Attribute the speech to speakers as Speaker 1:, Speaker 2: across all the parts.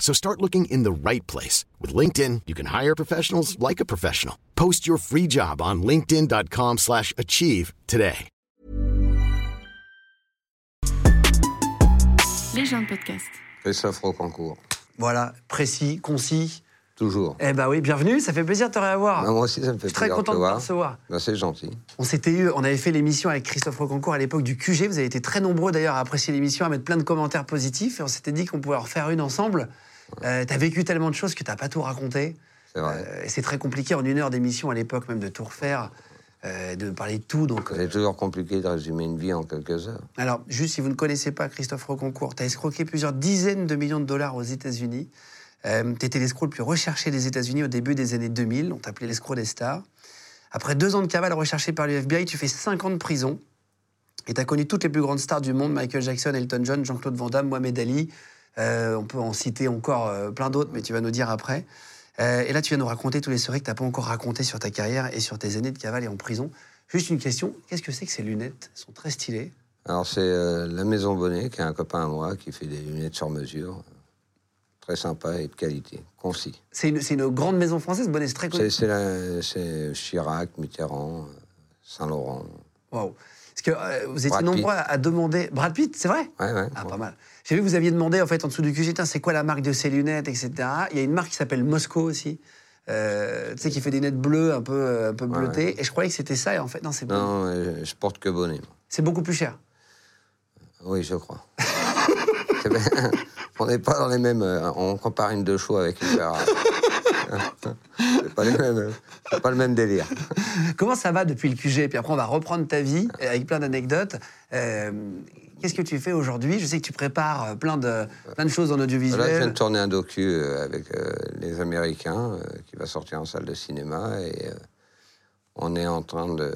Speaker 1: So start looking in the right place. With LinkedIn, you can hire professionals like a professional. Post your free job on linkedin.com/achieve slash achieve today.
Speaker 2: Les gens de podcast.
Speaker 3: Christophe Rocancourt,
Speaker 4: Voilà, précis, concis.
Speaker 3: toujours.
Speaker 4: Eh ben oui, bienvenue, ça fait plaisir de te réavoir.
Speaker 3: Ah, moi aussi, ça me fait
Speaker 4: Je suis très
Speaker 3: plaisir
Speaker 4: content
Speaker 3: te
Speaker 4: de te
Speaker 3: voir.
Speaker 4: recevoir.
Speaker 3: Ben, c'est gentil.
Speaker 4: On s'était eu, on avait fait l'émission avec Christophe Rocancourt à l'époque du QG. Vous avez été très nombreux d'ailleurs à apprécier l'émission, à mettre plein de commentaires positifs. Et on s'était dit qu'on pouvait en refaire une ensemble. Euh, t'as vécu tellement de choses que t'as pas tout raconté.
Speaker 3: C'est vrai.
Speaker 4: Euh, et c'est très compliqué en une heure d'émission à l'époque même de tout refaire, euh, de parler de tout. Donc, euh,
Speaker 3: C'est toujours compliqué de résumer une vie en quelques heures.
Speaker 4: alors juste si vous ne connaissez pas Christophe Rocancourt, t'as escroqué plusieurs dizaines de millions de dollars aux États-Unis. Euh, t'étais l'escroc le plus recherché des États-Unis au début des années 2000. On t'appelait l'escroc des stars. Après deux ans de cavale recherché par le FBI, tu fais cinq ans de prison. Et tu as connu toutes les plus grandes stars du monde, Michael Jackson, Elton John, Jean-Claude Van Damme, Mohamed Ali. Euh, on peut en citer encore euh, plein d'autres, mais tu vas nous dire après. Euh, et là, tu viens nous raconter tous les secrets que tu n'as pas encore racontés sur ta carrière et sur tes années de cavale et en prison. Juste une question, qu'est-ce que c'est que ces lunettes Elles sont très stylées.
Speaker 3: Alors, c'est euh, la Maison Bonnet, qui est un copain à moi, qui fait des lunettes sur mesure. Très sympa et de qualité, concis.
Speaker 4: C'est une, c'est une grande maison française, Bonnet, c'est très connu.
Speaker 3: C'est- C'est la- c'est Chirac, Mitterrand, euh, Saint-Laurent.
Speaker 4: Waouh. Parce que euh, vous étiez
Speaker 3: Brad Pitt.
Speaker 4: nombreux à- à demander... Brad Pitt, c'est vrai
Speaker 3: Ouais, ouais.
Speaker 4: Ah,
Speaker 3: bon.
Speaker 4: pas mal. J'ai vu que vous aviez demandé, en fait, en dessous du QG, Tiens, c'est quoi la marque de ces lunettes, etc. Il y a une marque qui s'appelle Mosco aussi, euh, tu sais, qui fait des lunettes bleues, un peu, euh, un peu
Speaker 3: Ouais,
Speaker 4: bleutées. Et je croyais que c'était ça, et en fait, non, c'est pas-
Speaker 3: Non, euh, je porte que bonnet. moi.
Speaker 4: C'est beaucoup plus cher.
Speaker 3: Oui, je crois. C'est bien. on n'est pas dans les mêmes. euh, On compare une deux chaux avec une Ferrari. c'est pas, les mêmes- c'est pas le même délire.
Speaker 4: Comment ça va depuis le QG Puis après, on va reprendre ta vie euh, avec plein d'anecdotes. Euh, Qu'est-ce que tu fais aujourd'hui Je sais que tu prépares euh, plein de, plein de choses en audiovisuel.
Speaker 3: Voilà, je viens de tourner un docu euh, avec euh, les Américains euh, qui va sortir en salle de cinéma et euh, on est en train de,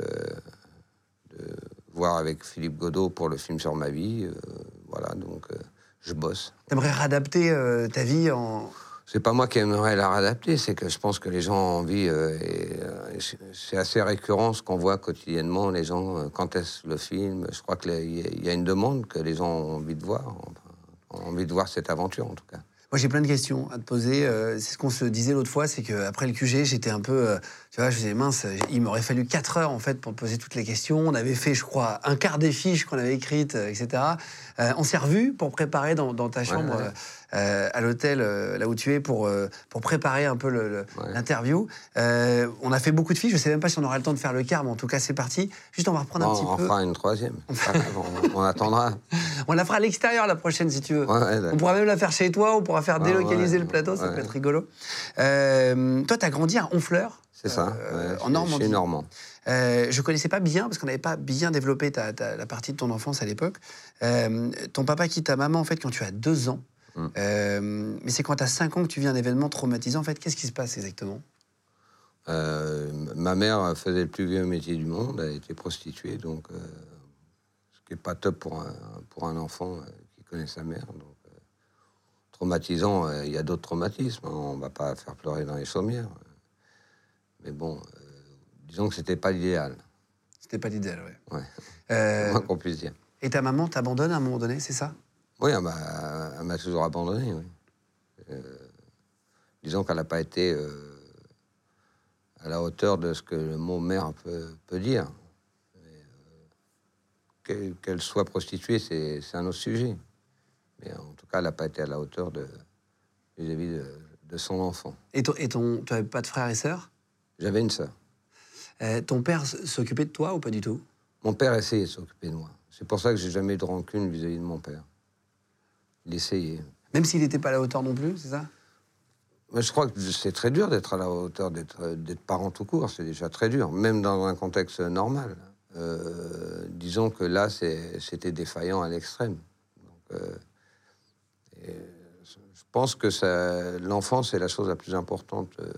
Speaker 3: de voir avec Philippe Godot pour le film sur ma vie. euh, voilà, donc euh, je bosse.
Speaker 4: T'aimerais réadapter euh, ta vie en.
Speaker 3: C'est pas moi qui aimerais la réadapter, c'est que je pense que les gens ont envie euh, et euh, c'est- c'est assez récurrent ce qu'on voit quotidiennement. Les gens, euh, quand est-ce le film Je crois qu'il y, a- il y a une demande que les gens ont envie de voir, enfin, ont envie de voir cette aventure en tout cas.
Speaker 4: Moi, j'ai plein de questions à te poser. Euh, c'est ce qu'on se disait l'autre fois, c'est qu'après le QG, j'étais un peu. euh, tu vois, je me disais, mince, j'ai- il m'aurait fallu 4 heures, en fait, pour te poser toutes les questions. On avait fait, je crois, un quart des fiches qu'on avait écrites, euh, etc. Euh, on s'est revus pour préparer dans, dans ta chambre,
Speaker 3: ouais.
Speaker 4: euh, euh, à l'hôtel, euh, là où tu es, pour, euh, pour préparer un peu le- le-
Speaker 3: Ouais.
Speaker 4: l'interview. Euh, on a fait beaucoup de fiches. Je sais même pas si on aura le temps de faire le quart, mais en tout cas, c'est parti. Juste, on va reprendre
Speaker 3: Bon,
Speaker 4: un petit
Speaker 3: on
Speaker 4: peu.
Speaker 3: fera une troisième. Pas grave, on, on attendra.
Speaker 4: On la fera à l'extérieur, la prochaine, si tu veux.
Speaker 3: Ouais, ouais,
Speaker 4: On
Speaker 3: d'accord.
Speaker 4: pourra même la faire chez toi, on pourra faire
Speaker 3: Ah,
Speaker 4: délocaliser
Speaker 3: ouais,
Speaker 4: le plateau, ça
Speaker 3: ouais.
Speaker 4: peut être rigolo. Euh, toi, t'as grandi à Honfleur
Speaker 3: C'est ça.
Speaker 4: euh,
Speaker 3: ouais,
Speaker 4: en
Speaker 3: chez-
Speaker 4: Normandie.
Speaker 3: Chez Normand.
Speaker 4: Euh, je connaissais pas bien, parce qu'on n'avait pas bien développé ta- ta- la partie de ton enfance à l'époque. Euh, ton papa quitte ta maman, en fait, quand tu as deux ans.
Speaker 3: Mm.
Speaker 4: Euh, mais c'est quand tu as 5 ans que tu vis un événement traumatisant. En fait, qu'est-ce qui se passe exactement
Speaker 3: Euh, m- ma mère faisait le plus vieux métier du monde, elle était prostituée, donc euh, ce qui n'est pas top pour un, pour un enfant euh, qui connaît sa mère. Donc, euh, traumatisant, euh, il y a d'autres traumatismes, hein, on ne va pas faire pleurer dans les chaumières. Mais bon, euh, disons que c'était pas l'idéal,
Speaker 4: C'était pas l'idéal, ouais. Euh,
Speaker 3: Ouais. c'est le moins qu'on puisse dire.
Speaker 4: et ta maman t'abandonne à un moment donné, c'est ça
Speaker 3: Oui, elle m'a elle m'a toujours abandonné. oui. Euh, disons qu'elle n'a pas été euh, à la hauteur de ce que le mot mère peut, peut dire. Mais, euh, qu'elle- Qu'elle soit prostituée, c'est c'est un autre sujet. Mais en tout cas, elle n'a pas été à la hauteur de- vis-à-vis de, de son enfant.
Speaker 4: Et ton- et ton- tu n'avais pas de frères et sœurs
Speaker 3: J'avais une sœur.
Speaker 4: Euh, Ton père s- s'occupait de toi ou pas du tout
Speaker 3: Mon père essayait de s'occuper de moi. C'est pour ça que j'ai jamais eu de rancune vis-à-vis de mon père. Il essayait.
Speaker 4: Même s'il n'était pas à la hauteur non plus, c'est ça
Speaker 3: Mais je crois que c'est très dur d'être à la hauteur d'être euh, d'être parent tout court, c'est déjà très dur, même dans un contexte normal. Euh, disons que là, c'est- c'était défaillant à l'extrême. Donc, euh, et je pense que ça- l'enfance est la chose la plus importante euh,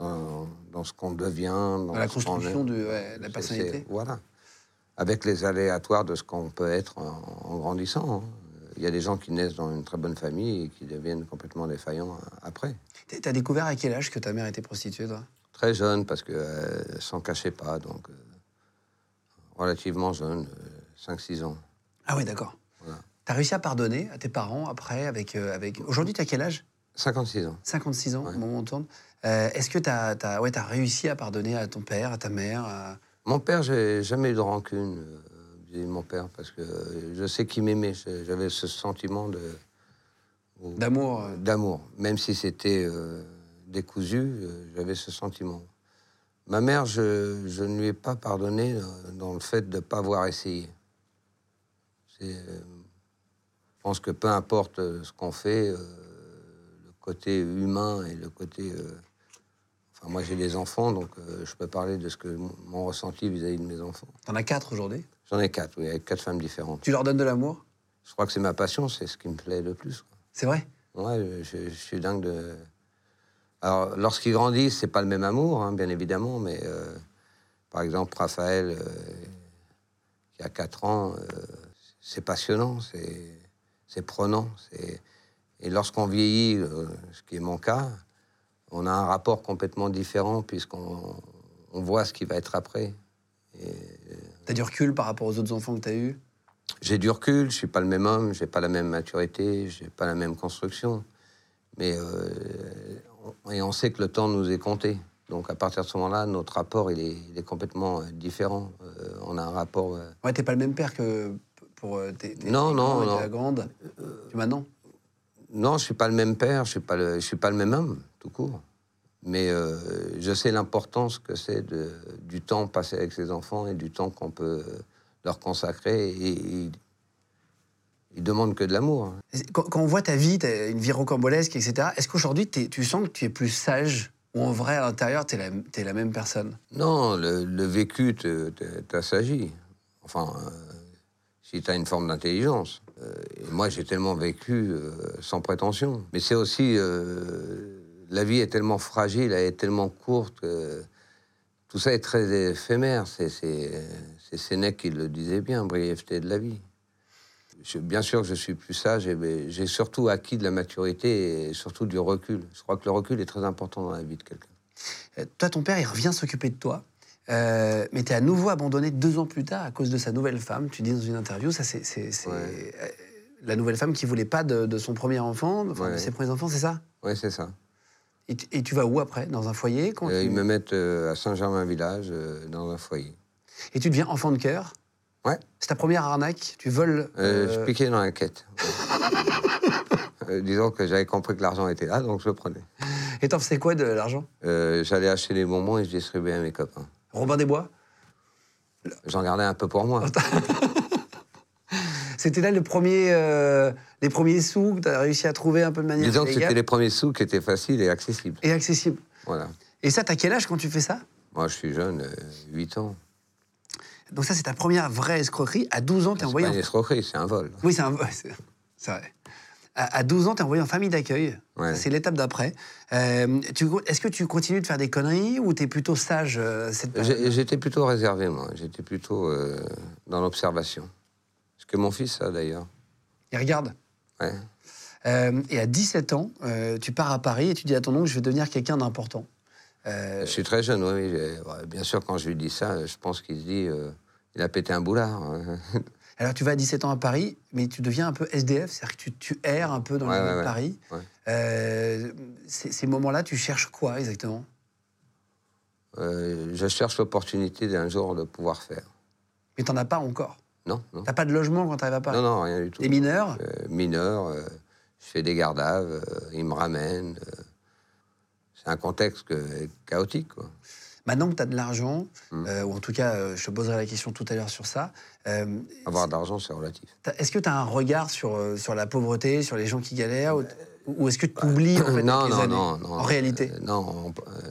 Speaker 3: dans, dans ce qu'on devient. Dans,
Speaker 4: Dans la
Speaker 3: ce qu'on
Speaker 4: construction
Speaker 3: est.
Speaker 4: de, ouais, de la
Speaker 3: C'est-
Speaker 4: personnalité.
Speaker 3: c'est- Voilà. Avec les aléatoires de ce qu'on peut être en, en grandissant. hein. Il y a des gens qui naissent dans une très bonne famille et qui deviennent complètement défaillants euh, après.
Speaker 4: T'as- T'as découvert à quel âge que ta mère était prostituée, toi
Speaker 3: Très jeune, parce qu'elle ne s'en cachait pas, donc euh, relativement jeune, euh, 5-6 ans.
Speaker 4: Ah oui, d'accord.
Speaker 3: Voilà.
Speaker 4: T'as réussi à pardonner à tes parents après avec... euh, avec... Aujourd'hui, t'as quel âge
Speaker 3: 56 ans.
Speaker 4: 56 ans,
Speaker 3: Ouais.
Speaker 4: au moment où on tourne. Euh, Est-ce que t'as as, ouais, t'as réussi à pardonner à ton père, à ta mère à-
Speaker 3: Mon père, j'ai jamais eu de rancune euh, vis-à-vis de mon père parce que euh, je sais qu'il m'aimait. J'ai- J'avais ce sentiment de ou-
Speaker 4: D'amour, euh.
Speaker 3: d'amour, même si c'était euh, décousu, euh, j'avais ce sentiment. Ma mère, je, je ne lui ai pas pardonné euh, dans le fait de ne pas avoir essayé. C'est, euh, je pense que peu importe euh, ce qu'on fait, euh, le côté humain et le côté euh, Enfin, moi, j'ai des enfants, donc euh, je peux parler de ce que m- mon ressenti vis-à-vis de mes enfants.
Speaker 4: T'en as quatre aujourd'hui.
Speaker 3: J'en ai quatre, oui, avec quatre femmes différentes.
Speaker 4: Tu leur donnes de l'amour
Speaker 3: Je crois que c'est ma passion, c'est ce qui me plaît le plus. quoi.
Speaker 4: C'est vrai
Speaker 3: Ouais, je, je suis dingue de. Alors, lorsqu'ils grandissent, c'est pas le même amour, hein, bien évidemment, mais euh, par exemple, Raphaël, euh, qui a 4 ans, euh, c'est passionnant, c'est c'est prenant. c'est- Et lorsqu'on vieillit, euh, ce qui est mon cas, on a un rapport complètement différent, puisqu'on on voit ce qui va être après.
Speaker 4: T'as du recul par rapport aux autres enfants que t'as eus
Speaker 3: J'ai du recul, je suis pas le même homme, j'ai pas la même maturité, j'ai pas la même construction. Mais euh, on- et on sait que le temps nous est compté. Donc à partir de ce moment-là, notre rapport il est, il est complètement euh, différent. Euh, on a un rapport. euh,
Speaker 4: Ouais, t'es pas le même père que pour euh, tes, tes-
Speaker 3: Non,
Speaker 4: tes
Speaker 3: non,
Speaker 4: grands et
Speaker 3: non. Euh,
Speaker 4: ta grande. Tu maintenant
Speaker 3: Non, je suis pas le même père, je suis pas le, je suis pas le même homme, tout court. Mais euh, je sais l'importance que c'est de- du temps passé avec ses enfants et du temps qu'on peut euh, leur consacrer. Et, ils- ils demandent que de l'amour. hein.
Speaker 4: Quand, quand on voit ta vie, t'as une vie rocambolesque, etc., est-ce qu'aujourd'hui, t'es- tu sens que tu es plus sage ou en vrai, à l'intérieur, t'es la, t'es la même personne
Speaker 3: Non, le, le vécu te- te- t'assagit. Enfin, euh, si tu as une forme d'intelligence. Euh, et moi, j'ai tellement vécu euh, sans prétention. Mais c'est aussi. euh, la vie est tellement fragile, elle est tellement courte que tout ça est très éphémère. C'est c'est- c'est Sénèque qui le disait bien, brièveté de la vie. Je- bien sûr que je suis plus sage, et- mais j'ai surtout acquis de la maturité et surtout du recul. Je crois que le recul est très important dans la vie de quelqu'un.
Speaker 4: Euh, Toi, ton père, il revient s'occuper de toi, euh, mais t'es à nouveau abandonné deux ans plus tard à cause de sa nouvelle femme. Tu dis dans une interview, ça, c'est. c'est- c'est,
Speaker 3: Ouais.
Speaker 4: euh, La nouvelle femme qui voulait pas de, de son premier enfant, enfin, de
Speaker 3: Ouais.
Speaker 4: ses premiers enfants, c'est ça
Speaker 3: Oui, c'est ça.
Speaker 4: et tu, et tu vas où après Dans un foyer Comment
Speaker 3: Euh,
Speaker 4: tu-
Speaker 3: ils me mettent euh, à Saint-Germain-Village, euh, dans un foyer.
Speaker 4: Et tu deviens enfant de cœur
Speaker 3: Ouais.
Speaker 4: C'est ta première arnaque Tu voles.
Speaker 3: Euh,
Speaker 4: euh,
Speaker 3: Je piquais dans la quête. Euh, disons que j'avais compris que l'argent était là, donc je le prenais.
Speaker 4: Et t'en faisais quoi de l'argent
Speaker 3: Euh, J'allais acheter des bonbons et je distribuais à mes copains.
Speaker 4: Robin des Bois
Speaker 3: J'en gardais un peu pour moi.
Speaker 4: C'était là le premier, euh, les premiers sous que tu as réussi à trouver un peu de manière
Speaker 3: Disons que c'était
Speaker 4: légale
Speaker 3: les premiers sous qui étaient faciles et accessibles.
Speaker 4: et accessible.
Speaker 3: Voilà.
Speaker 4: Et ça, t'as quel âge quand tu fais ça
Speaker 3: Moi, je suis jeune, euh, 8 ans.
Speaker 4: Donc ça, c'est ta première vraie escroquerie. À 12 ans, t'es
Speaker 3: Ah, C'est
Speaker 4: envoyé...
Speaker 3: pas
Speaker 4: En...
Speaker 3: une escroquerie, c'est un vol.
Speaker 4: Oui, c'est un... ouais, c'est- c'est vrai. À à 12 ans, t'es envoyé en famille d'accueil.
Speaker 3: Ouais.
Speaker 4: Ça, C'est l'étape d'après. Euh, tu- Est-ce que tu continues de faire des conneries ou t'es plutôt sage euh, cette période
Speaker 3: J'ai- J'étais plutôt réservé, moi. J'étais plutôt euh, dans l'observation. Ce que mon fils a, d'ailleurs.
Speaker 4: Et regarde,
Speaker 3: Ouais.
Speaker 4: euh, et à 17 ans, euh, tu pars à Paris et tu dis à ton oncle, je vais devenir quelqu'un d'important. Euh,
Speaker 3: Je suis très jeune, oui. oui, j'ai- ouais, Bien sûr, quand je lui dis ça, je pense qu'il se dit euh, il a pété un boulard. hein.
Speaker 4: Alors tu vas à 17 ans à Paris, mais tu deviens un peu SDF, c'est-à-dire que tu, tu erres un peu dans
Speaker 3: Ouais,
Speaker 4: les rues
Speaker 3: ouais,
Speaker 4: de
Speaker 3: ouais.
Speaker 4: Paris.
Speaker 3: Ouais.
Speaker 4: Euh, ces ces moments-là, tu cherches quoi exactement
Speaker 3: Euh, je cherche l'opportunité d'un jour de pouvoir faire.
Speaker 4: Mais t'en as pas encore.
Speaker 3: Non, non.
Speaker 4: T'as pas de logement quand t'arrives à Paris.
Speaker 3: Non, non, rien du tout.
Speaker 4: T'es mineur
Speaker 3: Euh, mineur, euh, je fais des gardaves, euh, ils me ramènent. euh, c'est un contexte que- chaotique, quoi.
Speaker 4: Maintenant que t'as de l'argent,
Speaker 3: Mm.
Speaker 4: euh, ou en tout cas, euh, je te poserai la question tout à l'heure sur ça, euh,
Speaker 3: Avoir de l'argent, c'est relatif.
Speaker 4: t'as- est-ce que t'as un regard sur, euh, sur la pauvreté, sur les gens qui galèrent Ou, ou est-ce que tu oublies en fait,
Speaker 3: non,
Speaker 4: avec les
Speaker 3: non,
Speaker 4: années,
Speaker 3: non, non.
Speaker 4: En réalité
Speaker 3: Euh, non, on peut- euh,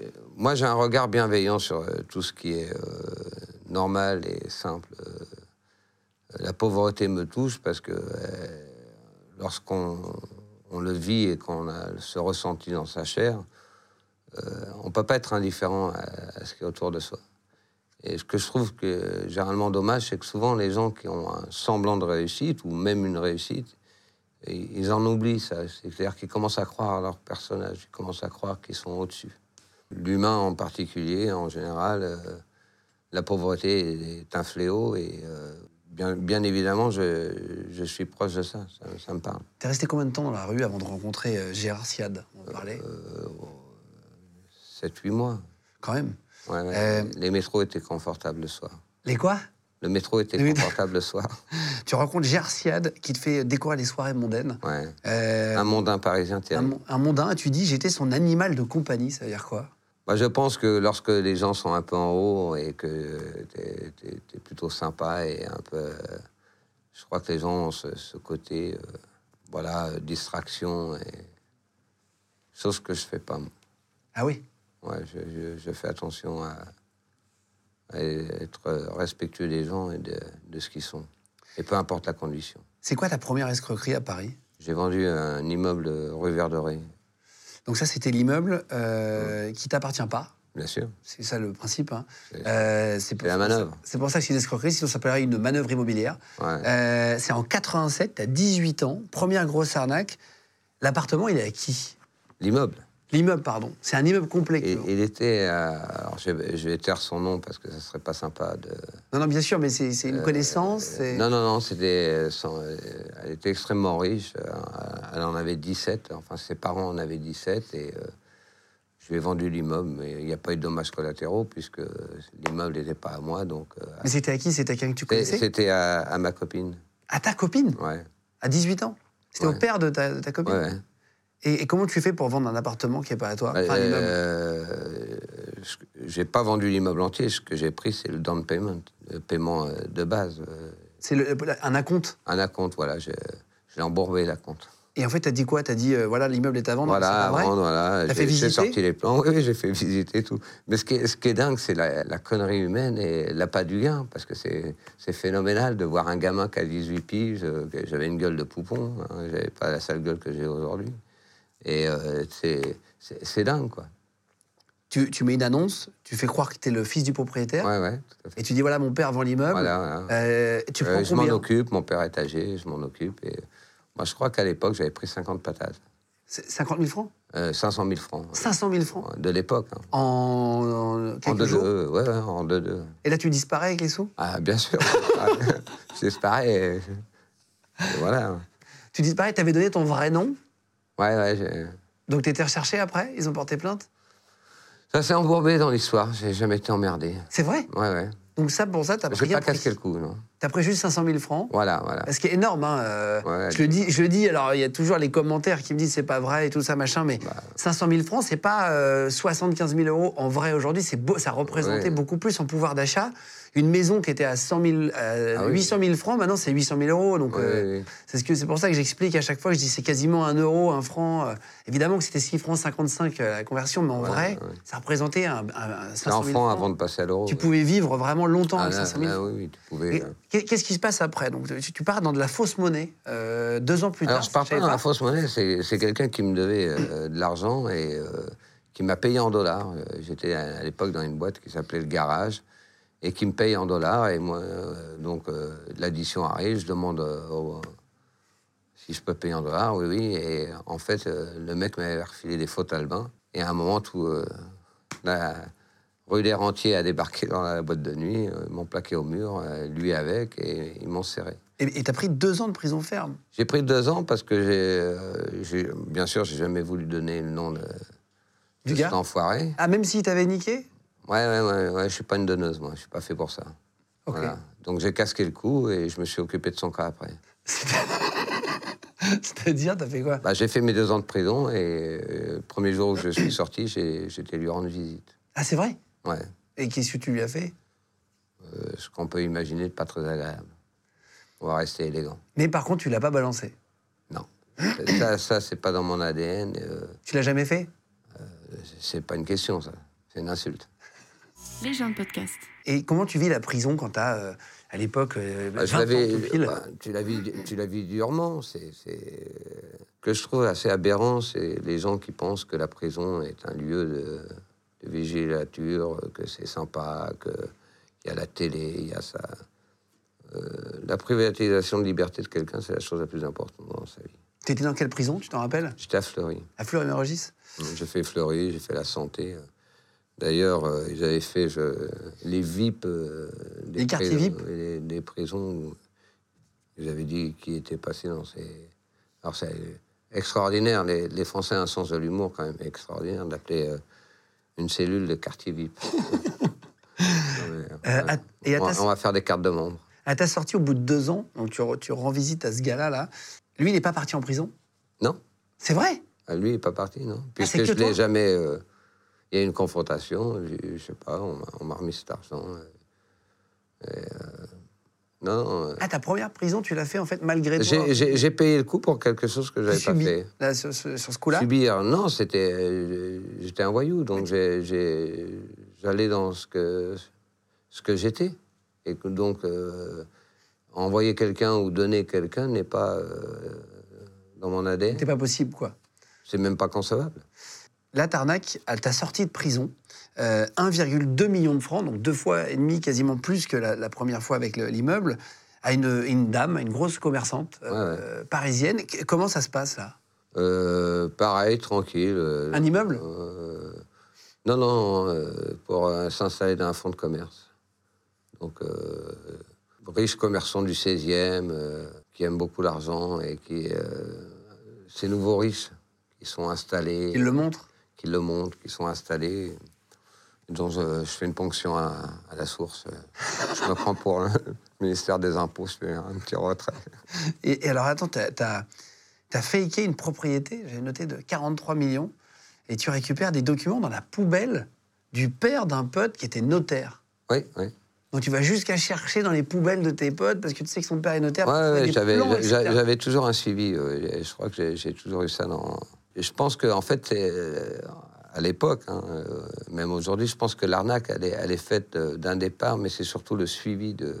Speaker 3: euh, moi, j'ai un regard bienveillant sur euh, tout ce qui est euh, normal et simple. Euh, la pauvreté me touche parce que euh, lorsqu'on on le vit et qu'on a ce ressenti dans sa chair, euh, on ne peut pas être indifférent à, à ce qui est autour de soi. Et ce que je trouve que généralement dommage, c'est que souvent les gens qui ont un semblant de réussite, ou même une réussite, et ils en oublient ça. C'est-à-dire qu'ils commencent à croire à leur personnage, ils commencent à croire qu'ils sont au-dessus. L'humain en particulier, en général, euh, la pauvreté est un fléau et euh, bien, bien, évidemment, je, je, suis proche de ça, ça, ça me parle.
Speaker 4: T'es resté combien de temps dans la rue avant de rencontrer euh, Gérard Siad On parlait
Speaker 3: euh. 7-8 mois.
Speaker 4: Quand même
Speaker 3: ouais, ouais, Les métros étaient confortables le soir.
Speaker 4: Les quoi
Speaker 3: le métro était le confortable le soir.
Speaker 4: Tu rencontres Gersiade qui te fait décorer les soirées mondaines.
Speaker 3: Ouais. Euh, un mondain parisien terrible.
Speaker 4: Un, un, mondain, tu dis, j'étais son animal de compagnie, ça veut dire quoi
Speaker 3: bah, Je pense que lorsque les gens sont un peu en haut et que t'es es, es, plutôt sympa et un peu. Euh, je crois que les gens ont ce, ce côté, euh, voilà, euh, distraction. Et... Chose que je fais pas. Moi.
Speaker 4: Ah oui
Speaker 3: Ouais, je, je, je fais attention à et être respectueux des gens et de, de ce qu'ils sont. Et peu importe la condition.
Speaker 4: C'est quoi ta première escroquerie à Paris
Speaker 3: J'ai vendu un immeuble rue Verdoré.
Speaker 4: Donc ça, c'était l'immeuble euh, ouais. qui t'appartient pas
Speaker 3: Bien sûr.
Speaker 4: C'est ça le principe. Hein.
Speaker 3: C'est euh, la manœuvre.
Speaker 4: C'est pour ça que c'est une escroquerie, sinon ça s'appellerait une manœuvre immobilière.
Speaker 3: Ouais.
Speaker 4: Euh, c'est en 87, t'as 18 ans, première grosse arnaque. L'appartement, il est à qui
Speaker 3: L'immeuble.
Speaker 4: L'immeuble, pardon. C'est un immeuble complet.
Speaker 3: Et, il était. Euh, alors, je, je, vais taire son nom parce que ça serait pas sympa de.
Speaker 4: Non, non, bien sûr, mais c'est une euh, connaissance.
Speaker 3: Euh, non, non, non, c'était. euh, elle était extrêmement riche. euh, Elle en avait 17. Enfin, ses parents en avaient 17. Et euh, je lui ai vendu l'immeuble, mais il n'y a pas eu de dommages collatéraux puisque l'immeuble n'était pas à moi. Donc, euh,
Speaker 4: mais c'était à qui C'était à quelqu'un que tu connaissais
Speaker 3: C'était à, à, ma copine.
Speaker 4: À ta copine
Speaker 3: Ouais.
Speaker 4: À 18 ans C'était ouais. au père de ta, de ta copine
Speaker 3: ouais.
Speaker 4: Et, et, comment tu fais pour vendre un appartement qui n'est pas à toi
Speaker 3: enfin, euh, J'ai pas vendu l'immeuble entier. Ce que j'ai pris, c'est le down payment, le paiement euh, de base.
Speaker 4: C'est un acompte
Speaker 3: Un acompte, voilà. J'ai embourbé l'acompte.
Speaker 4: Et en fait, t'as dit quoi T'as dit, euh, voilà, l'immeuble est à vendre
Speaker 3: Voilà,
Speaker 4: à
Speaker 3: vendre, voilà.
Speaker 4: T'as fait visiter J'ai
Speaker 3: sorti les plans, oui, j'ai fait visiter tout. Mais ce qui est, ce qui est dingue, c'est la, la, connerie humaine et l'appât du gain, parce que c'est phénoménal de voir un gamin qui a 18 piges, euh, j'avais une gueule de poupon, hein, j'avais pas la sale gueule que j'ai aujourd'hui. Et euh, c'est dingue, quoi.
Speaker 4: Tu, tu, mets une annonce, tu fais croire que tu es le fils du propriétaire.
Speaker 3: Ouais, ouais, tout à fait.
Speaker 4: Et tu dis voilà, mon père vend l'immeuble.
Speaker 3: Voilà, voilà.
Speaker 4: euh, tu prends
Speaker 3: euh, Je
Speaker 4: m'en
Speaker 3: occupe, mon père est âgé, je m'en occupe. Et moi, je crois qu'à l'époque, j'avais pris 50 patates. euh,
Speaker 4: 50 000 francs
Speaker 3: 500 000 francs.
Speaker 4: 500 000 francs
Speaker 3: De l'époque. Hein.
Speaker 4: En, en,
Speaker 3: en deux,
Speaker 4: jours
Speaker 3: deux, ouais, en deux, deux.
Speaker 4: Et là, tu disparais avec les sous
Speaker 3: Ah, bien sûr. je disparais. Et... Et voilà.
Speaker 4: Tu disparais, tu avais donné ton vrai nom
Speaker 3: Ouais, ouais.
Speaker 4: Donc t'étais recherché après Ils ont porté plainte
Speaker 3: Ça s'est embourbé dans l'histoire. J'ai jamais été emmerdé.
Speaker 4: C'est vrai
Speaker 3: Ouais, ouais.
Speaker 4: Donc ça, pour ça, t'as pris...
Speaker 3: J'ai pas casqué le coup, non.
Speaker 4: T'as pris juste 500 000 francs.
Speaker 3: Voilà, voilà.
Speaker 4: Ce qui est énorme, hein. Euh, ouais, je, le dis, je le dis, alors il y a toujours les commentaires qui me disent c'est pas vrai et tout ça, machin, mais bah, 500 000 francs, c'est pas euh, 75 000 euros en vrai aujourd'hui, c'est beau, ça représentait ouais. beaucoup plus en pouvoir d'achat. Une maison qui était à 100 000, euh, ah, 800 000 francs, maintenant c'est 800 000 euros. Donc ouais, c'est ce que c'est pour ça que j'explique à chaque fois, je dis c'est quasiment 1 euro, 1 franc. euh, évidemment que c'était 6 francs 55 la conversion, mais en vrai, ça représentait un, un, un 500 000 francs.
Speaker 3: avant de passer à l'euro.
Speaker 4: Tu pouvais vivre vraiment longtemps ah, avec 500 000.
Speaker 3: Ah, oui, oui, tu pouvais.
Speaker 4: Et, Qu'est-ce qui se passe après Donc, tu, pars dans de la fausse monnaie euh, deux ans plus
Speaker 3: Alors,
Speaker 4: tard.
Speaker 3: je pars pas dans la fausse monnaie, c'est quelqu'un qui me devait euh, de l'argent et euh, qui m'a payé en dollars. Euh, J'étais à, à l'époque dans une boîte qui s'appelait Le Garage et qui me paye en dollars. Et moi, euh, donc, l'addition arrive, je demande euh, au, si je peux payer en dollars, oui, oui. Et en fait, euh, le mec m'avait refilé des fautes albins. Et à un moment, tout. euh, La, Rue des Rentiers a débarqué dans la boîte de nuit, euh, m'ont plaqué au mur, euh, lui avec, et ils m'ont serré.
Speaker 4: Et t'as pris deux ans de prison ferme
Speaker 3: J'ai pris deux ans parce que j'ai. Euh, bien sûr, j'ai jamais voulu donner le nom de,
Speaker 4: du de gars.
Speaker 3: cet enfoiré.
Speaker 4: Ah, même s'il t'avait niqué
Speaker 3: Ouais, ouais, ouais, ouais je suis pas une donneuse, moi, je suis pas fait pour ça.
Speaker 4: Okay. Voilà.
Speaker 3: Donc j'ai casqué le coup et je me suis occupé de son cas après.
Speaker 4: C'est-à-dire, t'as fait quoi
Speaker 3: bah, J'ai fait mes deux ans de prison et le premier jour où je suis sorti, j'étais lui rendre visite.
Speaker 4: Ah, c'est vrai
Speaker 3: Ouais.
Speaker 4: Et qu'est-ce que tu lui as fait
Speaker 3: euh, Ce qu'on peut imaginer de pas très agréable. On va rester élégant.
Speaker 4: Mais par contre, tu l'as pas balancé
Speaker 3: Non. ça, ça c'est pas dans mon ADN. Euh,
Speaker 4: tu l'as jamais fait
Speaker 3: euh, C'est pas une question, ça. C'est une insulte.
Speaker 2: Les gens de podcast.
Speaker 4: Et comment tu vis la prison quand tu as à l'époque, euh,
Speaker 3: Bah, je
Speaker 4: 20 ans
Speaker 3: l'avais-
Speaker 4: tout pile.
Speaker 3: bah, tu la vis, tu la vis durement. C'est c'est- que je trouve assez aberrant, c'est les gens qui pensent que la prison est un lieu de, de vigilature, que c'est sympa, que il y a la télé, il y a ça. Euh, la privatisation de liberté de quelqu'un, c'est la chose la plus importante dans sa vie.
Speaker 4: T'étais dans quelle prison, tu t'en rappelles
Speaker 3: J'étais à Fleury.
Speaker 4: À Fleury-Mérogis
Speaker 3: J'ai fait Fleury, j'ai fait la santé. D'ailleurs, euh, ils avaient fait je- les VIP. euh, des
Speaker 4: Les quartiers
Speaker 3: prisons-
Speaker 4: VIP.
Speaker 3: Des, des prisons où ils avaient dit qui était passé dans ces. Alors, c'est extraordinaire. Les, les Français ont un sens de l'humour quand même extraordinaire d'appeler euh, une cellule de quartier VIP. Non, mais,
Speaker 4: Euh, à- et à
Speaker 3: on,
Speaker 4: ta-
Speaker 3: on va faire des cartes de membres.
Speaker 4: À ta sortie, Ah, au bout de deux ans, donc tu, re- tu rends visite à ce gars-là, là. lui, il n'est pas parti en prison
Speaker 3: Non
Speaker 4: C'est vrai
Speaker 3: Ah, lui, il n'est pas parti, non Puisque
Speaker 4: c'est que
Speaker 3: je
Speaker 4: toi
Speaker 3: l'ai jamais. euh, Il y a eu une confrontation, je, je sais pas, on m'a- on m'a remis cet argent. euh, et, euh, non, euh,
Speaker 4: Ah, ta première prison, tu l'as fait en fait malgré toi
Speaker 3: j'ai- j'ai j'ai payé le coup pour quelque chose que
Speaker 4: Tu
Speaker 3: j'avais pas
Speaker 4: subis,
Speaker 3: fait.
Speaker 4: là, sur, sur- sur ce coup-là
Speaker 3: Subir, non, c'était. euh, J'étais un voyou, donc j'ai- j'ai- j'allais dans ce que, ce que j'étais. Et que donc, euh, envoyer quelqu'un ou donner quelqu'un n'est pas euh, dans mon ADN.
Speaker 4: C'était pas possible, quoi.
Speaker 3: C'est même pas concevable.
Speaker 4: La Tarnac, à ta sortie de prison, euh, 1,2 million de francs, donc deux fois et demi, quasiment plus que la, la première fois avec le- l'immeuble, à une, une dame, à une grosse commerçante euh, parisienne. Qu- Comment ça se passe, là
Speaker 3: Euh, pareil, tranquille. euh,
Speaker 4: Un immeuble
Speaker 3: euh, Non, non, euh, pour euh, s'installer dans un fonds de commerce. Donc, euh, riche commerçant du 16e, euh, qui aime beaucoup l'argent et qui. euh, ces nouveaux riches qui sont installés,
Speaker 4: Il le montre
Speaker 3: qui le montent, qui sont installés. Donc, euh, je fais une ponction à, à la source. euh, je me prends pour le ministère des impôts, je fais un petit retrait.
Speaker 4: Et, et alors, attends, t'as as, fakeé une propriété, j'ai noté de 43 millions, et tu récupères des documents dans la poubelle du père d'un pote qui était notaire.
Speaker 3: Oui, oui.
Speaker 4: Donc tu vas jusqu'à chercher dans les poubelles de tes potes parce que tu sais que son père est notaire.
Speaker 3: Ouais,
Speaker 4: pour trouver
Speaker 3: ouais,
Speaker 4: des
Speaker 3: j'avais,
Speaker 4: plans,
Speaker 3: j'a-
Speaker 4: etc.
Speaker 3: j'avais toujours un suivi. euh, et je crois que j'ai, j'ai toujours eu ça dans. et Je pense que, en fait, c'est, euh, à l'époque, hein, euh, même aujourd'hui, je pense que l'arnaque, elle est, elle est faite euh, d'un départ, mais c'est surtout le suivi de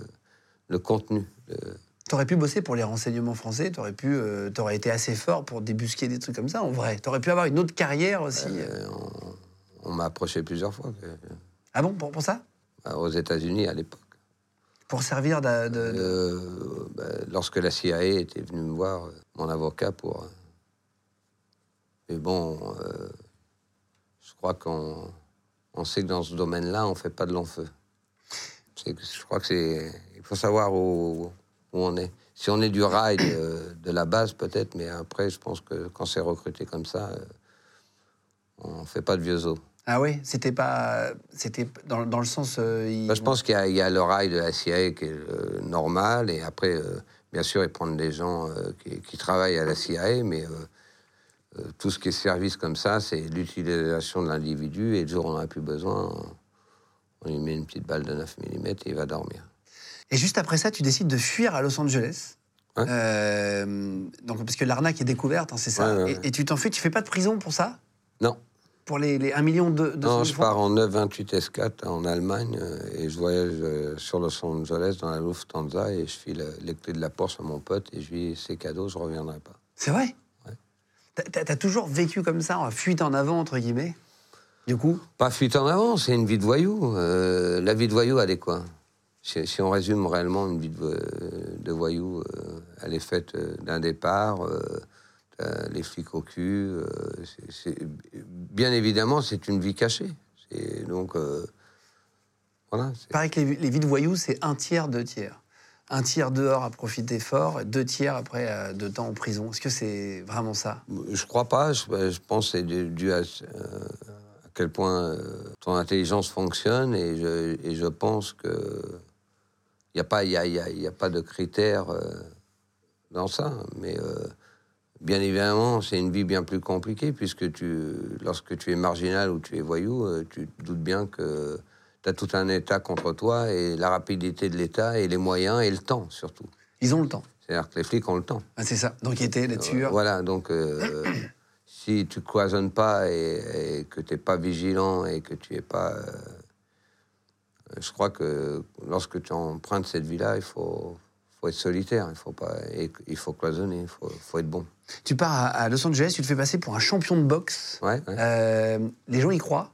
Speaker 3: le contenu. euh, de-
Speaker 4: T'aurais pu bosser pour les renseignements français, t'aurais pu, euh, t'aurais été assez fort pour débusquer des trucs comme ça, en vrai. T'aurais pu avoir une autre carrière aussi.
Speaker 3: euh, on, on m'a approché plusieurs fois que-
Speaker 4: Ah bon, pour, pour ça
Speaker 3: euh, aux États-Unis à l'époque.
Speaker 4: Pour servir d'a- de, de-
Speaker 3: Euh, bah, lorsque la CIA était venue me voir, euh, mon avocat, pour. euh, Mais bon, euh, je crois qu'on on sait que dans ce domaine-là, on ne fait pas de long feu. C'est que- Je crois que c'est. Il faut savoir où, où on est. Si on est du rail euh, de, la base, peut-être, mais après, je pense que quand c'est recruté comme ça, euh, on ne fait pas de vieux os.
Speaker 4: Ah oui, c'était pas... C'était dans, dans le sens... euh, il-
Speaker 3: Bah, je pense qu'il y, a- il y a le rail de la CIA qui est euh, normal, et après, euh, bien sûr, ils prennent des gens euh, qui, qui travaillent à la CIA, mais euh, euh, tout ce qui est service comme ça, c'est l'utilisation de l'individu, et le jour où on en a plus besoin, on, on lui met une petite balle de 9 mm et il va dormir.
Speaker 4: Et juste après ça, tu décides de fuir à Los Angeles.
Speaker 3: Ouais.
Speaker 4: Euh, donc, parce que l'arnaque est découverte, hein, c'est ça.
Speaker 3: Ouais, ouais, ouais.
Speaker 4: Et, et tu t'enfuis, tu fais pas de prison pour ça
Speaker 3: Non,
Speaker 4: Pour les, les 1 million de, de francs
Speaker 3: non je pars en 928 S4 en Allemagne, euh, et je voyage euh, sur Los Angeles dans la Lufthansa, et je file euh, les clés de la Porsche à mon pote, et je lui dis, c'est cadeau, je reviendrai pas.
Speaker 4: C'est vrai
Speaker 3: Ouais.
Speaker 4: T'as- T'as t'as toujours vécu comme ça, en fuite en avant, entre guillemets Du coup
Speaker 3: Pas fuite en avant, c'est une vie de voyou. Euh, la vie de voyou, elle est quoi si, si on résume réellement une vie de, vo- euh, de voyou, euh, elle est faite euh, d'un départ, euh, t'as les flics au cul. euh, c'est- c'est- bien évidemment, c'est une vie cachée. C'est donc. euh, voilà.
Speaker 4: Il
Speaker 3: c'est-
Speaker 4: paraît que les, les vies de voyous, c'est un tiers, deux tiers. Un tiers dehors à profiter fort, deux tiers après euh, de temps en prison. Est-ce que c'est vraiment ça
Speaker 3: Je crois pas. Je, je pense que c'est dû dû à, euh, à quel point euh, ton intelligence fonctionne et je, et je pense que il n'y a pas il y a, y a- y a pas de critères euh, dans ça. Mais euh, bien évidemment, c'est une vie bien plus compliquée puisque tu lorsque tu es marginal ou tu es voyou, euh, tu te doutes bien que tu as tout un État contre toi et la rapidité de l'État et les moyens et le temps surtout.
Speaker 4: Ils ont le temps.
Speaker 3: C'est-à-dire que les flics ont le temps.
Speaker 4: Ah, c'est ça. Donc, il était les tueurs.
Speaker 3: Voilà, donc euh, si tu cloisonnes pas et, et que tu n'es pas vigilant et que tu n'es pas euh, je crois que lorsque tu empruntes cette vie-là, il faut, faut être solitaire, il faut, pas, et il faut cloisonner, il faut, faut être bon.
Speaker 4: Tu pars à, à Los Angeles, tu te fais passer pour un champion de boxe.
Speaker 3: Ouais, ouais,
Speaker 4: Euh, les gens y croient.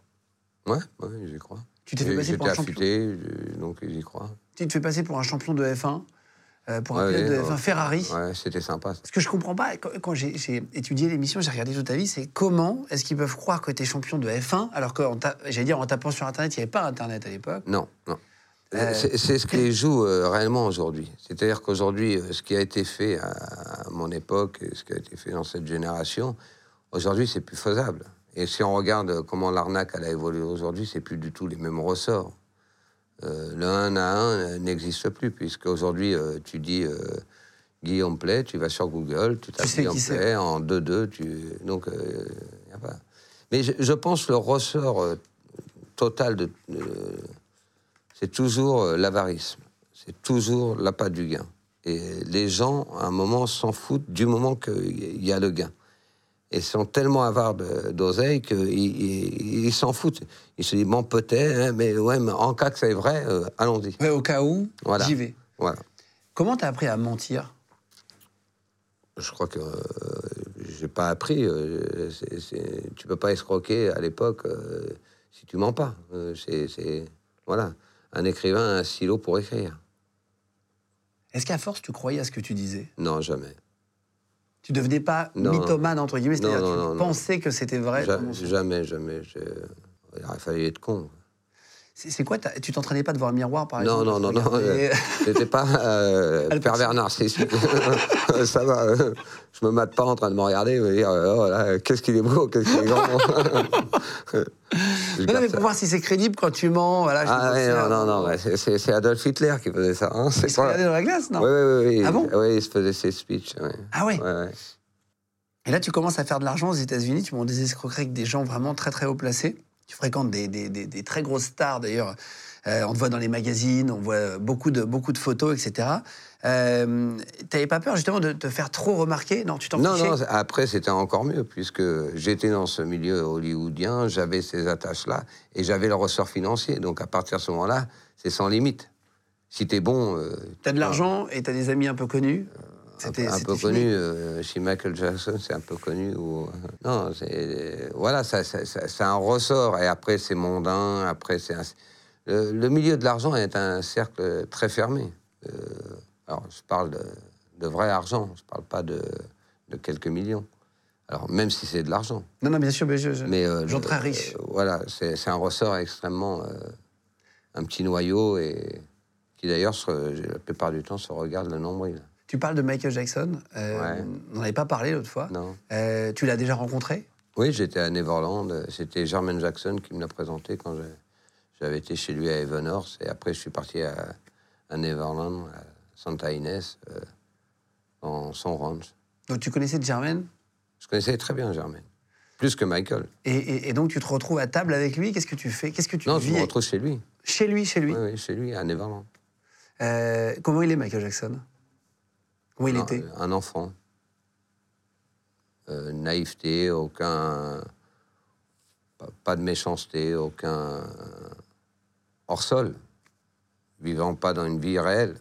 Speaker 3: ouais, ouais, j'y crois.
Speaker 4: Tu t'es fait
Speaker 3: J'ai-
Speaker 4: passer pour
Speaker 3: J'étais
Speaker 4: un champion.
Speaker 3: affûté, je- donc j'y crois.
Speaker 4: Tu te fais passer pour un champion de F1, euh, pour un
Speaker 3: Ouais,
Speaker 4: pilote
Speaker 3: ouais,
Speaker 4: de F1
Speaker 3: ouais.
Speaker 4: Ferrari.
Speaker 3: Ouais, c'était sympa. ça.
Speaker 4: Ce que je comprends pas, quand, quand j'ai j'ai étudié l'émission, j'ai regardé toute ta vie, c'est comment est-ce qu'ils peuvent croire que tu es champion de F1 alors que, en ta- j'allais dire, en tapant sur Internet, il n'y avait pas Internet à l'époque.
Speaker 3: Non, non.
Speaker 4: Euh,
Speaker 3: C'est c'est ce qui joue euh, réellement aujourd'hui. C'est-à-dire qu'aujourd'hui, euh, ce qui a été fait à, à mon époque, et ce qui a été fait dans cette génération, aujourd'hui, c'est plus faisable. Et si on regarde euh, comment l'arnaque elle a évolué aujourd'hui, c'est plus du tout les mêmes ressorts. Euh, le 1 à 1 euh, n'existe plus, puisque aujourd'hui, euh, tu dis euh, Guillaume Play, tu vas sur Google, tu tapes
Speaker 4: sais qui
Speaker 3: Guillaume
Speaker 4: c'est.
Speaker 3: Play en 2-2, tu... donc euh, y a pas. Mais je, je pense le ressort euh, total, de, euh, de- c'est toujours euh, l'avarisme, c'est toujours l'appât du gain. Et les gens, à un moment, s'en foutent du moment qu'il y a le gain. Et sont tellement avares de- d'oseille qu'ils ils ils s'en foutent. Ils se disent, bon, peut-être, hein, mais, ouais, mais en cas que c'est vrai, euh, allons-y.
Speaker 4: Ouais, au cas où,
Speaker 3: Voilà.
Speaker 4: j'y vais.
Speaker 3: Voilà.
Speaker 4: Comment t'as appris à mentir
Speaker 3: Je crois que euh, j'ai pas appris. euh, c'est- c'est- tu peux pas escroquer à l'époque euh, si tu mens pas. Euh, c'est, c'est- voilà, un écrivain a un stylo pour écrire.
Speaker 4: Est-ce qu'à force, tu croyais à ce que tu disais
Speaker 3: Non, jamais.
Speaker 4: Tu devenais pas
Speaker 3: Non.
Speaker 4: mythomane, entre guillemets,
Speaker 3: Non,
Speaker 4: c'est-à-dire
Speaker 3: non,
Speaker 4: tu
Speaker 3: non, non.
Speaker 4: pensais que c'était vrai
Speaker 3: Ja-
Speaker 4: ton mensonge.
Speaker 3: jamais, jamais. je- Il aurait fallu être con.
Speaker 4: C'est c'est quoi t'as- Tu t'entraînais pas devant un miroir, par
Speaker 3: Non,
Speaker 4: exemple
Speaker 3: non, non, non.
Speaker 4: regarder-
Speaker 3: J'étais pas euh,
Speaker 4: Al Pacino.
Speaker 3: pervers narcissique. Ça va. euh, je me mate pas en train de me regarder. Me dire, euh, oh là, euh, qu'est-ce qu'il est beau, qu'est-ce qu'il est grand. Je
Speaker 4: Non, non,
Speaker 3: garde
Speaker 4: mais
Speaker 3: ça.
Speaker 4: pour voir si c'est crédible quand tu mens. Voilà, je
Speaker 3: Ah
Speaker 4: te
Speaker 3: ouais,
Speaker 4: conserve.
Speaker 3: non, non, non, ouais, c'est- c'est c'est Adolf Hitler qui faisait ça. Hein,
Speaker 4: Il
Speaker 3: c'est
Speaker 4: se regardait dans la glace, non
Speaker 3: Oui, oui, oui.
Speaker 4: Ah bon
Speaker 3: il se faisait ses speeches. ouais.
Speaker 4: Ah ouais.
Speaker 3: Ouais, ouais.
Speaker 4: Et là, tu commences à faire de l'argent aux États-Unis, tu montes des escroqueries avec des gens vraiment très très haut placés. Tu fréquentes des, des- des- des très grosses stars d'ailleurs. Euh, on te voit dans les magazines, on voit beaucoup de, beaucoup de photos, etc. Euh, T'avais pas peur justement de te faire trop remarquer Non, tu t'en
Speaker 3: Non,
Speaker 4: fichais
Speaker 3: non, après, c'était encore mieux, puisque j'étais dans ce milieu hollywoodien, j'avais ces attaches-là, et j'avais le ressort financier. Donc, à partir de ce moment-là, c'est sans limite. Si t'es bon... euh,
Speaker 4: T'as de
Speaker 3: tu-
Speaker 4: l'argent et t'as des amis un peu connus.
Speaker 3: Euh, un,
Speaker 4: C'était
Speaker 3: peu- un
Speaker 4: c'était
Speaker 3: peu
Speaker 4: fini.
Speaker 3: connu euh, chez Michael Jackson, c'est un peu connu. ou- euh, non, c'est voilà, ça, ça- ça- c'est un ressort. Et après, c'est mondain. Après, c'est un- le, le milieu de l'argent est un cercle très fermé. Euh, alors, je parle de, de vrai argent. Je parle pas de, de quelques millions. Alors, même si c'est de l'argent,
Speaker 4: Non, non, bien sûr, mais je, je-
Speaker 3: mais euh,
Speaker 4: gens
Speaker 3: le-
Speaker 4: très riches.
Speaker 3: euh, voilà, c'est c'est un ressort extrêmement euh, un petit noyau et qui d'ailleurs se- la plupart du temps se regarde le nombril.
Speaker 4: Tu parles de Michael Jackson. euh,
Speaker 3: Ouais.
Speaker 4: On n'en avait pas parlé l'autre fois.
Speaker 3: Non.
Speaker 4: Euh, tu l'as déjà rencontré
Speaker 3: Oui, j'étais à Neverland. euh, C'était Germaine Jackson qui me l'a présenté quand je- j'avais été chez lui à Evenhorse. Et après, je suis parti à, à Neverland, à Santa Inés, euh, dans son ranch.
Speaker 4: Donc tu connaissais Jermaine
Speaker 3: Je connaissais très bien Germaine. Plus que Michael.
Speaker 4: et, et- et donc tu te retrouves à table avec lui. Qu'est-ce que tu fais Qu'est-ce que tu
Speaker 3: non,
Speaker 4: vis
Speaker 3: je me
Speaker 4: avec-
Speaker 3: retrouve chez lui.
Speaker 4: Chez lui, chez lui.
Speaker 3: Oui, oui, chez lui, à Neverland.
Speaker 4: Euh, comment il est, Michael Jackson Comment il
Speaker 3: Non,
Speaker 4: était
Speaker 3: euh, Un enfant. Euh, naïveté, aucun. pas- Pas de méchanceté, aucun. euh, hors-sol. Vivant pas dans une vie réelle.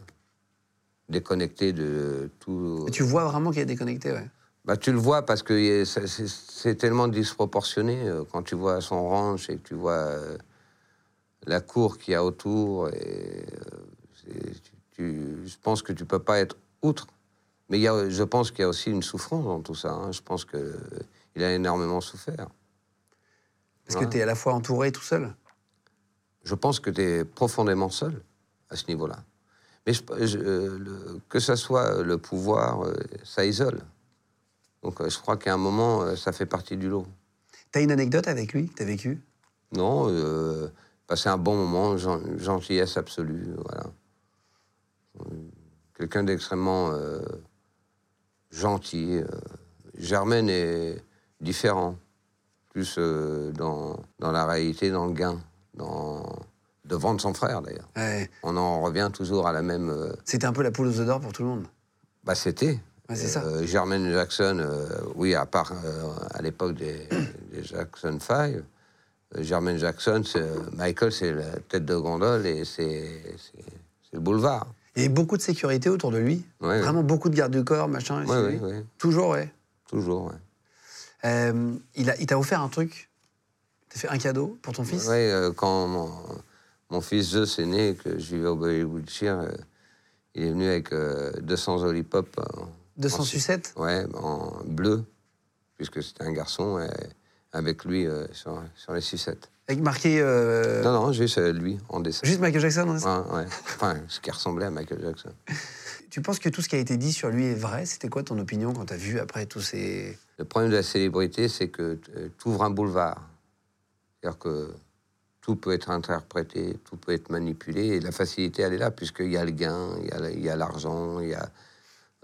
Speaker 3: Déconnecté de tout.
Speaker 4: Et Tu vois vraiment qu'il est déconnecté, ouais.
Speaker 3: Bah, tu le vois parce que y a- ça- c'est- c'est tellement disproportionné euh, quand tu vois son ranch et que tu vois euh, la cour qu'il y a autour. Et, euh, c'est- tu- tu- je pense que tu peux pas être outre. Mais il y a, je pense qu'il y a aussi une souffrance dans tout ça. hein. Je pense qu'il a énormément souffert.
Speaker 4: Parce
Speaker 3: Ouais.
Speaker 4: que tu es à la fois entouré et tout seul.
Speaker 3: Je pense que tu es profondément seul à ce niveau-là. Mais je- je- euh, le- que ça soit le pouvoir, euh, ça isole. Donc euh, je crois qu'à un moment, euh, ça fait partie du lot.
Speaker 4: T'as une anecdote avec lui que t'as vécu
Speaker 3: Non, euh, passer un bon moment, gen- gentillesse absolue, voilà. Euh, Quelqu'un d'extrêmement euh, gentil. euh. Germaine est différent, plus euh, dans, dans la réalité, dans le gain, dans, de vendre son frère d'ailleurs.
Speaker 4: Ouais.
Speaker 3: On en revient toujours à la même. euh,
Speaker 4: C'était un peu la poule aux œufs d'or pour tout le monde.
Speaker 3: bah, c'était.
Speaker 4: Ouais, c'est ça.
Speaker 3: Euh, Jermaine Jackson, euh, oui, à part euh, à l'époque des, des Jackson Five, Germaine Jackson, c'est- euh, Michael, c'est la tête de gondole et c'est c'est- c'est le boulevard.
Speaker 4: Et beaucoup de sécurité autour de lui.
Speaker 3: Ouais,
Speaker 4: Vraiment beaucoup de gardes du corps, machin. et
Speaker 3: Ouais,
Speaker 4: c'est
Speaker 3: ouais,
Speaker 4: lui.
Speaker 3: ouais.
Speaker 4: Toujours, ouais.
Speaker 3: Toujours, ouais.
Speaker 4: Euh, il a- il t'a offert un truc. T'as fait un cadeau pour ton fils.
Speaker 3: Oui, euh, quand mon, mon fils Zeus est né, et que je vivais au Bollywoodshire, euh, il est venu avec euh, 200 olipops. en-
Speaker 4: 200
Speaker 3: en su-
Speaker 4: sucettes.
Speaker 3: euh, Ouais, en bleu, puisque c'était un garçon, et avec lui euh, sur, sur les sucettes.
Speaker 4: Avec marqué. euh,
Speaker 3: Non, non, juste euh, lui, en dessin.
Speaker 4: Juste Michael Jackson. hein, c'est-
Speaker 3: Ouais, ouais. Enfin, ce qui ressemblait à Michael Jackson.
Speaker 4: Tu penses que tout ce qui a été dit sur lui est vrai C'était quoi ton opinion quand t'as vu après tous ces.
Speaker 3: Le problème de la célébrité, c'est que euh, tu ouvres un boulevard. C'est-à-dire que tout peut être interprété, tout peut être manipulé, et la facilité, elle est là, puisqu'il y a le gain, il y a la- il y a l'argent, il y a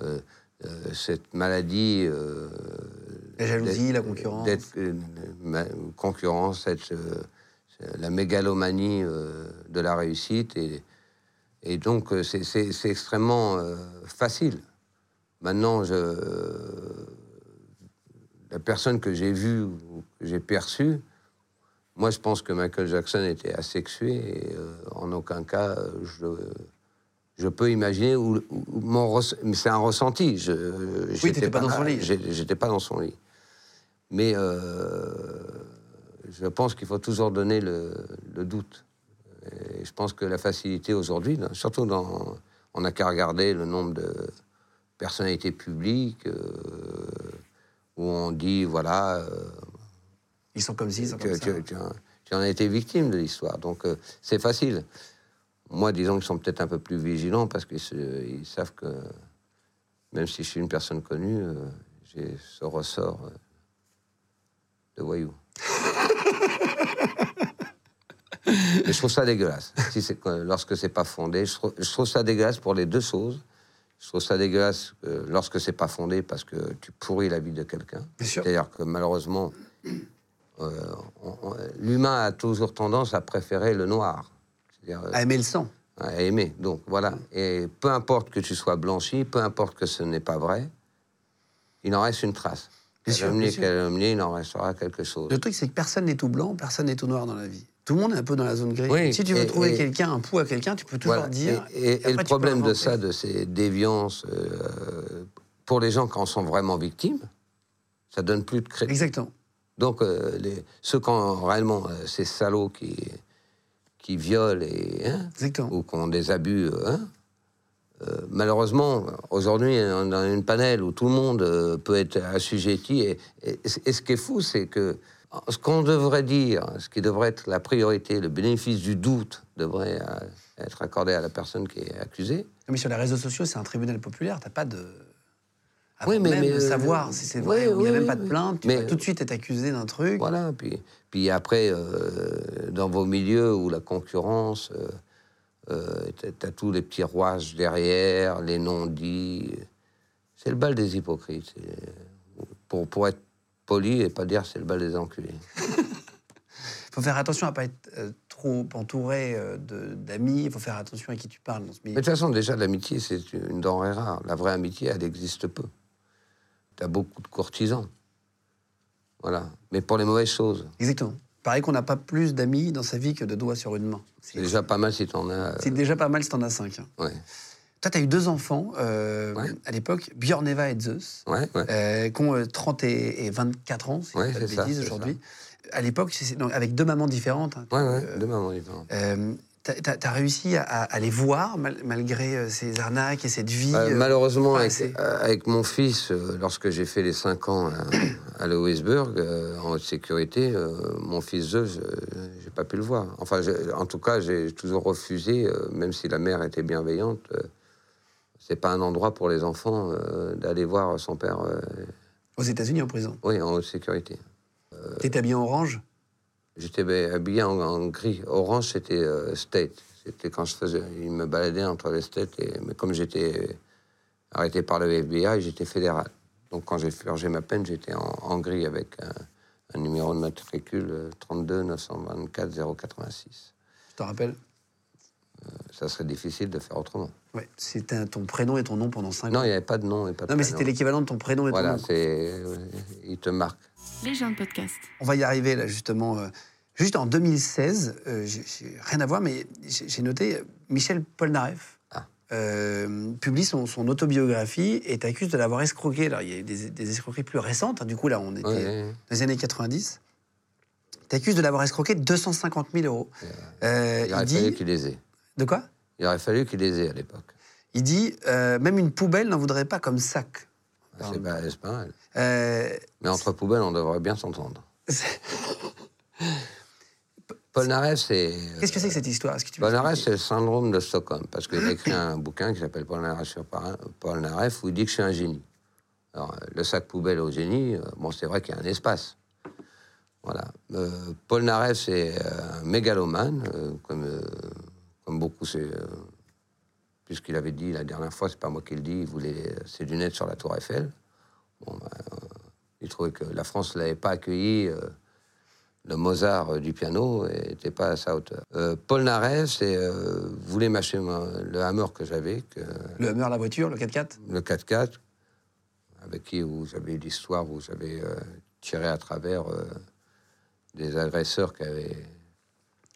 Speaker 3: euh, euh, cette maladie. euh,
Speaker 4: La jalousie,
Speaker 3: d'être-
Speaker 4: la concurrence.
Speaker 3: d'être, euh, ma- concurrence, cette, euh, la mégalomanie euh, de la réussite. Et, et donc, euh, c'est- c'est c'est extrêmement euh, facile. Maintenant, je la personne que j'ai vue ou que j'ai perçue, moi je pense que Michael Jackson était asexué et euh, en aucun cas euh, je, je peux imaginer où, où- où mon ress- mais c'est un ressenti. Je, j'étais
Speaker 4: t'étais pas dans
Speaker 3: là,
Speaker 4: son lit.
Speaker 3: j'ai- J'étais pas dans son lit. Mais euh, je pense qu'il faut toujours donner le, le doute. Et je pense que la facilité aujourd'hui, là, surtout dans, on n'a qu'à regarder le nombre de personnalités publiques. euh, où on dit, voilà, euh,
Speaker 4: Ils sont comme ci, ils sont
Speaker 3: tu,
Speaker 4: comme ça.
Speaker 3: tu- tu en- tu en as été victime de l'histoire, donc euh, c'est facile. Moi, disons qu'ils sont peut-être un peu plus vigilants parce qu'ils se- ils savent que, même si je suis une personne connue, euh, j'ai ce ressort euh, de voyou. Mais je trouve ça dégueulasse. Si c'est- quand- lorsque c'est pas fondé, je trouve, je trouve ça dégueulasse pour les deux choses. Je trouve ça dégueulasse euh, lorsque c'est pas fondé parce que tu pourris la vie de quelqu'un.
Speaker 4: Bien sûr.
Speaker 3: C'est-à-dire que malheureusement, euh, on- on- l'humain a toujours tendance à préférer le noir, c'est-à-dire euh,
Speaker 4: À aimer Ah, le sang.
Speaker 3: à aimer. Donc voilà. Et peu importe que tu sois blanchi, peu importe que ce n'est pas vrai, il en reste une trace.
Speaker 4: Bien sûr,
Speaker 3: Calomnier,
Speaker 4: bien sûr.
Speaker 3: calomnier, il en restera quelque chose.
Speaker 4: Le truc, c'est que personne n'est tout blanc, personne n'est tout noir dans la vie. Tout le monde est un peu dans la zone grise.
Speaker 3: Oui,
Speaker 4: si tu veux
Speaker 3: et-
Speaker 4: trouver
Speaker 3: et-
Speaker 4: quelqu'un, un pouls à quelqu'un, tu peux toujours
Speaker 3: Voilà.
Speaker 4: dire.
Speaker 3: Et, et- et
Speaker 4: après,
Speaker 3: le
Speaker 4: tu
Speaker 3: problème
Speaker 4: peux
Speaker 3: de
Speaker 4: inventer.
Speaker 3: ça, de ces déviances, euh, pour les gens qui en sont vraiment victimes, ça donne plus de crédit.
Speaker 4: Exactement.
Speaker 3: Donc, euh, les, ceux quand réellement, euh, ces salauds qui, qui violent et, hein,
Speaker 4: Exactement.
Speaker 3: ou qui ont des abus, euh, hein, euh, malheureusement, aujourd'hui, on est dans une panel où tout le monde euh, peut être assujetti. Et, et- et ce qui est fou, c'est que ce qu'on devrait dire, ce qui devrait être la priorité, le bénéfice du doute devrait euh, être accordé à la personne qui est accusée.
Speaker 4: Mais sur les réseaux sociaux, c'est un tribunal populaire, t'as pas de. Avant
Speaker 3: Oui, mais-
Speaker 4: même
Speaker 3: mais,
Speaker 4: de
Speaker 3: euh,
Speaker 4: savoir si c'est vrai,
Speaker 3: oui,
Speaker 4: ou il n'y a
Speaker 3: oui,
Speaker 4: même pas
Speaker 3: oui,
Speaker 4: de
Speaker 3: oui.
Speaker 4: plainte, tu
Speaker 3: Mais-
Speaker 4: vas tout de suite être accusé d'un truc.
Speaker 3: Voilà, puis, puis après, euh, dans vos milieux où la concurrence, euh, euh, t'as- t'as tous les petits rouages derrière, les non-dits. C'est le bal des hypocrites. c'est- Pour, pour être poli et pas dire c'est le bal des enculés.
Speaker 4: Il faut faire attention à pas être euh, trop entouré euh, de- d'amis, il faut faire attention à qui tu parles dans ce
Speaker 3: Mais
Speaker 4: milieu.
Speaker 3: de toute façon, déjà, l'amitié, c'est une denrée rare. La vraie amitié, elle existe peu. T'as beaucoup de courtisans. Voilà. Mais pour les mauvaises choses.
Speaker 4: Exactement. Pareil qu'on n'a pas plus d'amis dans sa vie que de doigts sur une main.
Speaker 3: C'est
Speaker 4: C'est
Speaker 3: déjà pas mal si t'en as. euh,
Speaker 4: c'est déjà pas mal si t'en as cinq. hein.
Speaker 3: ouais.
Speaker 4: Toi, t'as eu deux enfants euh,
Speaker 3: Ouais.
Speaker 4: à l'époque, Björn Eva et Zeus.
Speaker 3: Ouais, ouais.
Speaker 4: euh, qui ont euh, 30 et, et 24 ans, si
Speaker 3: Ouais,
Speaker 4: je ne
Speaker 3: c'est ça,
Speaker 4: bêtise
Speaker 3: c'est
Speaker 4: aujourd'hui. À l'époque, c'est- c'est- donc, avec deux mamans différentes, hein,
Speaker 3: Ouais, ouais. Demain, on y va.
Speaker 4: euh, t'as as, réussi à, à- à les voir mal- malgré euh, ces arnaques et cette vie.
Speaker 3: Euh,
Speaker 4: euh,
Speaker 3: malheureusement,
Speaker 4: pas
Speaker 3: avec,
Speaker 4: assez.
Speaker 3: euh, avec mon fils, euh, lorsque j'ai fait les 5 ans à, à Lewisburg, euh, en haute sécurité, euh, mon fils Zeus, euh, j'ai pas pu le voir. Enfin, j'ai- en tout cas, j'ai toujours refusé, euh, même si la mère était bienveillante, euh, c'est pas un endroit pour les enfants euh, d'aller voir son père, euh,
Speaker 4: aux États-Unis en prison.
Speaker 3: oui, en haute sécurité. Euh.
Speaker 4: T'étais habillé en orange
Speaker 3: J'étais ben, habillé en, en gris. Orange, c'était euh, state. C'était quand je faisais. Il me baladait entre les states. Et, mais comme j'étais euh, arrêté par le FBI, j'étais fédéral. Donc quand j'ai purgé ma peine, j'étais en, en gris avec un, un numéro de matricule euh, 32 924 086.
Speaker 4: Je te rappelle
Speaker 3: Ça serait difficile de faire autrement.
Speaker 4: Ouais, c'était ton prénom et ton nom pendant 5 ans.
Speaker 3: Non, il n'y avait pas de nom et pas de
Speaker 4: Non, mais
Speaker 3: prénom.
Speaker 4: c'était l'équivalent de ton prénom et ton
Speaker 3: Voilà,
Speaker 4: nom.
Speaker 3: c'est. euh, Il te marque.
Speaker 2: Les gens de podcast.
Speaker 4: On va y arriver, là, justement. euh, Juste en 2016, euh, j'ai- j'ai rien à voir, mais j'ai j'ai noté euh, Michel Polnareff.
Speaker 3: Ah.
Speaker 4: euh, publie son, son autobiographie et t'accuse de l'avoir escroqué. Alors, il y a eu des, des escroqueries plus récentes. hein, Du coup, là, on était
Speaker 3: Ouais, ouais,
Speaker 4: dans les années 90. T'accuses de l'avoir escroqué 250 000 euros. Euh,
Speaker 3: ouais. Il aurait
Speaker 4: il dit...
Speaker 3: fallu qu'il les ait.
Speaker 4: De quoi
Speaker 3: Il aurait fallu qu'il les ait à l'époque.
Speaker 4: Il dit euh, même une poubelle n'en voudrait pas comme sac.
Speaker 3: C'est pas, c'est pas mal.
Speaker 4: Euh,
Speaker 3: Mais entre poubelles, on devrait bien s'entendre.
Speaker 4: c'est-
Speaker 3: Polnareff, c'est.
Speaker 4: Qu'est-ce que c'est que cette histoire Est-ce que tu peux
Speaker 3: Polnareff,
Speaker 4: expliquer
Speaker 3: c'est le syndrome de Stockholm, parce qu'il a écrit un bouquin qui s'appelle Polnareff sur Par- Polnareff, où il dit que je suis un génie. Alors, euh, le sac poubelle au génie, euh, bon, c'est vrai qu'il y a un espace. Voilà. Euh, Polnareff, c'est euh, un mégalomane, euh, comme, euh, comme beaucoup, c'est. euh, Puisqu'il avait dit la dernière fois, c'est pas moi qui le dis, il voulait euh, ses lunettes sur la Tour Eiffel. Bon, bah, euh, il trouvait que la France ne l'avait pas accueilli. euh, le Mozart euh, du piano n'était pas à sa hauteur. Euh, Paul Naref, c'est, euh, voulait m'acheter ma- le Hammer que j'avais, que-
Speaker 4: Le Hummer, la voiture, le 4x4
Speaker 3: le 4x4, avec qui où j'avais eu l'histoire où j'avais euh, tiré à travers euh, des agresseurs qui avaient,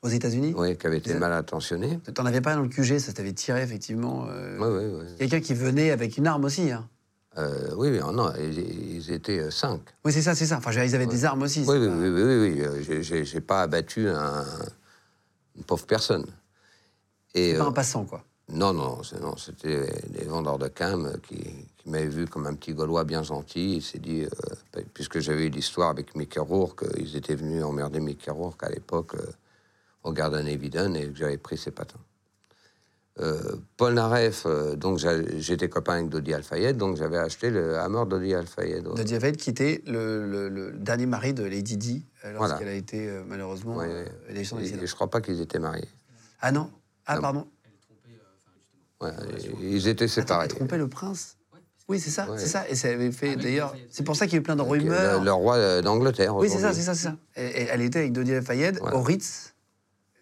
Speaker 4: aux États-Unis
Speaker 3: oui, qui avaient été
Speaker 4: Ça-
Speaker 3: mal intentionnés.
Speaker 4: T'en avais pas dans le QG, ça t'avait tiré effectivement. euh,
Speaker 3: Oui, oui, oui.
Speaker 4: Quelqu'un qui venait avec une arme aussi. hein.
Speaker 3: Euh, oui, oui, non, ils, ils étaient euh, cinq.
Speaker 4: Oui, c'est ça, c'est ça. Enfin, je veux dire, ils avaient des armes aussi.
Speaker 3: Oui,
Speaker 4: c'est
Speaker 3: oui,
Speaker 4: pas-
Speaker 3: oui, oui, oui, oui, euh, j'ai- j'ai- j'ai pas abattu un, une pauvre personne. Et,
Speaker 4: c'est pas
Speaker 3: euh,
Speaker 4: un passant, quoi.
Speaker 3: Non, non, c'est- non, c'était des vendeurs de cam euh, qui, qui m'avaient vu comme un petit Gaulois bien gentil. Il s'est dit, euh, puisque j'avais eu l'histoire avec Mickey Rourke, euh, ils étaient venus emmerder Mickey Rourke à l'époque euh, au Garden Evidon et que j'avais pris ses patins. Euh, Paul Naref, euh, donc j'a- j'étais copain avec Dodi Alfayed, donc j'avais acheté le hammer Dodi Alfayed.
Speaker 4: De Diavelle, qui était le, le- le dernier mari de Lady Di, euh,
Speaker 3: Voilà.
Speaker 4: lorsqu'elle a été euh, malheureusement
Speaker 3: Ouais,
Speaker 4: euh,
Speaker 3: ouais.
Speaker 4: elle a eu son
Speaker 3: Et-
Speaker 4: accident.
Speaker 3: et je crois pas qu'ils étaient mariés.
Speaker 4: Ah non Ah,
Speaker 3: Non.
Speaker 4: pardon.
Speaker 3: Ouais,
Speaker 4: Ah,
Speaker 3: ils étaient
Speaker 4: Attends,
Speaker 3: séparés.
Speaker 4: elle trompait le prince Oui, c'est ça,
Speaker 3: Ouais.
Speaker 4: c'est ça. Et ça avait fait d'ailleurs. C'est pour ça qu'il y a eu plein de
Speaker 3: Avec, euh,
Speaker 4: rumeurs.
Speaker 3: Le, le roi euh, d'Angleterre.
Speaker 4: Oui, c'est ça,
Speaker 3: aujourd'hui.
Speaker 4: c'est ça, c'est ça. Et- et elle était avec Dodi Fayed
Speaker 3: Voilà.
Speaker 4: au Ritz.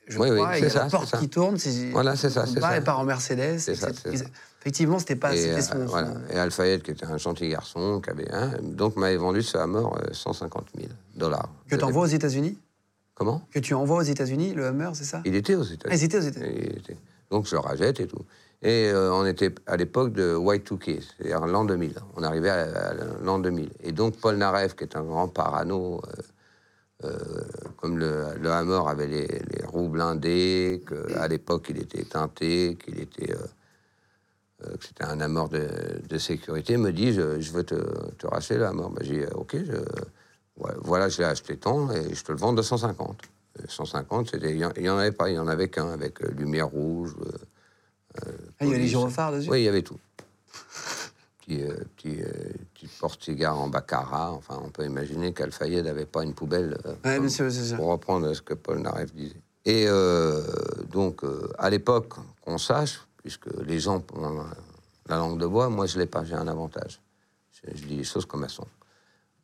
Speaker 4: Je
Speaker 3: Oui, oui,
Speaker 4: crois, et il y a
Speaker 3: c'est
Speaker 4: la
Speaker 3: ça,
Speaker 4: porte
Speaker 3: c'est ça.
Speaker 4: qui tourne. si-
Speaker 3: Voilà, c'est
Speaker 4: je
Speaker 3: ça,
Speaker 4: me trompe
Speaker 3: c'est
Speaker 4: pas,
Speaker 3: ça.
Speaker 4: Elle part en Mercedes.
Speaker 3: C'est ça,
Speaker 4: etc.
Speaker 3: c'est ça.
Speaker 4: Effectivement, c'était pas.
Speaker 3: Et,
Speaker 4: C'était
Speaker 3: euh,
Speaker 4: son. son-
Speaker 3: voilà. Et Alfayette, qui était un gentil garçon, qui avait, hein, donc m'avait vendu ce Hammer euh, 150 000 dollars.
Speaker 4: Que tu envoies aux États-Unis
Speaker 3: Comment
Speaker 4: Que tu envoies aux États-Unis, le Hummer, c'est ça
Speaker 3: Il était aux
Speaker 4: Ah, ils
Speaker 3: États-Unis.
Speaker 4: étaient aux États-Unis.
Speaker 3: Il était- Donc je le rajette et tout. Et euh, on était à l'époque de Y2K, c'est-à-dire l'an 2000. On arrivait à, à l'an 2000. Et donc Paul Naref, qui est un grand parano, euh, euh, comme le, le Hammer avait les, les roues blindées, qu'à l'époque il était teinté, qu'il était. euh, euh, que c'était un amour de, de sécurité, me dit je, je veux te, te racheter le amour. Ben, j'ai dit ok, je, ouais, voilà, je l'ai acheté tant et je te le vends 250. Euh, 150, c'était- il n'y en avait pas, il n'y en avait qu'un avec euh, lumière rouge. euh,
Speaker 4: Ah, il y a les
Speaker 3: police.
Speaker 4: gyrophares dessus
Speaker 3: Oui, il y avait tout. Petit, euh, petit, euh, petite porte-cigare en baccarat, enfin on peut imaginer qu'Alfayed n'avait pas une poubelle. euh,
Speaker 4: Ouais,
Speaker 3: comme-
Speaker 4: monsieur, c'est ça.
Speaker 3: pour reprendre ce que Paul Naref disait. Et euh, donc, euh, à l'époque, qu'on sache, puisque les gens ont la- la langue de bois, moi je l'ai pas, j'ai un avantage. Je, je dis les choses comme elles sont.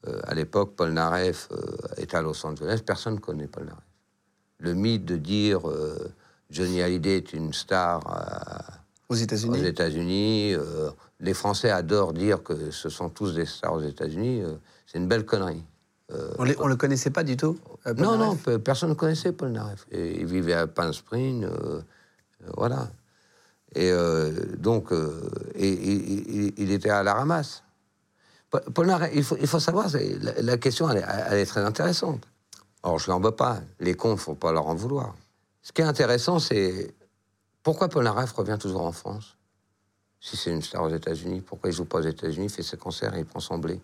Speaker 3: Euh, à l'époque, Paul Naref euh, est à Los Angeles, personne ne connaît Paul Naref. Le mythe de dire euh, Johnny Hallyday est une star à-
Speaker 4: Aux
Speaker 3: aux
Speaker 4: États-Unis.
Speaker 3: États-Unis. euh, les Français adorent dire que ce sont tous des stars aux États-Unis. euh, c'est une belle connerie. Euh,
Speaker 4: On, les- on le connaissait pas du tout euh,
Speaker 3: Non,
Speaker 4: Polnareff.
Speaker 3: non, pe- personne ne connaissait Paul Naref. Et il vivait à Palm Springs, euh, euh, voilà. Et euh, donc, euh, et- et- et- il était à la ramasse. Pa- Paul Naref, il faut, il faut savoir, c'est- la, la question, elle est, elle est très intéressante. Or, je ne l'en veux pas. Les cons, il ne faut pas leur en vouloir. Ce qui est intéressant, c'est pourquoi Paul Naref revient toujours en France Si c'est une star aux États-Unis, pourquoi il ne joue pas aux États-Unis, il fait ses concerts et il prend son blé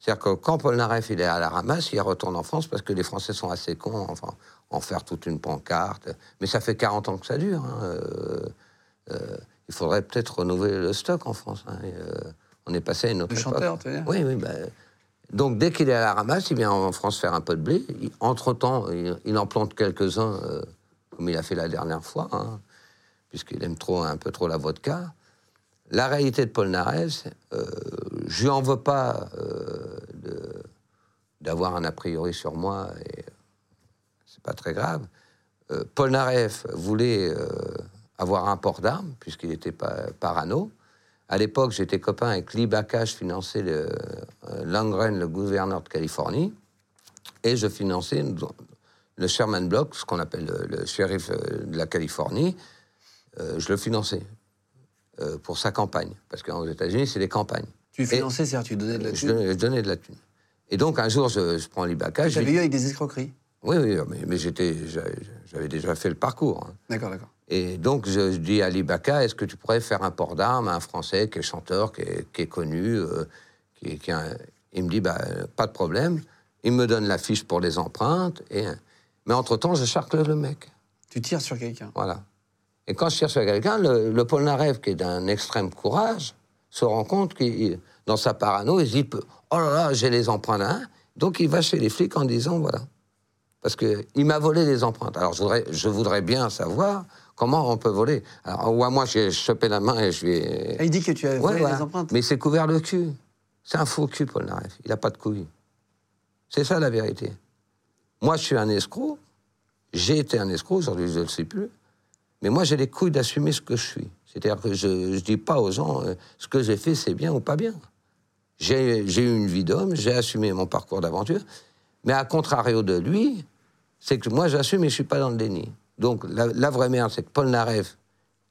Speaker 3: c'est-à-dire que quand Paul Naref il est à la ramasse, il retourne en France parce que les Français sont assez cons, enfin, en faire toute une pancarte. Mais ça fait 40 ans que ça dure. hein, euh, euh, il faudrait peut-être renouveler le stock en France. hein, et, euh, on est passé à une autre
Speaker 4: De
Speaker 3: époque.
Speaker 4: chanteurs, tu veux dire
Speaker 3: Oui, oui. bah, donc dès qu'il est à la ramasse, il vient en France faire un peu de blé. Il- Entre-temps, il, il en plante quelques-uns, euh, comme il a fait la dernière fois, hein, puisqu'il aime trop, un peu trop la vodka. La réalité de Paul Naref, euh, je lui en veux pas euh, de- d'avoir un a priori sur moi, et euh, c'est pas très grave. Euh, Paul Naref voulait euh, avoir un port d'armes, puisqu'il était pas parano. À l'époque, j'étais copain avec Lee Baccache, je finançais le, euh, Landgren, le gouverneur de Californie, et je finançais une- le Sherman Block, ce qu'on appelle le, le shérif euh, de la Californie, euh, je le finançais euh, pour sa campagne. Parce qu'aux États-Unis, c'est des campagnes.
Speaker 4: Tu finançais, c'est-à-dire tu donnais de la
Speaker 3: Je
Speaker 4: thune.
Speaker 3: donnais, ah, je donnais de la thune. Et donc, un jour, je, je prends l'Ibaka.
Speaker 4: J'avais eu avec des escroqueries.
Speaker 3: Oui, oui, mais, mais j'étais, j'avais j'avais déjà fait le parcours. hein.
Speaker 4: D'accord, d'accord.
Speaker 3: Et donc, je, je dis à Libaka, est-ce que tu pourrais faire un port d'armes à un Français qui est chanteur, qui est, qui est connu euh, qui, est- qui est un- Il me dit, bah, euh, pas de problème. Il me donne la fiche pour les empreintes. Et... Mais entre-temps, je charcle le mec.
Speaker 4: Tu tires sur quelqu'un.
Speaker 3: Voilà. Et quand je cherche à quelqu'un, le, le Polnareff, qui est d'un extrême courage, se rend compte qu'il, dans sa parano, il se dit Oh là là, j'ai les empreintes à un. Donc il va chez les flics en disant Voilà. Parce qu'il m'a volé les empreintes. Alors je voudrais, je voudrais bien savoir comment on peut voler. Alors, ou à moi, j'ai chopé la main et je lui ai.
Speaker 4: Ah, il dit que tu avais
Speaker 3: Ouais,
Speaker 4: volé
Speaker 3: voilà.
Speaker 4: les empreintes.
Speaker 3: Mais il s'est couvert le cul. C'est un faux cul, Polnareff. Il n'a pas de couilles. C'est ça la vérité. Moi, je suis un escroc. J'ai été un escroc, aujourd'hui, je ne le sais plus. Mais moi, j'ai les couilles d'assumer ce que je suis. C'est-à-dire que je ne dis pas aux gens euh, ce que j'ai fait, c'est bien ou pas bien. J'ai j'ai eu une vie d'homme, j'ai assumé mon parcours d'aventure. Mais à contrario de lui, c'est que moi, j'assume et je ne suis pas dans le déni. Donc, la, la vraie merde, c'est que Paul Naref,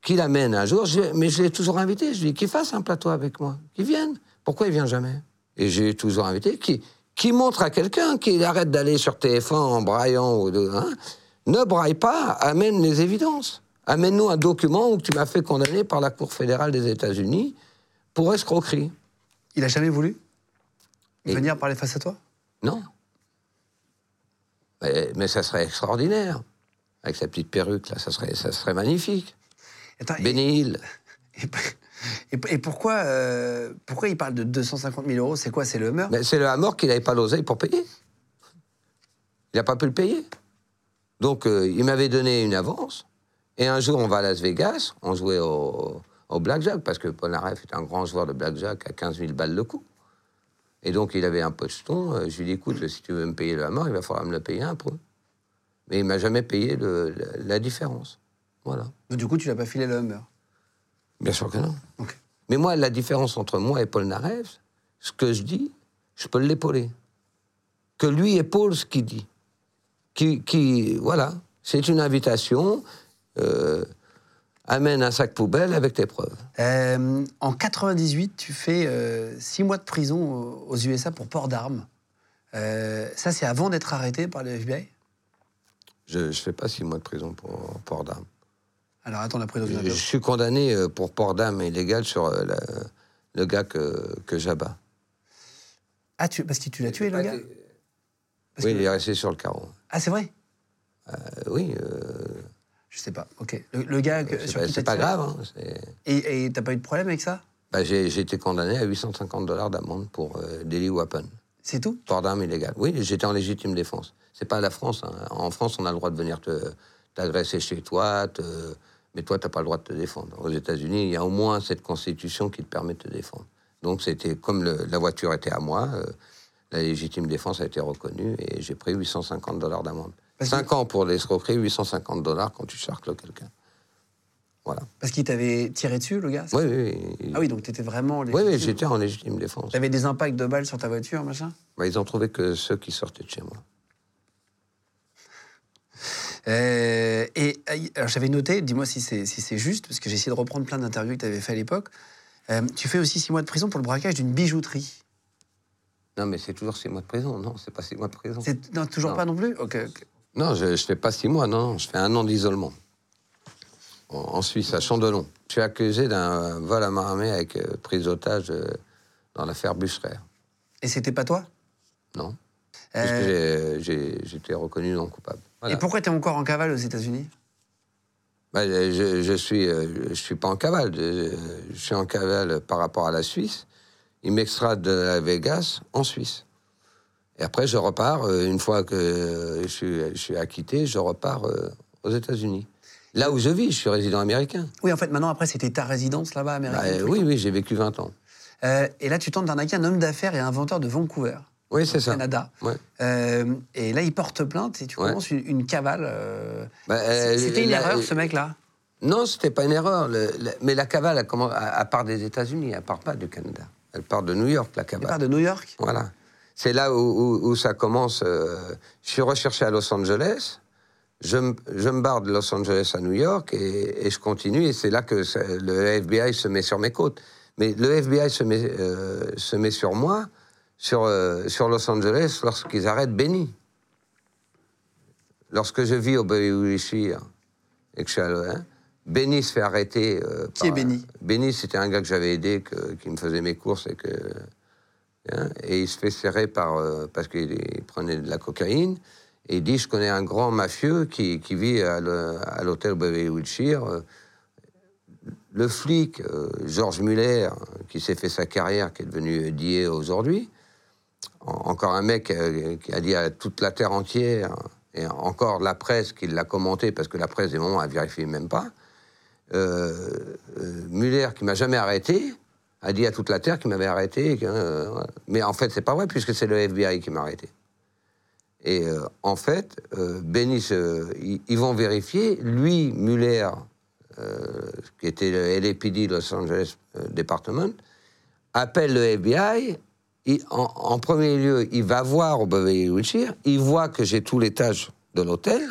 Speaker 3: qui l'amène un jour, je- mais je l'ai toujours invité. Je lui ai dit qu'il fasse un plateau avec moi, qu'il vienne. Pourquoi il vient jamais Et j'ai toujours invité, qui, qui montre à quelqu'un qu'il arrête d'aller sur TF1 en braillant. Ou de, hein. ne braille pas, amène les évidences. Amène-nous un document où tu m'as fait condamner par la Cour fédérale des États-Unis pour escroquerie.
Speaker 4: Il a jamais voulu
Speaker 3: Et-
Speaker 4: venir parler face à toi
Speaker 3: Non. Mais, mais ça serait extraordinaire. Avec sa petite perruque, là, ça serait, ça serait magnifique.
Speaker 4: Attends, et-
Speaker 3: Benny Hill.
Speaker 4: et, et- et pourquoi, euh, pourquoi il parle de 250 000 euros C'est quoi C'est le meurtre
Speaker 3: Mais c'est le mort qu'il n'avait pas l'oseille pour payer. Il n'a pas pu le payer. Donc, euh, il m'avait donné une avance. Et un jour, on va à Las Vegas, on jouait au, au blackjack, parce que Polnareff est un grand joueur de blackjack à 15 000 balles le coup. Et donc, il avait un poston. euh, Je lui ai dit, écoute, si tu veux me payer le mort, il va falloir me le payer un peu. Mais il m'a jamais payé le- la- la différence. Voilà.
Speaker 4: Donc, Du coup, tu l'as pas filé le meurtre.
Speaker 3: Bien sûr que non.
Speaker 4: Ok.
Speaker 3: Mais moi, la différence entre moi et Paul Narev, ce que je dis, je peux l'épauler. Que lui épaule ce qu'il dit. Qui, qui- voilà, c'est une invitation. euh, amène un sac poubelle avec tes preuves.
Speaker 4: Euh, en 98, tu fais euh, six mois de prison au- aux USA pour port d'armes. Euh, ça, c'est avant d'être arrêté par le FBI
Speaker 3: Je ne fais pas six mois de prison pour port d'armes.
Speaker 4: Alors, attends, la prison
Speaker 3: Je,
Speaker 4: de
Speaker 3: je suis condamné euh, pour port d'armes illégal sur euh, la- le gars que, que j'abats.
Speaker 4: Ah, tu, parce que tu l'as tué, le gars Parce
Speaker 3: Oui,
Speaker 4: que-
Speaker 3: il est resté sur le carreau.
Speaker 4: Ah, c'est vrai
Speaker 3: Euh, oui, euh,
Speaker 4: Je sais pas, ok. Le, le gars que,
Speaker 3: c'est
Speaker 4: sur
Speaker 3: pas,
Speaker 4: qui
Speaker 3: c'est
Speaker 4: t'as
Speaker 3: pas
Speaker 4: tiré.
Speaker 3: grave. hein, c'est-
Speaker 4: Et et t'as pas eu de problème avec ça
Speaker 3: Bah, j'ai j'ai été condamné à 850 dollars d'amende pour euh, délit weapon,
Speaker 4: C'est tout
Speaker 3: port d'armes illégales. Oui, j'étais en légitime défense. C'est pas la France. hein. En France, on a le droit de venir te- t'agresser chez toi, te- mais toi, t'as pas le droit de te défendre. Aux États-Unis, il y a au moins cette constitution qui te permet de te défendre. Donc, c'était comme le- la voiture était à moi, euh, la légitime défense a été reconnue et j'ai pris 850 dollars d'amende.
Speaker 4: Parce que-
Speaker 3: 5 ans pour l'escroquerie, 850 dollars quand tu charcles quelqu'un. Voilà.
Speaker 4: Parce qu'il t'avait tiré dessus, le gars c'est
Speaker 3: Oui, oui, oui.
Speaker 4: Ah oui, donc t'étais vraiment.
Speaker 3: oui, oui,
Speaker 4: légitime.
Speaker 3: j'étais en légitime défense.
Speaker 4: T'avais des impacts de balles sur ta voiture, machin
Speaker 3: Bah, ils ont trouvé que ceux qui sortaient de chez moi.
Speaker 4: Euh, et aïe, alors j'avais noté, dis-moi si c'est si c'est juste, parce que j'ai essayé de reprendre plein d'interviews que tu avais fait à l'époque. Euh, tu fais aussi six mois de prison pour le braquage d'une bijouterie.
Speaker 3: Non, mais c'est toujours six mois de prison. Non, c'est pas six mois de prison.
Speaker 4: C'est non, toujours
Speaker 3: Non.
Speaker 4: pas non plus. Ok. ok.
Speaker 3: Non, je, je fais pas six mois, non, non, je fais un an d'isolement. En, en Suisse, à Chandelon. Je suis accusé d'un vol à main armée avec euh, prise d'otage euh, dans l'affaire Bucheraire.
Speaker 4: Et c'était pas toi.
Speaker 3: Non
Speaker 4: Euh,
Speaker 3: Puisque j'ai- j'ai- j'étais reconnu non coupable. Voilà.
Speaker 4: Et pourquoi t'es encore en cavale aux États-Unis
Speaker 3: Bah, je, je suis, euh, je suis pas en cavale. Je, je suis en cavale par rapport à la Suisse. Ils m'extradent de la Vegas en Suisse. Et après, je repars. euh, Une fois que euh, je suis, je suis acquitté, je repars euh, aux États-Unis. Là où je vis, je suis résident américain.
Speaker 4: Oui, en fait, maintenant après, c'était ta résidence là-bas
Speaker 3: Bah,
Speaker 4: américaine.
Speaker 3: euh, oui, oui, j'ai vécu 20 ans.
Speaker 4: Euh, et là, tu tentes d'arnaquer un homme d'affaires et inventeur de Vancouver,
Speaker 3: Oui, c'est ça.
Speaker 4: Canada.
Speaker 3: Ouais.
Speaker 4: Euh, et là, il porte plainte et tu
Speaker 3: Ouais.
Speaker 4: commences une, une cavale. euh,
Speaker 3: Bah, euh,
Speaker 4: C'était une
Speaker 3: la-
Speaker 4: erreur, ce mec-là.
Speaker 3: Non, c'était pas une erreur. Le- le- mais la cavale, elle, commen- elle- elle part des États-Unis, elle part pas du Canada. Elle part de New York, la
Speaker 4: Il
Speaker 3: cavale.
Speaker 4: part de New York.
Speaker 3: Voilà. c'est là où, où- où ça commence. euh, je suis recherché à Los Angeles. Je me, je me barre de Los Angeles à New York et, et je continue. Et c'est là que ça- le FBI se met sur mes côtes. Mais le FBI se met, euh, se met sur moi, sur, euh, sur Los Angeles, lorsqu'ils arrêtent Benny. Lorsque je vis au Bayouishir et que je suis à l'ON, Benny se fait arrêter. euh,
Speaker 4: Qui est Benny
Speaker 3: Benny, c'était un gars que j'avais aidé, que- qui me faisait mes courses et que. hein, et il se fait serrer par, euh, parce qu'il il prenait de la cocaïne. Et il dit Je connais un grand mafieux qui, qui vit à le- à l'hôtel Beverly Wilshire. Euh, Le flic, euh, Georges Muller, qui s'est fait sa carrière, qui est devenu DIA aujourd'hui, en- encore un mec euh, qui a dit à toute la terre entière, et encore la presse qui l'a commenté, parce que la presse, des moments, elle vérifie même pas. Euh, euh, Muller, qui m'a jamais arrêté, a dit à toute la terre qu'il m'avait arrêté. et que, euh, voilà. mais en fait, c'est pas vrai, puisque c'est le FBI qui m'a arrêté. Et euh, en fait, euh, Benny se- ils, ils vont vérifier. Lui, Muller, euh, qui était le LAPD Los Angeles euh, Department, appelle le FBI. Il- en, en premier lieu, il va voir au Beverly Wilshire. Il voit que j'ai tout l'étage de l'hôtel.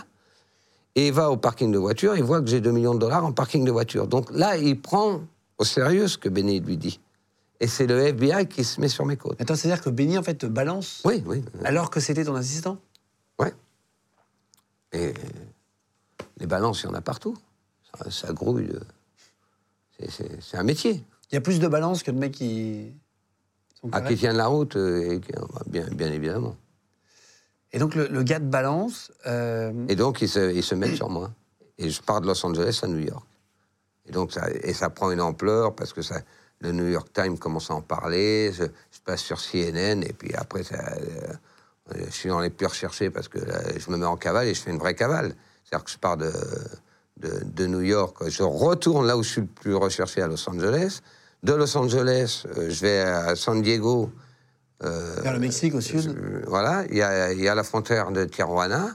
Speaker 3: Et il va au parking de voiture, il voit que j'ai 2 millions de dollars en parking de voiture. Donc là, il prend au sérieux ce que Benny lui dit. Et c'est le FBI qui se met sur mes côtes.
Speaker 4: Attends, c'est-à-dire que Benny, en fait, te balance
Speaker 3: Oui, oui. euh,
Speaker 4: alors que c'était ton assistant
Speaker 3: Ouais. Et euh, les balances, il y en a partout. Ça, ça grouille. euh, c'est- C'est c'est un métier.
Speaker 4: Il y a plus de balance que de mecs qui. sont
Speaker 3: À
Speaker 4: corrects.
Speaker 3: Ah, qui tiennent la route, euh, et qui- bah, bien, bien évidemment.
Speaker 4: Et donc, le, le gars de balance. euh,
Speaker 3: Et donc, ils se, ils se mettent sur moi. Et je pars de Los Angeles à New York. Et donc, ça, et ça prend une ampleur parce que ça, le New York Times commence à en parler. Je, je passe sur CNN et puis après, ça, euh, je suis dans les plus recherchés parce que là, je me mets en cavale et je fais une vraie cavale. C'est-à-dire que je pars de, de, de New York, je retourne là où je suis le plus recherché à Los Angeles. De Los Angeles, euh, je vais à San Diego. euh,
Speaker 4: Vers le Mexique, au sud.
Speaker 3: je- Euh, voilà, il y a, il y a la frontière de Tijuana,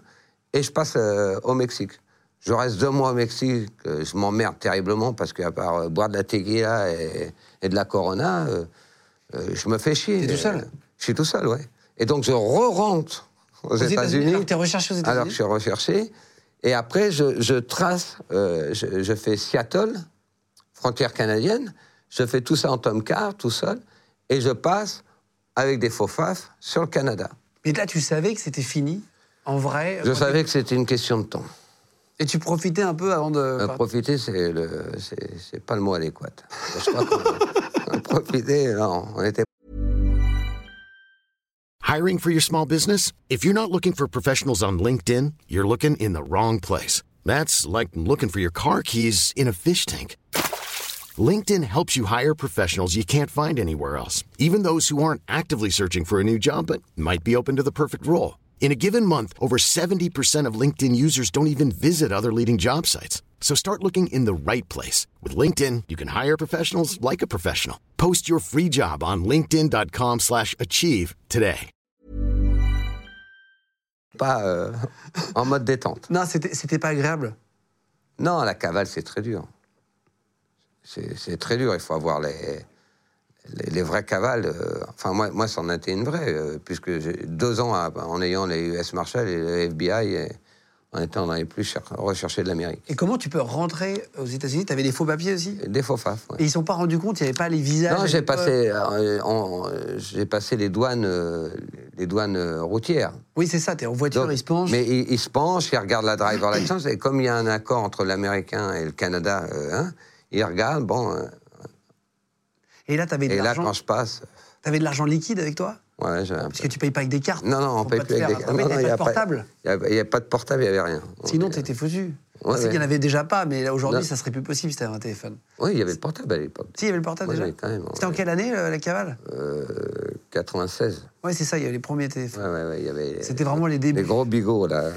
Speaker 3: et je passe euh, au Mexique. Je reste deux mois au Mexique, euh, je m'emmerde terriblement parce qu'à part euh, boire de la tequila et, et de la corona, euh, euh, je me fais chier.
Speaker 4: T'es tout seul
Speaker 3: Euh, Je suis tout seul, ouais. Et donc je re-rentre aux,
Speaker 4: États-Unis,
Speaker 3: États-Unis.
Speaker 4: alors que t'es recherché aux États-Unis.
Speaker 3: Alors que je suis recherché. Et après, je, je trace, euh, je, je fais Seattle, frontière canadienne, je fais tout ça en tom car, tout seul, et je passe avec des faux faf sur le Canada.
Speaker 4: Mais là, tu savais que c'était fini, en vrai.
Speaker 3: Je
Speaker 4: quand
Speaker 3: savais que c'était une question de temps.
Speaker 4: tu- Et tu profitais un peu avant de.
Speaker 3: Euh,
Speaker 4: partir.
Speaker 3: profiter, c'est le- c'est c'est pas le mot adéquat. Je crois qu'on- profiter, non, on était
Speaker 1: Hiring for your small business? If you're not looking for professionals on LinkedIn, you're looking in the wrong place. That's like looking for your car keys in a fish tank. LinkedIn helps you hire professionals you can't find anywhere else, even those who aren't actively searching for a new job but might be open to the perfect role. In a given month, over 70% of LinkedIn users don't even visit other leading job sites. So start looking in the right place. With LinkedIn, you can hire professionals like a professional. Post your free job on linkedin.com/achieve slash achieve today.
Speaker 3: pas euh, en mode détente.
Speaker 4: Non, c'était c'était pas agréable.
Speaker 3: Non, la cavale, c'est très dur. C'est c'est très dur, il faut avoir les, les, les vraies cavales. euh, Enfin, moi, moi, c'en était une vraie, euh, puisque j'ai- deux ans à- en ayant les US Marshall et le FBI, et en étant dans les plus cher- recherchés de l'Amérique.
Speaker 4: Et comment tu peux rentrer aux États-Unis T'avais des faux papiers aussi
Speaker 3: Des faux faf, ouais.
Speaker 4: Et ils ne sont pas rendus compte, il n'y avait pas les visas.
Speaker 3: Non, j'ai passé, euh, en- euh, j'ai passé les douanes, euh, les douanes euh, routières.
Speaker 4: Oui, c'est ça, t'es en voiture,
Speaker 3: Donc,
Speaker 4: ils se penchent.
Speaker 3: Mais il, il se penche, il regarde la driver license, et comme il y a un accord entre l'Américain et le Canada, euh, hein, il regarde, bon, euh,
Speaker 4: Et là, t'avais de
Speaker 3: et là, quand
Speaker 4: l'argent.
Speaker 3: je passe,
Speaker 4: T'avais de l'argent liquide avec toi
Speaker 3: Ouais, j'ai un
Speaker 4: Parce
Speaker 3: peu-
Speaker 4: que tu payes pas avec des cartes.
Speaker 3: Non, non, on
Speaker 4: pour
Speaker 3: paye
Speaker 4: pas te
Speaker 3: plus avec
Speaker 4: faire
Speaker 3: des
Speaker 4: attraper,
Speaker 3: Non,
Speaker 4: t'avais
Speaker 3: non, il y
Speaker 4: pas
Speaker 3: a
Speaker 4: de portable.
Speaker 3: Il n'y avait, pas de portable, il n'y avait rien.
Speaker 4: Sinon,
Speaker 3: On-
Speaker 4: t'étais foutu.
Speaker 3: Ouais,
Speaker 4: c'est qu'il y en
Speaker 3: ouais.
Speaker 4: avait déjà pas, mais là, aujourd'hui,
Speaker 3: Non.
Speaker 4: ça serait plus possible si t'avais un téléphone.
Speaker 3: Oui, il y avait le portable à l'époque.
Speaker 4: Si, il y avait le portable
Speaker 3: Moi,
Speaker 4: déjà.
Speaker 3: j'avais quand même,
Speaker 4: C'était en
Speaker 3: ouais.
Speaker 4: quelle année, euh, la cavale
Speaker 3: Euh, 96.
Speaker 4: Ouais, c'est ça, il y avait les premiers téléphones.
Speaker 3: Ouais, ouais, ouais, il y avait
Speaker 4: C'était vraiment les
Speaker 3: les
Speaker 4: débuts.
Speaker 3: gros bigots, là.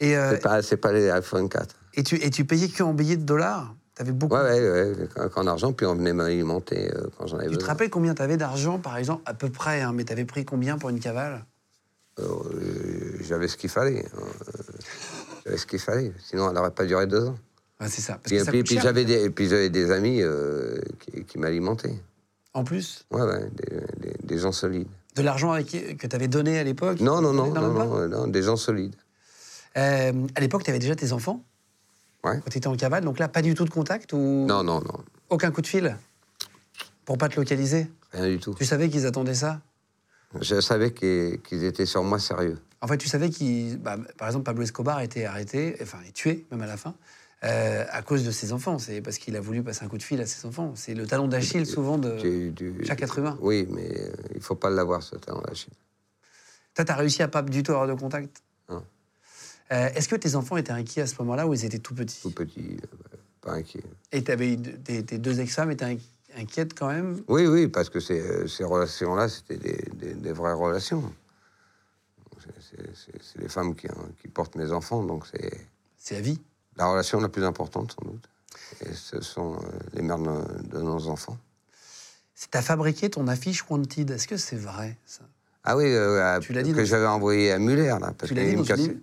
Speaker 4: Et, euh,
Speaker 3: C'est pas, c'est pas les iPhone 4.
Speaker 4: et, tu, et tu payais que en billets de dollars T'avais beaucoup.
Speaker 3: Ouais, ouais, ouais. qu'en- qu'en argent, puis on venait m'alimenter euh, quand j'en avais
Speaker 4: Tu te
Speaker 3: besoin.
Speaker 4: rappelles combien t'avais d'argent, par exemple, à peu près, hein, mais t'avais pris combien pour une cavale
Speaker 3: Euh, J'avais ce qu'il fallait. Euh, J'avais ce qu'il fallait. Sinon, elle n'aurait pas duré deux ans.
Speaker 4: Ouais, C'est ça. Parce
Speaker 3: Puis-
Speaker 4: que ça
Speaker 3: puis
Speaker 4: coûte
Speaker 3: puis
Speaker 4: cher.
Speaker 3: j'avais des, et puis j'avais des amis euh, qui, qui m'alimentaient.
Speaker 4: En plus
Speaker 3: Ouais, ouais, des- des- des gens solides.
Speaker 4: De l'argent avec qui- que tu avais donné à l'époque
Speaker 3: Non, non, non,
Speaker 4: Non,
Speaker 3: non,
Speaker 4: même pas
Speaker 3: non, euh, non, des gens solides.
Speaker 4: Euh, à l'époque, tu avais déjà tes enfants
Speaker 3: Ouais.
Speaker 4: quand tu étais en cavale, donc là, pas du tout de contact ou
Speaker 3: Non, non, non,
Speaker 4: aucun coup de fil pour pas te localiser
Speaker 3: rien du tout.
Speaker 4: Tu savais qu'ils attendaient ça
Speaker 3: Je savais qu'ils qu'ils étaient sur moi sérieux.
Speaker 4: En fait, tu savais qu'ils. bah, par exemple, Pablo Escobar a été arrêté, enfin, et tué, même à la fin, euh, à cause de ses enfants. C'est parce qu'il a voulu passer un coup de fil à ses enfants. C'est le talon d'Achille, souvent, de.
Speaker 3: Tu- tu-
Speaker 4: Euh, chaque être humain.
Speaker 3: Oui, mais euh, il faut pas l'avoir, ce talent-là. chez-
Speaker 4: Toi, t'as réussi à pas du tout avoir de contact
Speaker 3: Non.
Speaker 4: Euh, Est-ce que tes enfants étaient inquiets à ce moment-là ou ils étaient tout petits
Speaker 3: Tout petit, euh, pas inquiet.
Speaker 4: Et t'avais eu de- tes, tes deux ex-femmes étaient inqui- inquiètes quand même
Speaker 3: Oui, oui, parce que ces, euh, ces relations-là, c'était des, des- des vraies relations. C'est- c'est- C'est c'est les femmes qui, hein, qui portent mes enfants, donc c'est
Speaker 4: C'est à vie.
Speaker 3: la relation la plus importante, sans doute. Et ce sont euh, les mères de, nos- de nos enfants.
Speaker 4: C'est- T'as fabriqué ton affiche Wanted. Est-ce que c'est vrai, ça
Speaker 3: Ah oui, euh, à-
Speaker 4: Tu l'as dit
Speaker 3: que
Speaker 4: dans-
Speaker 3: j'avais envoyé à Muller, là. Parce
Speaker 4: Tu l'as dit
Speaker 3: qu'il me
Speaker 4: dans une
Speaker 3: cassait-
Speaker 4: im-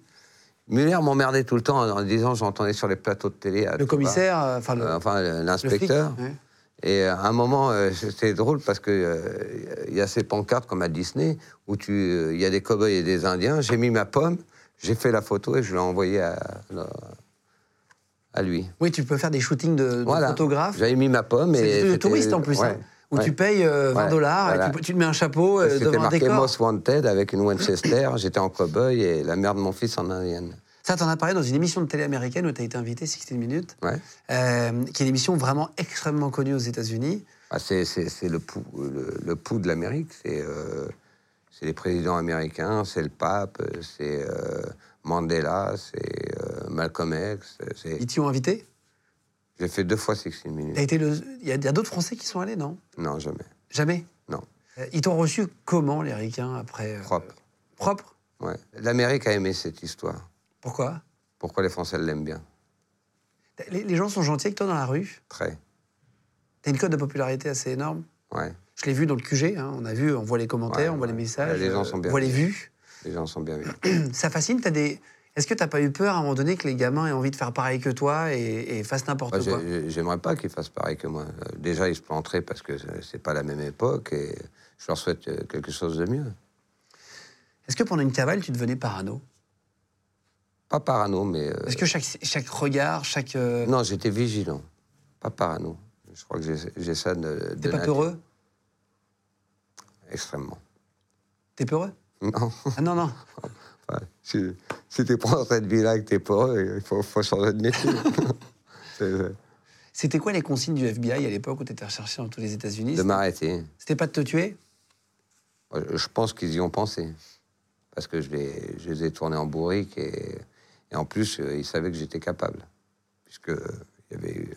Speaker 3: Muller m'emmerdait tout le temps en- en disant, j'entendais sur les plateaux de télé. à
Speaker 4: Le
Speaker 3: tout
Speaker 4: commissaire, euh, enfin,
Speaker 3: bas,
Speaker 4: le,
Speaker 3: bah, euh, enfin, le-
Speaker 4: le flic,
Speaker 3: l'inspecteur.
Speaker 4: ouais.
Speaker 3: Et euh, à un moment, euh, c'était drôle parce que euh, il y a ces pancartes comme à Disney où tu, euh, il y a des cow-boys et des Indiens. J'ai mis ma pomme, j'ai fait la photo et je l'ai envoyée à, à lui.
Speaker 4: Oui, tu peux faire des shootings de, de photographes.
Speaker 3: J'avais mis ma pomme.
Speaker 4: C'est
Speaker 3: et
Speaker 4: des trucs de
Speaker 3: c'était-
Speaker 4: touristes en plus,
Speaker 3: ouais,
Speaker 4: hein, où
Speaker 3: ouais.
Speaker 4: tu payes euh, 20
Speaker 3: Ouais,
Speaker 4: dollars et
Speaker 3: voilà.
Speaker 4: tu, tu te mets un chapeau euh,
Speaker 3: C'était
Speaker 4: devant un
Speaker 3: marqué
Speaker 4: décor.
Speaker 3: Most Wanted avec une Winchester. J'étais en cow-boy et la mère de mon fils en indienne.
Speaker 4: Ça, t'en as parlé dans une émission de télé américaine où t'as été invité, 60 Minutes,
Speaker 3: Ouais.
Speaker 4: euh, qui est une émission vraiment extrêmement connue aux États-Unis.
Speaker 3: Ah, c'est, c'est- c'est le, pouls, le, le pouls de l'Amérique. C'est, euh, c'est les présidents américains, c'est le pape, c'est euh, Mandela, c'est euh, Malcolm X. c'est-
Speaker 4: Ils t'y ont invité.
Speaker 3: J'ai fait deux fois 16 minutes.
Speaker 4: T'as été le- Il y a, il y a d'autres Français qui sont allés, non
Speaker 3: Non, jamais.
Speaker 4: Jamais
Speaker 3: Non,
Speaker 4: Euh, Ils t'ont reçu comment, les Ricains, après euh,
Speaker 3: propre.
Speaker 4: Propre
Speaker 3: Ouais. L'Amérique a aimé cette histoire.
Speaker 4: Pourquoi
Speaker 3: Pourquoi les Français l'aiment bien
Speaker 4: T'as- les, les gens sont gentils avec toi dans la rue
Speaker 3: Très.
Speaker 4: T'as une cote de popularité assez énorme
Speaker 3: Ouais.
Speaker 4: Je l'ai vu dans le QG, hein, on a vu, on voit les commentaires,
Speaker 3: Ouais,
Speaker 4: on voit les
Speaker 3: ouais.
Speaker 4: messages,
Speaker 3: Les gens
Speaker 4: euh,
Speaker 3: sont
Speaker 4: on
Speaker 3: bien.
Speaker 4: voit les vues.
Speaker 3: Les gens sont bien vus.
Speaker 4: Ça fascine, t'as des. Est-ce que t'as pas eu peur à un moment donné que les gamins aient envie de faire pareil que toi et, et fassent n'importe
Speaker 3: Moi, j'ai-
Speaker 4: quoi
Speaker 3: j'ai- J'aimerais pas qu'ils fassent pareil que moi. Euh, Déjà, ils se planteraient parce que c'est- c'est pas la même époque et je leur souhaite euh, quelque chose de mieux.
Speaker 4: Est-ce que pendant une cavale, tu devenais parano
Speaker 3: Euh, Pas parano, mais. euh,
Speaker 4: Est-ce que chaque, chaque regard, chaque. euh,
Speaker 3: Non, j'étais vigilant, pas parano. Je crois que j'ai- j'ai ça de. de
Speaker 4: T'es pas
Speaker 3: nature.
Speaker 4: peureux
Speaker 3: Extrêmement.
Speaker 4: T'es peureux
Speaker 3: Non.
Speaker 4: Ah non, non.
Speaker 3: Enfin, si, si tu prends cette vie-là et que t'es peureux, il faut, faut changer de métier. C'est, euh,
Speaker 4: C'était quoi les consignes du FBI à l'époque où t'étais recherché dans tous les États-Unis
Speaker 3: de m'arrêter.
Speaker 4: C'était pas de te tuer
Speaker 3: Euh, Je pense qu'ils y ont pensé. Parce que je les, je les ai tournés en bourrique et, et en plus, euh, ils savaient que j'étais capable. Puisque euh, il y avait eu,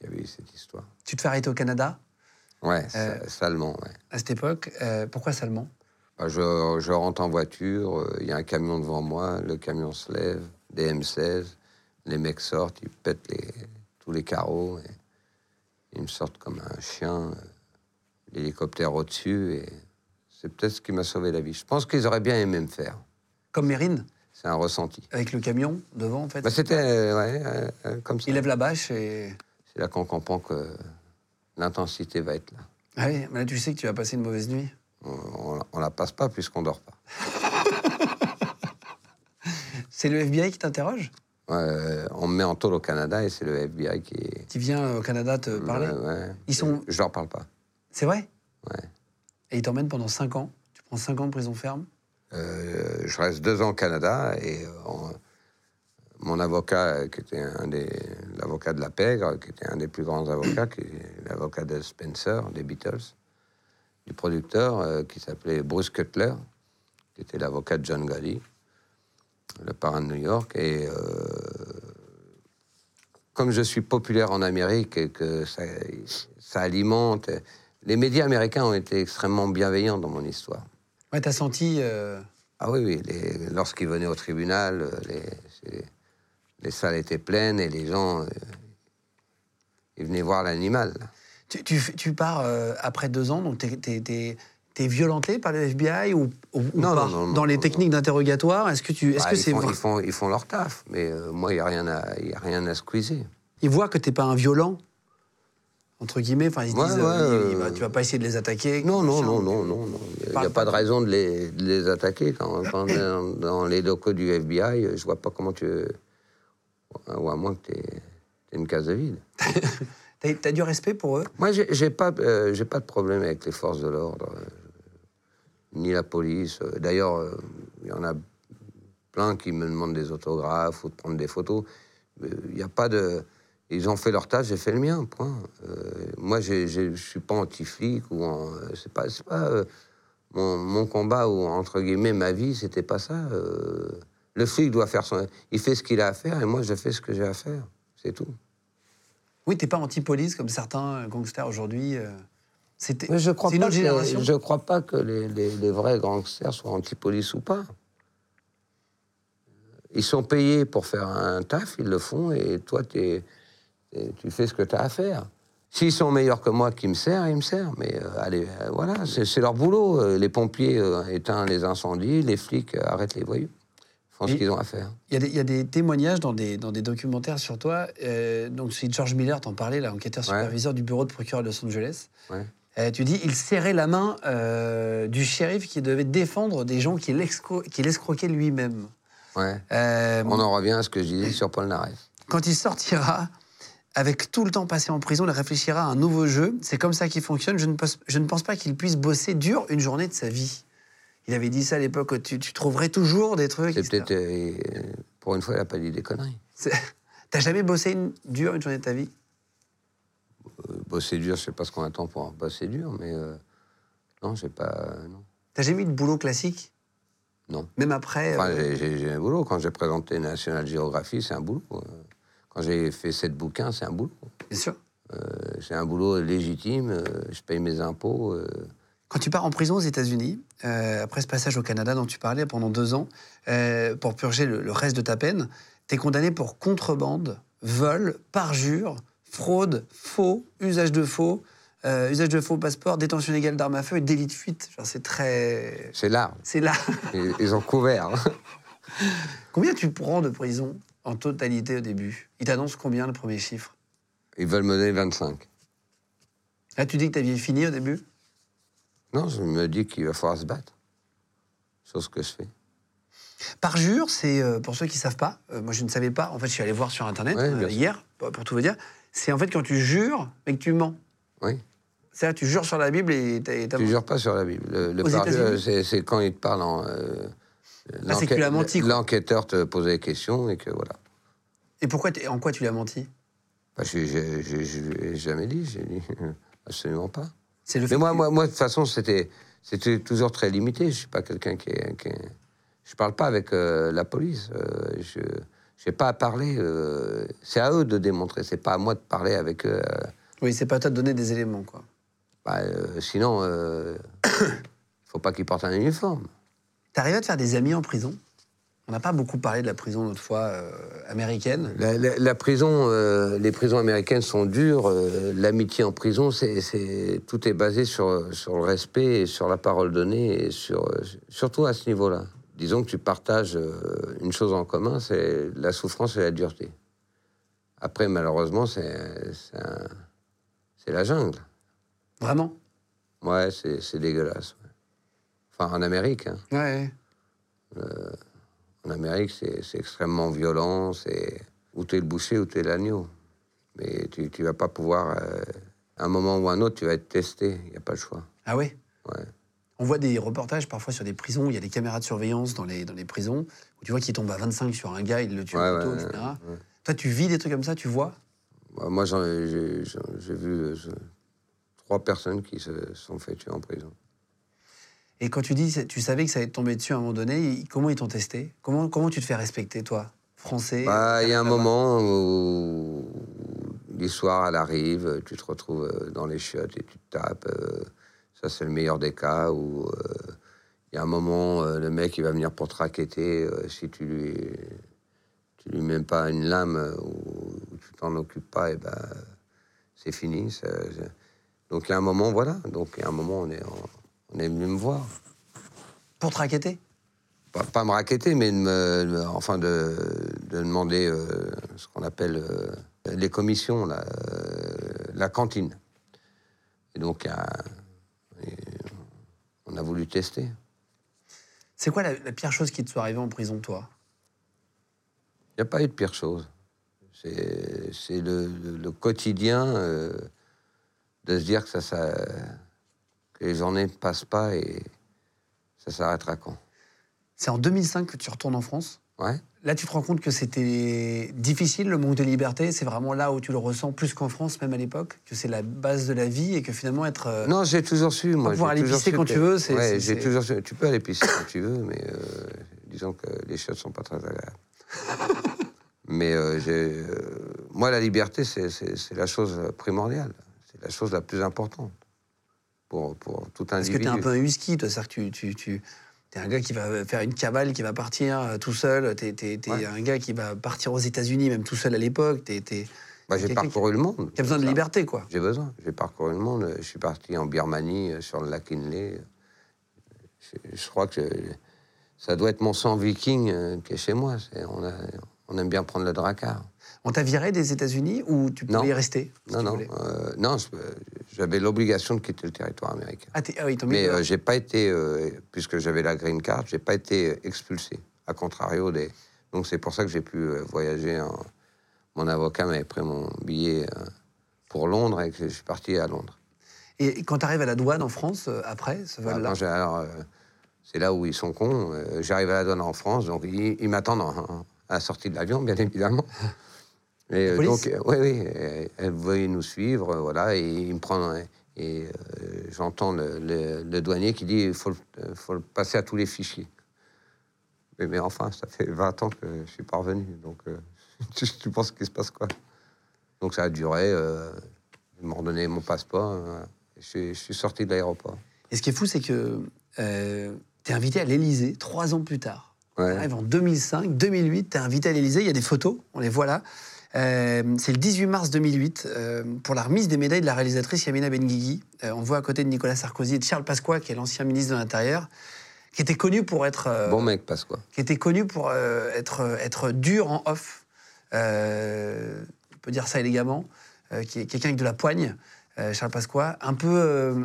Speaker 3: il y avait eu cette histoire.
Speaker 4: Tu te fais arrêter au Canada
Speaker 3: Ouais, sa- salement, ouais.
Speaker 4: à cette époque. euh, pourquoi seulement
Speaker 3: Bah, je, je rentre en voiture, euh, il y a un camion devant moi, le camion se lève, des M16, les mecs sortent, ils pètent les- tous les carreaux, et ils me sortent comme un chien, euh, l'hélicoptère au-dessus, et c'est peut-être ce qui m'a sauvé la vie. Je pense qu'ils auraient bien aimé me faire,
Speaker 4: Comme Mérine,
Speaker 3: c'est un ressenti.
Speaker 4: avec le camion devant en fait.
Speaker 3: Bah, C'était euh, ouais, euh, euh, comme ça.
Speaker 4: Il lève la bâche et.
Speaker 3: C'est là qu'on comprend que l'intensité va être là.
Speaker 4: Ah oui, mais là tu sais que tu vas passer une mauvaise nuit.
Speaker 3: On, on la- on la passe pas puisqu'on dort pas.
Speaker 4: C'est le FBI qui t'interroge
Speaker 3: Ouais, euh, on me met en taule au Canada et c'est le FBI qui...
Speaker 4: Qui vient euh, au Canada te parler
Speaker 3: Bah, Ouais, ouais.
Speaker 4: Ils sont-
Speaker 3: Je leur parle pas.
Speaker 4: C'est vrai
Speaker 3: Ouais.
Speaker 4: Et il t'emmène pendant 5 ans. Tu prends 5 ans de prison ferme.
Speaker 3: Euh, je reste deux ans au Canada et euh, on- mon avocat, euh, qui était un des. l'avocat de la pègre, qui était un des plus grands avocats, qui est l'avocat de Spencer, des Beatles, du producteur, euh, qui s'appelait Bruce Cutler, qui était l'avocat de John Gotti, le parrain de New York. Et euh, comme je suis populaire en Amérique et que ça, ça alimente. Les médias américains ont été extrêmement bienveillants dans mon histoire.
Speaker 4: Ouais, t'as senti. euh,
Speaker 3: Ah oui, oui. les- Lorsqu'ils venaient au tribunal, euh, les, c'est- les salles étaient pleines et les gens, euh, ils venaient voir l'animal.
Speaker 4: Tu, tu f- tu pars euh, après 2 ans, donc t'es- t'es. t'es- t'es violenté par le FBI ou, ou- ou
Speaker 3: Non,
Speaker 4: pas
Speaker 3: non, non, non,
Speaker 4: Dans les
Speaker 3: non,
Speaker 4: techniques d'interrogatoire, est-ce que tu, est-ce
Speaker 3: Bah,
Speaker 4: que
Speaker 3: ils,
Speaker 4: c'est
Speaker 3: font,
Speaker 4: vrai
Speaker 3: ils, font, ils font leur taf, mais euh, moi, il n'y a, rien à- il y a rien à squeezer.
Speaker 4: Ils voient que t'es pas un violent. entre guillemets. Enfin, ils se
Speaker 3: Ouais,
Speaker 4: disent,
Speaker 3: ouais,
Speaker 4: euh, il- il
Speaker 3: euh,
Speaker 4: va- tu vas pas essayer de les attaquer.
Speaker 3: Non, non,
Speaker 4: machin.
Speaker 3: non, non, non. non. Il n'y
Speaker 4: Pas-
Speaker 3: a pas de raison de les, de les attaquer. Quand, quand on est dans, dans les locaux du FBI, euh, je vois pas comment tu. Ou à moins que tu aies, une case de vide.
Speaker 4: T'as t'as du respect pour eux
Speaker 3: Moi, j'ai j'ai pas, euh, j'ai pas de problème avec les forces de l'ordre, euh, ni la police. Euh, D'ailleurs, euh, il y en a plein qui me demandent des autographes ou de prendre des photos. Euh, Il n'y a pas de. Ils ont fait leur tâche, j'ai fait le mien, point. Euh, moi, j'ai- j'ai- je ne suis pas anti-flic ou en- euh, C'est pas, c'est pas euh, mon, mon combat ou entre guillemets ma vie, c'était pas ça. euh. le flic doit faire son. Il fait ce qu'il a à faire et moi, je fais ce que j'ai à faire. C'est tout.
Speaker 4: Oui, t'es pas anti-police comme certains euh, gangsters aujourd'hui. euh, C'était
Speaker 3: Mais je crois
Speaker 4: c'est une
Speaker 3: pas
Speaker 4: autre
Speaker 3: que- euh,
Speaker 4: génération.
Speaker 3: je crois pas que les, les- les vrais gangsters soient anti-police ou pas. Ils sont payés pour faire un taf, ils le font, et toi, t'es- t'es- tu fais ce que tu as à faire. S'ils sont meilleurs que moi qui me servent, ils me servent. Mais euh, allez, euh, voilà, c'est c'est leur boulot. Euh, Les pompiers euh, éteignent les incendies, les flics euh, arrêtent les voyous. Ils font
Speaker 4: Et-
Speaker 3: ce qu'ils ont à faire.
Speaker 4: Il y, a des- il y a des témoignages dans des, dans des documentaires sur toi. euh, donc, c'est George Miller, t'en parlais, là, enquêteur
Speaker 3: Ouais.
Speaker 4: superviseur du bureau de procureur de Los Angeles.
Speaker 3: Ouais.
Speaker 4: Euh, tu dis, il serrait la main euh, du shérif qui devait défendre des gens qui l'escro- qui l'escroquaient lui-même.
Speaker 3: Ouais.
Speaker 4: Euh,
Speaker 3: On en revient à ce que je disais sur Polnareff.
Speaker 4: Quand il sortira, avec tout le temps passé en prison, il réfléchira à un nouveau jeu. C'est comme ça qu'il fonctionne. Je ne pense, je ne pense pas qu'il puisse bosser dur une journée de sa vie. Il avait dit ça à l'époque, tu, tu trouverais toujours des trucs.
Speaker 3: C'est
Speaker 4: etc.
Speaker 3: peut-être. euh, euh, pour une fois, il n'a pas dit des conneries.
Speaker 4: C'est- T'as jamais bossé une- dur une journée de ta vie
Speaker 3: Euh, bosser dur, je sais pas ce qu'on attend pour bosser dur, mais euh, non, j'ai pas. euh, non.
Speaker 4: T'as jamais eu de boulot classique
Speaker 3: Non.
Speaker 4: Même après.
Speaker 3: Enfin,
Speaker 4: euh,
Speaker 3: j'ai- j'ai j'ai un boulot. Quand j'ai présenté National Geography, c'est un boulot. Euh, Quand j'ai fait sept bouquins, c'est un boulot.
Speaker 4: Bien sûr.
Speaker 3: Euh, C'est un boulot légitime. euh, Je paye mes impôts. euh.
Speaker 4: Quand tu pars en prison aux États-Unis, euh, après ce passage au Canada dont tu parlais pendant deux ans, euh, pour purger le, le reste de ta peine, t'es condamné pour contrebande, vol, parjure, fraude, faux, usage de faux, euh, usage de faux passeport, détention illégale d'armes à feu et délit de fuite. Genre, C'est très.
Speaker 3: C'est large.
Speaker 4: C'est là.
Speaker 3: Ils, ils ont couvert. hein.
Speaker 4: combien tu prends de prison en totalité au début Ils t'annoncent combien le premier chiffre
Speaker 3: Ils veulent me donner 25.
Speaker 4: Là, tu dis que ta vie est finie au début
Speaker 3: Non, je me dis qu'il va falloir se battre. Chose que je fais.
Speaker 4: Parjure, c'est euh, pour ceux qui ne savent pas, euh, moi je ne savais pas, en fait je suis allé voir sur internet
Speaker 3: Ouais, bien
Speaker 4: euh,
Speaker 3: sûr.
Speaker 4: hier, pour pour tout vous dire, c'est en fait quand tu jures mais que tu mens.
Speaker 3: Oui.
Speaker 4: C'est-à-dire tu jures sur la Bible et t'as- et t'as
Speaker 3: Tu
Speaker 4: menti.
Speaker 3: jures pas sur la Bible. Le, le
Speaker 4: Aux
Speaker 3: parjure,
Speaker 4: États-Unis
Speaker 3: c'est- c'est quand il te parle en. euh,
Speaker 4: Ah, c'est que tu l'as menti, quoi.
Speaker 3: L'enquêteur te pose des questions et que voilà.
Speaker 4: Et pourquoi t'es- en quoi tu lui as menti
Speaker 3: Bah, je n'ai jamais dit, j'ai dit euh, absolument pas.
Speaker 4: C'est le fait
Speaker 3: Mais moi,
Speaker 4: que-
Speaker 3: moi, moi de toute façon, c'était c'était toujours très limité. Je ne suis pas quelqu'un qui, est- qui est- Je parle pas avec euh, la police. euh, je n'ai pas à parler. euh, c'est à eux de démontrer, c'est pas à moi de parler avec eux. euh.
Speaker 4: Oui, c'est pas à toi de donner des éléments quoi.
Speaker 3: Bah, euh, sinon, euh, faut pas qu'ils portent un uniforme.
Speaker 4: T'arrives à te faire des amis en prison On n'a pas beaucoup parlé de la prison l'autre fois euh, américaine.
Speaker 3: La, la- la prison, euh, les prisons américaines sont dures. euh, L'amitié en prison, c'est c'est- tout est basé sur, sur le respect, et sur la parole donnée, et sur, euh, surtout à ce niveau-là. Disons que tu partages euh, une chose en commun, c'est la souffrance et la dureté. Après, malheureusement, c'est c'est un- c'est la jungle.
Speaker 4: Vraiment
Speaker 3: Ouais, c'est c'est dégueulasse. ouais. Enfin, en Amérique. hein.
Speaker 4: Ouais.
Speaker 3: En Amérique, c'est c'est extrêmement violent. C'est où t'es le boucher, où t'es l'agneau. Mais tu, tu vas pas pouvoir. euh, à un moment ou à un autre, tu vas être testé. Il n'y a pas le choix.
Speaker 4: Ah ouais
Speaker 3: Ouais.
Speaker 4: On voit des reportages parfois sur des prisons où il y a des caméras de surveillance dans les, dans les prisons, où tu vois qu'il tombe à 25 sur un gars, il le tue
Speaker 3: Ouais,
Speaker 4: au couteau,
Speaker 3: ouais,
Speaker 4: etc. Toi, tu vis des trucs comme ça, tu vois
Speaker 3: Moi, Moi, j'en ai- j'ai j'en- j'ai vu euh, je- trois personnes qui se sont fait tuer en prison.
Speaker 4: Et quand tu dis, tu savais que ça allait te tomber dessus à un moment donné, ils- comment ils t'ont testé comment, comment tu te fais respecter, toi Français
Speaker 3: Bah, Il y a un
Speaker 4: là-bas.
Speaker 3: moment où l'histoire, elle arrive, tu te retrouves euh, dans les chiottes et tu te tapes. euh, Ça, c'est le meilleur des cas où euh, il y a un moment, euh, le mec, il va venir pour te raqueter. euh, Si tu lui, tu lui mets pas une lame euh, ou ou tu t'en occupes pas, et ben, euh, c'est fini. ça- ça- Donc, il y a un moment, voilà. Donc, il y a un moment, on est, en- on est venu me voir
Speaker 4: Pour te raqueter
Speaker 3: pas, pas me raqueter, mais de me, de- enfin de, de demander euh, ce qu'on appelle euh, les commissions, là, euh, la cantine. Et donc, euh, et on a voulu tester.
Speaker 4: C'est quoi la, la pire chose qui te soit arrivée en prison, toi
Speaker 3: Il n'y a pas eu de pire chose. C'est c'est le, le- le quotidien euh, de se dire que, ça, ça, que les journées ne passent pas et ça s'arrêtera quand.
Speaker 4: C'est en 2005 que tu retournes en France.
Speaker 3: Ouais.
Speaker 4: Là, tu te rends compte que c'était difficile, le manque de liberté. C'est vraiment là où tu le ressens plus qu'en France, même à l'époque, que c'est la base de la vie et que finalement être. euh,
Speaker 3: Non, j'ai toujours su, moi.
Speaker 4: pouvoir
Speaker 3: j'ai
Speaker 4: aller
Speaker 3: toujours
Speaker 4: pisser
Speaker 3: su
Speaker 4: quand
Speaker 3: que-
Speaker 4: tu veux, c'est-
Speaker 3: Ouais,
Speaker 4: c'est-
Speaker 3: j'ai
Speaker 4: c'est-
Speaker 3: toujours su- Tu peux aller pisser quand tu veux, mais euh, disons que les choses sont pas très agréables. mais euh, j'ai, euh, moi, la liberté, c'est- c'est c'est la chose primordiale. C'est la chose la plus importante pour, pour tout
Speaker 4: Parce que
Speaker 3: individu.
Speaker 4: t'es un peu un husky, toi. C'est-à-dire que tu, tu, tu- t'es un gars qui va faire une cavale, qui va partir euh, tout seul. T'es, t'es- t'es
Speaker 3: Ouais.
Speaker 4: un gars qui va partir aux États-Unis, même tout seul à l'époque. T'es, t'es-
Speaker 3: Bah, j'ai
Speaker 4: quelqu'un
Speaker 3: parcouru le monde.
Speaker 4: T'as besoin de
Speaker 3: Ça.
Speaker 4: liberté, quoi.
Speaker 3: J'ai besoin. J'ai parcouru le monde. Je suis parti en Birmanie, euh, sur le lac Inle. Je, je crois que je- ça doit être mon sang viking euh, qui est chez moi. C'est- On, a- on aime bien prendre le dracard.
Speaker 4: On t'a viré des États-Unis ou tu peux
Speaker 3: Non.
Speaker 4: y rester si
Speaker 3: non,
Speaker 4: tu
Speaker 3: non.
Speaker 4: voulais
Speaker 3: euh, non, je- j'avais l'obligation de quitter le territoire américain.
Speaker 4: Ah, t'es- ah oui, t'as mis
Speaker 3: Mais
Speaker 4: dehors.
Speaker 3: euh, j'ai pas été, euh, puisque j'avais la green card, j'ai pas été euh, expulsé, à contrario des. Donc c'est pour ça que j'ai pu euh, voyager. en- Mon avocat m'avait pris mon billet euh, pour Londres et que je suis parti à Londres.
Speaker 4: Et et quand t'arrives à la douane en France, euh, après, ce
Speaker 3: Ah,
Speaker 4: vol-là,
Speaker 3: quand j'ai- alors, euh, c'est là où ils sont cons. Euh, J'arrive à la douane en France, donc ils, ils m'attendent en- à la sortie de l'avion, bien évidemment. Et euh,
Speaker 4: police
Speaker 3: donc, euh, oui, oui, euh, elle voulait nous suivre, euh, voilà, et il me prend. Et euh, j'entends le, le- le douanier qui dit il faut, le- euh, faut le passer à tous les fichiers. Mais, mais enfin, ça fait 20 ans que je suis pas revenu, donc euh, tu, tu penses qu'il se passe quoi Donc ça a duré, euh, ils m'ont redonné mon passeport, euh, et je suis- je suis sorti de l'aéroport.
Speaker 4: Et ce qui est fou, c'est que euh, t'es invité à l'Élysée trois ans plus tard.
Speaker 3: Ouais.
Speaker 4: T'arrives en 2005, 2008, t'es invité à l'Élysée. Il y a des photos, on les voit là. Euh, c'est le 18 mars 2008 euh, pour la remise des médailles de la réalisatrice Yamina Benguigui. Euh, on le voit à côté de Nicolas Sarkozy et de Charles Pasqua, qui est l'ancien ministre de l'Intérieur, qui était connu pour être euh,
Speaker 3: Bon mec, passe quoi.
Speaker 4: qui était connu pour euh, être, être dur en off, euh, on peut dire ça élégamment, euh, qui est quelqu'un avec de la poigne, euh, Charles Pasqua, un peu euh,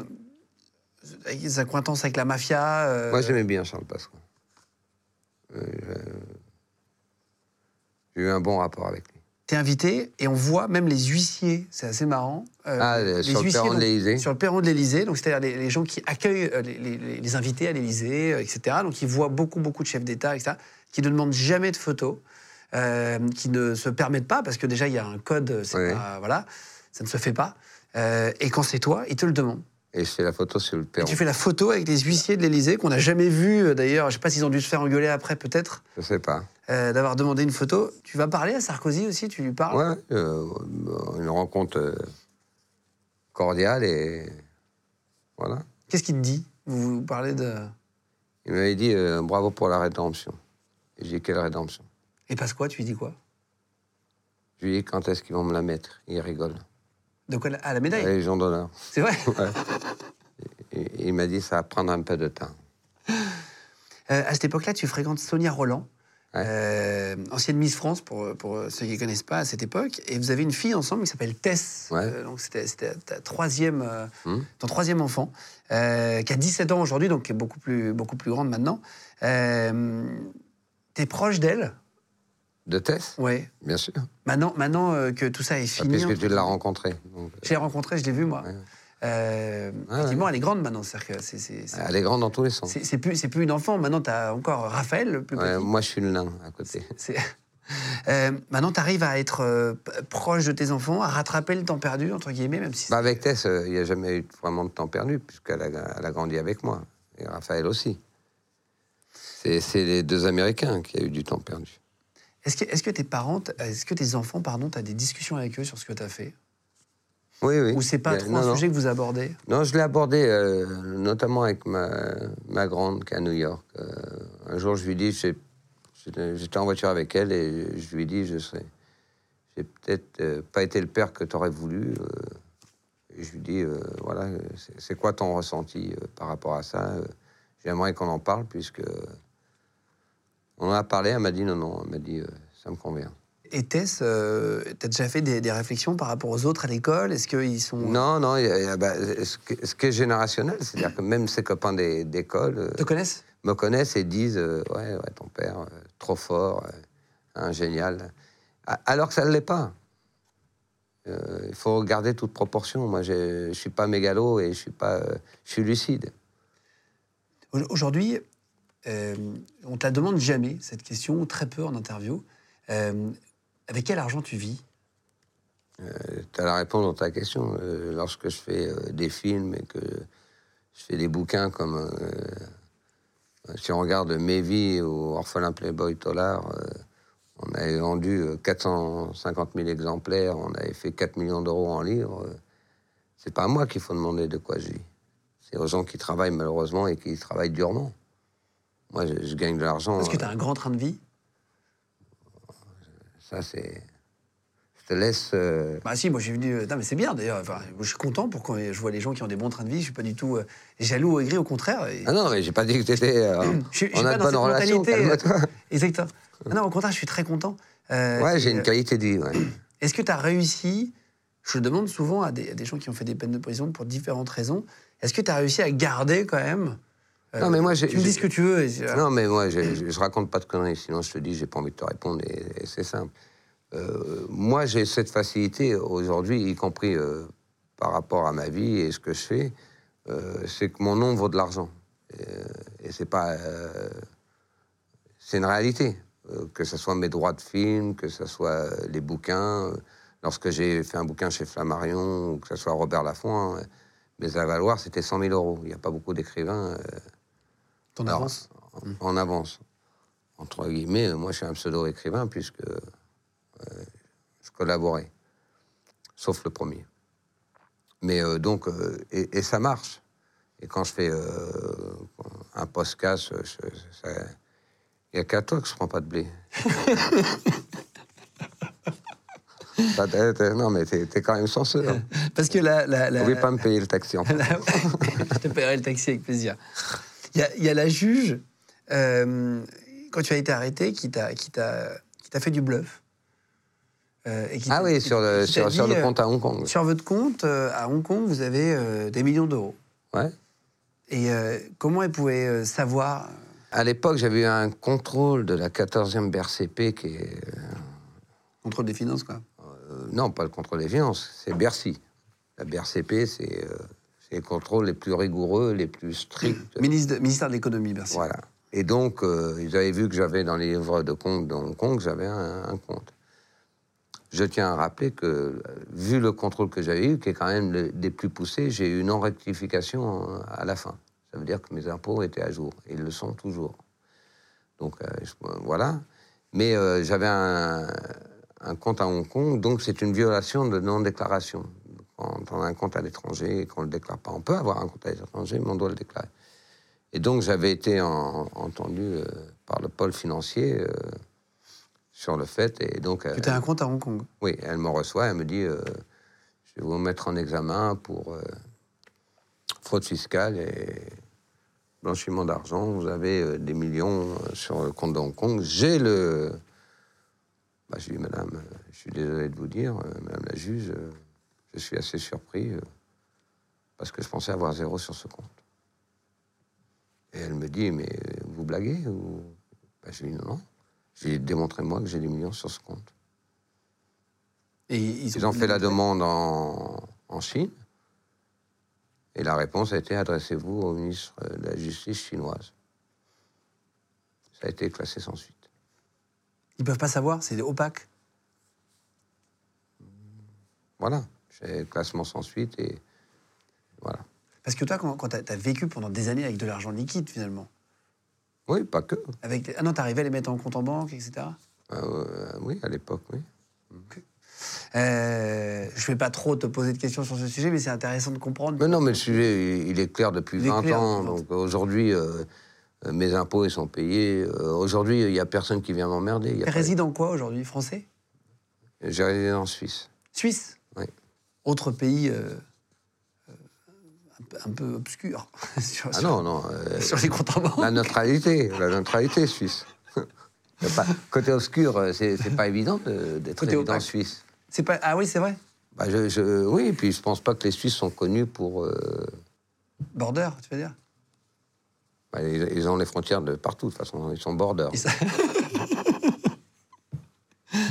Speaker 4: avec des accointances avec la mafia. euh,
Speaker 3: Moi, j'aimais bien Charles Pasqua. Euh, je- J'ai eu un bon rapport avec lui.
Speaker 4: T'es invité et on voit même les huissiers, c'est assez marrant. euh,
Speaker 3: Ah, euh, sur le perron de
Speaker 4: donc,
Speaker 3: l'Élysée.
Speaker 4: Sur le perron de l'Élysée, donc c'est-à-dire les, les gens qui accueillent euh, les, les- les- les invités à l'Élysée, euh, etc. Donc ils voient beaucoup, beaucoup de chefs d'État, etc., qui ne demandent jamais de photos, euh, qui ne se permettent pas, parce que déjà il y a un code, euh, c'est
Speaker 3: Ouais.
Speaker 4: pas- voilà, ça ne se fait pas. Euh, et quand c'est toi, ils te le demandent.
Speaker 3: Et je fais la photo sur le
Speaker 4: Et
Speaker 3: perron.
Speaker 4: tu fais la photo avec les huissiers de l'Élysée, qu'on n'a jamais vu euh, d'ailleurs, je sais pas s'ils ont dû se faire engueuler après peut-être,
Speaker 3: Je sais pas.
Speaker 4: euh, d'avoir demandé une photo. Tu vas parler à Sarkozy aussi, tu lui parles
Speaker 3: Ouais, euh, une rencontre euh, cordiale et. Voilà.
Speaker 4: Qu'est-ce qu'il te dit vous, vous parlez de.
Speaker 3: Il m'avait dit euh, bravo pour la rédemption. Et j'ai dit quelle rédemption
Speaker 4: Et passe quoi Tu lui dis quoi
Speaker 3: Je lui ai dit quand est-ce qu'ils vont me la mettre Il rigole.
Speaker 4: De quoi la- Ah, la médaille
Speaker 3: La Légion d'honneur.
Speaker 4: C'est vrai
Speaker 3: Ouais. Et- et il m'a dit ça va prendre un peu de temps.
Speaker 4: Euh, À cette époque-là, tu fréquentes Sonia Roland,
Speaker 3: Ouais.
Speaker 4: euh, ancienne Miss France, pour, pour ceux qui ne connaissent pas à cette époque, et vous avez une fille ensemble qui s'appelle Tess.
Speaker 3: Ouais.
Speaker 4: Euh, donc c'était c'était ta troisième, euh,
Speaker 3: Hmm.
Speaker 4: ton troisième enfant, euh, qui a 17 ans aujourd'hui, donc qui est beaucoup plus, beaucoup plus grande maintenant. Euh, T'es proche d'elle
Speaker 3: De Tess
Speaker 4: Ouais.
Speaker 3: Bien sûr.
Speaker 4: Maintenant, maintenant euh, que tout ça est
Speaker 3: Ah,
Speaker 4: fini.
Speaker 3: Puisque
Speaker 4: entre-
Speaker 3: tu l'as rencontré. Donc,
Speaker 4: Je l'ai rencontrée, je l'ai vue moi.
Speaker 3: Ouais.
Speaker 4: Euh,
Speaker 3: Ouais,
Speaker 4: effectivement,
Speaker 3: ouais. Ah,
Speaker 4: elle est grande maintenant. C'est-à-dire que c'est- c'est- c'est-
Speaker 3: Elle est grande dans tous les sens.
Speaker 4: C'est c'est plus, c'est plus une enfant. Maintenant, tu as encore Raphaël, le plus
Speaker 3: Ouais,
Speaker 4: petit.
Speaker 3: moi, je suis le nain à côté.
Speaker 4: C'est- Euh, maintenant, tu arrives à être euh, p- proche de tes enfants, à rattraper le temps perdu, entre guillemets, même si.
Speaker 3: Bah, avec Tess, euh, il n'y a jamais eu vraiment de temps perdu, puisqu'elle a, elle a grandi avec moi. Et Raphaël aussi. C'est c'est les deux Américains qui a eu du temps perdu.
Speaker 4: Est-ce que, est que tes parents, t- est-ce que tes enfants, pardon, tu as des discussions avec eux sur ce que tu as fait
Speaker 3: Oui, oui.
Speaker 4: Ou c'est
Speaker 3: Il
Speaker 4: pas
Speaker 3: y a-
Speaker 4: trop
Speaker 3: non,
Speaker 4: un
Speaker 3: non.
Speaker 4: sujet que vous abordez
Speaker 3: Non, je l'ai abordé euh, notamment avec ma, ma grande qui est à New York. Euh, un jour, je lui dis, j'ai- j'étais j'étais en voiture avec elle et je lui dis, je sais, j'ai peut-être euh, pas été le père que tu aurais voulu. euh. et je lui dis, euh, voilà, euh, c'est- c'est quoi ton ressenti euh, par rapport à ça euh, J'aimerais qu'on en parle puisque on en a parlé. Elle m'a dit non, non. Elle m'a dit, euh, ça me convient.
Speaker 4: Était-ce. euh, T'as déjà fait des, des réflexions par rapport aux autres à l'école Est-ce qu'ils sont.
Speaker 3: Non, non, il y a- il y a- bah, ce, que- ce qui est générationnel, c'est-à-dire que même ses copains des- d'école euh,
Speaker 4: Te connaissent
Speaker 3: me connaissent et disent euh, ouais, ouais, ton père, euh, trop fort, euh, hein, génial. A- Alors que ça ne l'est pas. Euh, Il faut garder toute proportion. Moi, je ne suis pas mégalo et je suis, pas, euh, je suis lucide.
Speaker 4: Au- Aujourd'hui, euh, on ne te la demande jamais, cette question, ou très peu en interview. Euh, avec quel argent tu vis
Speaker 3: Tu as Euh, la réponse dans ta question. Euh, lorsque je fais euh, des films et que je fais des bouquins comme. euh, si on regarde Mes vies ou Orphelin Playboy Tolar, euh, on avait vendu euh, 450 000 exemplaires, on avait fait 4 millions d'euros en livres. euh, c'est pas à moi qu'il faut demander de quoi je vis. C'est aux gens qui travaillent malheureusement et qui travaillent durement. Moi, je, je gagne de l'argent.
Speaker 4: Est-ce que tu
Speaker 3: euh,
Speaker 4: as un grand train de vie
Speaker 3: Ça, c'est. Je te laisse. euh,
Speaker 4: Bah si, moi j'ai venu. Non mais c'est bien d'ailleurs. Enfin, je suis content pour quand je vois les gens qui ont des bons trains de vie. Je suis pas du tout euh, jaloux ou aigri, au contraire. Et-
Speaker 3: Ah non, mais j'ai pas dit que t'étais. euh,
Speaker 4: je suis- je
Speaker 3: on
Speaker 4: suis pas
Speaker 3: a de
Speaker 4: dans
Speaker 3: bonnes
Speaker 4: cette
Speaker 3: relations,
Speaker 4: mentalité, euh,
Speaker 3: calme-toi.
Speaker 4: Exactement. Ah, Non, non, au contraire, je suis très content. Euh,
Speaker 3: Ouais, j'ai
Speaker 4: et,
Speaker 3: une
Speaker 4: euh,
Speaker 3: qualité de vie. ouais.
Speaker 4: Est-ce que tu as réussi Je le demande souvent à des, à des gens qui ont fait des peines de prison pour différentes raisons. Est-ce que tu as réussi à garder quand même euh,
Speaker 3: Non, mais moi, j'ai-
Speaker 4: Tu me
Speaker 3: j'ai-
Speaker 4: dis ce que tu veux. et- euh,
Speaker 3: Non, mais moi, je, je- je raconte pas de conneries, sinon je te dis, j'ai pas envie de te répondre, et, et c'est simple. Euh, moi, j'ai cette facilité aujourd'hui, y compris euh, par rapport à ma vie et ce que je fais, euh, c'est que mon nom vaut de l'argent. Et, euh, et c'est pas. euh, c'est une réalité. Euh, que ce soit mes droits de film, que ce soit euh, les bouquins. euh, Lorsque j'ai fait un bouquin chez Flammarion, ou que ce soit Robert Laffont, hein, mes avaloirs, c'était 100 000 euros. Il n'y a pas beaucoup d'écrivains. euh,
Speaker 4: Ton
Speaker 3: alors,
Speaker 4: avance.
Speaker 3: en- En avance. Entre guillemets, moi je suis un pseudo-écrivain puisque euh, je collaborais, sauf le premier. Mais euh, donc, euh, et, et ça marche. Et quand je fais euh, un podcast, euh, je- je- ça- il n'y a qu'à toi que je prends pas de blé. Ça, t'es- t'es- non, mais t'es t'es quand même chanceux.
Speaker 4: Ben,
Speaker 3: Hein.
Speaker 4: Parce que la. la, la-
Speaker 3: N'oublie pas de me payer le taxi en fait.
Speaker 4: la- je te paierai le taxi avec plaisir. Il y a- il y, a la juge, euh, quand tu as été arrêté, qui t'a qui t'a- qui t'a fait du bluff. Euh, et qui
Speaker 3: Ah
Speaker 4: t'a-
Speaker 3: oui,
Speaker 4: qui-
Speaker 3: sur le,
Speaker 4: qui t'a
Speaker 3: sur, sur
Speaker 4: dit,
Speaker 3: le
Speaker 4: euh,
Speaker 3: compte à Hong Kong.
Speaker 4: Sur votre compte, euh, à Hong Kong, vous avez euh, des millions d'euros.
Speaker 3: Ouais.
Speaker 4: Et euh, comment elle pouvait euh, savoir
Speaker 3: À l'époque, j'avais eu un contrôle de la 14e BRCP qui est.
Speaker 4: Contrôle des finances, quoi.
Speaker 3: euh, non, pas le contrôle des finances, c'est Bercy. La BRCP, c'est euh, c'est les contrôles les plus rigoureux, les plus stricts.
Speaker 4: Ministre de- ministère de l'économie, merci.
Speaker 3: Voilà. Et donc, euh, ils avaient vu que j'avais dans les livres de compte de Hong Kong, j'avais un, un compte. Je tiens à rappeler que, euh, vu le contrôle que j'avais eu, qui est quand même le- des plus poussés, j'ai eu une non-rectification euh, à la fin. Ça veut dire que mes impôts étaient à jour. Et ils le sont toujours. Donc, euh, je- voilà. Mais euh, j'avais un, un compte à Hong Kong, donc c'est une violation de non-déclaration. Quand on a un compte à l'étranger et qu'on ne le déclare pas, on peut avoir un compte à l'étranger, mais on doit le déclarer. Et donc j'avais été en- entendu euh, par le pôle financier euh, sur le fait, et donc euh,
Speaker 4: Tu
Speaker 3: elle,
Speaker 4: as un compte à Hong Kong.
Speaker 3: oui, elle me reçoit, elle me dit euh, je vais vous mettre en examen pour euh, fraude fiscale et blanchiment d'argent. Vous avez euh, des millions euh, sur le compte de Hong Kong. J'ai le bah, je lui dis, madame, euh, je suis désolé de vous dire, euh, madame la juge, euh, je suis assez surpris euh, parce que je pensais avoir zéro sur ce compte. Et elle me dit, mais euh, vous blaguez ou... Bah, Je lui dis, non, non. Je lui dis, démontrez-moi que j'ai des millions sur ce compte.
Speaker 4: Et ils,
Speaker 3: Ils ont fait la demande en, en Chine. Et la réponse a été adressez-vous au ministre de la Justice chinoise. Ça a été classé sans suite.
Speaker 4: Ils peuvent pas savoir, c'est opaque.
Speaker 3: Voilà, j'ai classement sans suite et voilà.
Speaker 4: Parce que toi, quand, quand tu as, vécu pendant des années avec de l'argent liquide, finalement,
Speaker 3: Oui, pas que.
Speaker 4: avec, ah non, tu à les mettre en compte en banque, etc.
Speaker 3: Euh, oui, à l'époque, oui.
Speaker 4: Euh, je vais pas trop te poser de questions sur ce sujet, mais c'est intéressant de comprendre.
Speaker 3: Mais non, mais le sujet, il- il est clair depuis
Speaker 4: Il est
Speaker 3: 20
Speaker 4: clair
Speaker 3: ans.
Speaker 4: depuis
Speaker 3: Donc aujourd'hui, euh, euh, mes impôts, ils sont payés. Euh, aujourd'hui, il n'y a personne qui vient m'emmerder. il y a
Speaker 4: Tu
Speaker 3: pas-
Speaker 4: résides en quoi aujourd'hui Français
Speaker 3: J'ai résidé en Suisse.
Speaker 4: Suisse
Speaker 3: Oui.
Speaker 4: Autre pays euh, euh, un, peu, un peu obscur sur,
Speaker 3: Ah
Speaker 4: sur-
Speaker 3: non, non. euh,
Speaker 4: sur les comptes en banque.
Speaker 3: la neutralité, la neutralité suisse. Y a pas- côté obscur, euh, c'est c'est pas évident de- d'être
Speaker 4: Côté
Speaker 3: évident en
Speaker 4: opaque.
Speaker 3: Suisse.
Speaker 4: C'est pas... Ah oui, c'est vrai.
Speaker 3: Bah, je- je- oui, et puis je pense pas que les Suisses sont connus pour. euh,
Speaker 4: Border, tu veux dire
Speaker 3: bah, ils, ils ont les frontières de partout, de toute façon, ils sont border.
Speaker 4: Ils-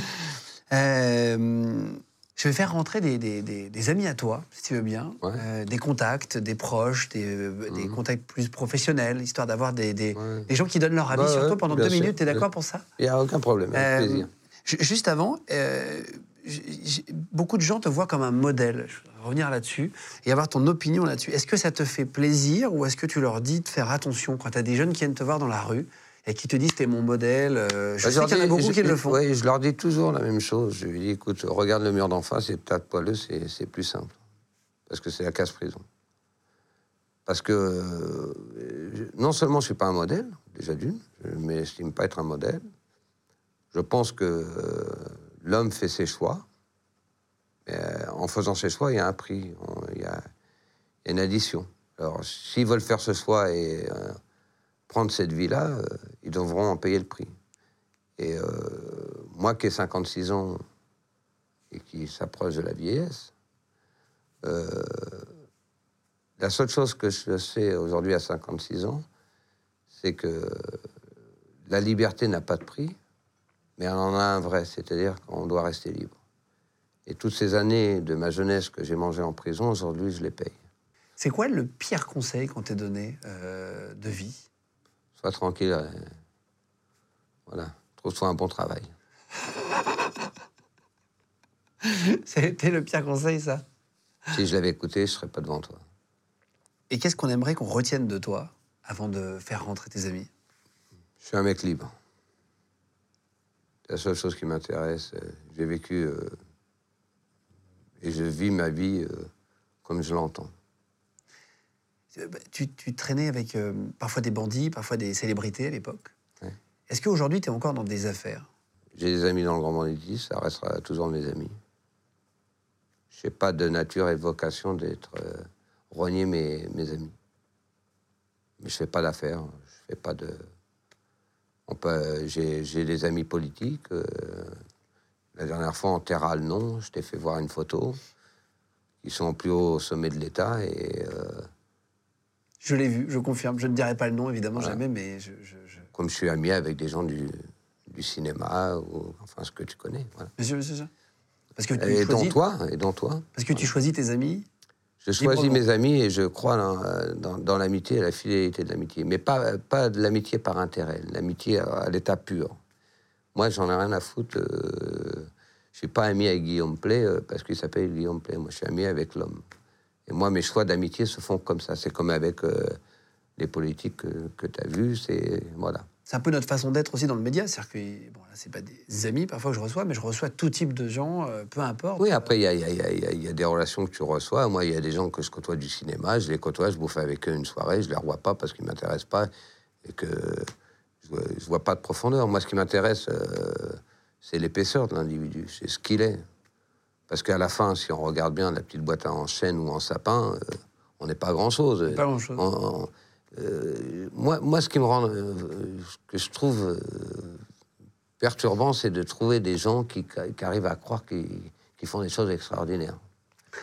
Speaker 4: Euh, je vais faire rentrer des, des- des- des amis à toi, si tu veux bien,
Speaker 3: Ouais. Mhm.
Speaker 4: Euh, des contacts, des proches, des, euh, des contacts plus professionnels, histoire d'avoir des, des-
Speaker 3: Ouais. Bah
Speaker 4: des gens qui donnent leur avis
Speaker 3: Ouais,
Speaker 4: sur
Speaker 3: ouais,
Speaker 4: toi pendant
Speaker 3: bien
Speaker 4: deux
Speaker 3: sûr,
Speaker 4: minutes. T'es
Speaker 3: bien
Speaker 4: d'accord
Speaker 3: sûr.
Speaker 4: pour ça
Speaker 3: Il n'y a aucun problème, avec
Speaker 4: Euh,
Speaker 3: plaisir.
Speaker 4: ju- Juste avant, euh, j- j- beaucoup de gens te voient comme un modèle. Je voudrais revenir là-dessus et avoir ton opinion là-dessus. Est-ce que ça te fait plaisir ou est-ce que tu leur dis de faire attention quand tu as des jeunes qui viennent te voir dans la rue et qui te disent t'es mon modèle euh, Je
Speaker 3: Bah,
Speaker 4: sais
Speaker 3: leur
Speaker 4: qu'il y en a
Speaker 3: dis-
Speaker 4: beaucoup
Speaker 3: je-
Speaker 4: qui le font.
Speaker 3: ouais, je leur dis toujours la même chose. Je lui dis, écoute, regarde le mur d'en face, et tas de poileux, c'est c'est plus simple. Parce que c'est la casse-prison. Parce que euh, je- non seulement je ne suis pas un modèle, déjà d'une, je ne m'estime pas être un modèle. Je pense que euh, l'homme fait ses choix. Mais euh, en faisant ses choix, il y a un prix, on- il y, a il y a une addition. Alors, s'ils veulent faire ce choix et euh, prendre cette vie-là, euh, ils devront en payer le prix. Et euh, moi qui ai 56 ans et qui s'approche de la vieillesse, euh, la seule chose que je sais aujourd'hui à 56 ans, c'est que la liberté n'a pas de prix, mais elle en a un vrai, c'est-à-dire qu'on doit rester libre. Et toutes ces années de ma jeunesse que j'ai mangées en prison, aujourd'hui, je les paye.
Speaker 4: C'est quoi le pire conseil qu'on t'ait donné euh, de vie
Speaker 3: Sois tranquille. euh, voilà. Trouve-toi un bon travail.
Speaker 4: C'était le pire conseil, ça.
Speaker 3: Si je l'avais écouté, je ne serais pas devant toi.
Speaker 4: Et qu'est-ce qu'on aimerait qu'on retienne de toi avant de faire rentrer tes amis
Speaker 3: Je suis un mec libre. C'est La seule chose qui m'intéresse, euh, j'ai vécu euh, et je vis ma vie euh, comme je l'entends.
Speaker 4: Euh, bah, tu, tu traînais avec euh, parfois des bandits, parfois des célébrités à l'époque.
Speaker 3: Ouais.
Speaker 4: Est-ce qu'aujourd'hui, tu es encore dans des affaires
Speaker 3: J'ai des amis dans le grand banditisme, ça restera toujours mes amis. Je n'ai pas de nature et de vocation d'être euh, renier mes, mes amis. Mais je fais pas d'affaires, je fais pas de. On peut, j'ai, j'ai des amis politiques. euh, la dernière fois, en Terra le nom, je t'ai fait voir une photo. Ils sont au plus haut sommet de l'État et euh,
Speaker 4: Je l'ai vu, je confirme. Je ne dirai pas le nom, évidemment,
Speaker 3: Voilà.
Speaker 4: jamais, mais je, je- je-
Speaker 3: comme je suis ami avec des gens du, du cinéma ou enfin ce que tu connais. voilà.
Speaker 4: Monsieur, monsieur, monsieur. Parce que, tu
Speaker 3: Et dont
Speaker 4: choisis,
Speaker 3: toi, et dont toi.
Speaker 4: parce que tu choisis tes amis.
Speaker 3: Je choisis
Speaker 4: Librement.
Speaker 3: mes amis et je crois dans, euh, dans- dans l'amitié et la fidélité de l'amitié. Mais pas, pas de l'amitié par intérêt, l'amitié à, à l'état pur. Moi, j'en ai rien à foutre. euh, je suis pas ami avec Guillaume Play euh, parce qu'il s'appelle Guillaume Play. Moi, je suis ami avec l'homme. Et moi, mes choix d'amitié se font comme ça. C'est comme avec euh, les politiques que, tu as vus. C'est, voilà.
Speaker 4: C'est un peu notre façon d'être aussi dans le média. C'est-à-dire que, bon, là, c'est pas des amis parfois que je reçois, mais je reçois tout type de gens, euh, peu importe.
Speaker 3: Oui, après, il y a, il y a- il y a- il y a- il y a des relations que tu reçois. Moi, il y a des gens que je côtoie du cinéma, je les côtoie, je bouffe avec eux une soirée, je les revois pas parce qu'ils ne m'intéressent pas et que je vois, je vois pas de profondeur. Moi, ce qui m'intéresse, euh, c'est l'épaisseur de l'individu, c'est ce qu'il est. Parce qu'à la fin, si on regarde bien la petite boîte en chêne ou en sapin, euh, on n'est pas grand-chose.
Speaker 4: Pas grand-chose.
Speaker 3: On- on- euh, moi, moi, ce qui me rend. euh, ce que je trouve. euh, perturbant, c'est de trouver des gens qui, qui arrivent à croire qu'ils qu'ils font des choses extraordinaires.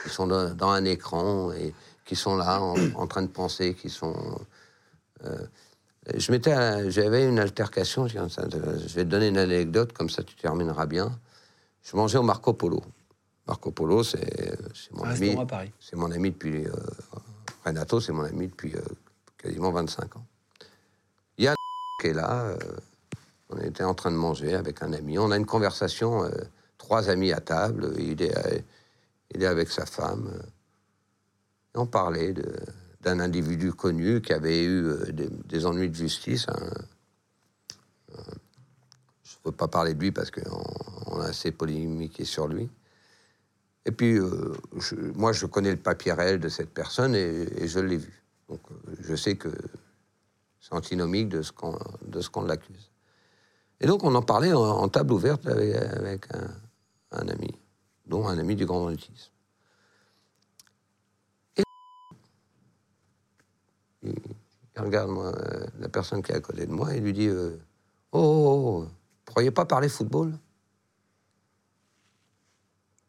Speaker 3: Ils sont dans, dans un écran et qui sont là en, en train de penser, qui sont. euh, je m'étais, à- j'avais une altercation. tiens, ça, euh, Je vais te donner une anecdote comme ça, tu termineras bien. Je mangeais au Marco Polo. Marco Polo, c'est c'est mon
Speaker 4: Un
Speaker 3: ami.
Speaker 4: restaurant à Paris.
Speaker 3: C'est mon ami depuis. euh, Renato, c'est mon ami depuis euh, quasiment 25 ans. Il y a un qui est là. euh, on était en train de manger avec un ami. On a une conversation, euh, trois amis à table. Il est, euh, il est avec sa femme. euh, et on parlait de- d'un individu connu qui avait eu euh, des, des ennuis de justice. un- un- je ne peux pas parler de lui parce qu'on on a assez polémiqué sur lui. Et puis, euh, je- moi, je connais le papier réel de cette personne et, et je l'ai vu. Donc, euh, je sais que c'est antinomique de ce qu'on de ce qu'on l'accuse. Et donc, on en parlait en, en table ouverte avec, avec un, un ami, dont un ami du grand banditisme. Et il, il regarde moi, euh, la personne qui est à côté de moi et lui dit euh, Oh, oh, oh, pourriez pas parler football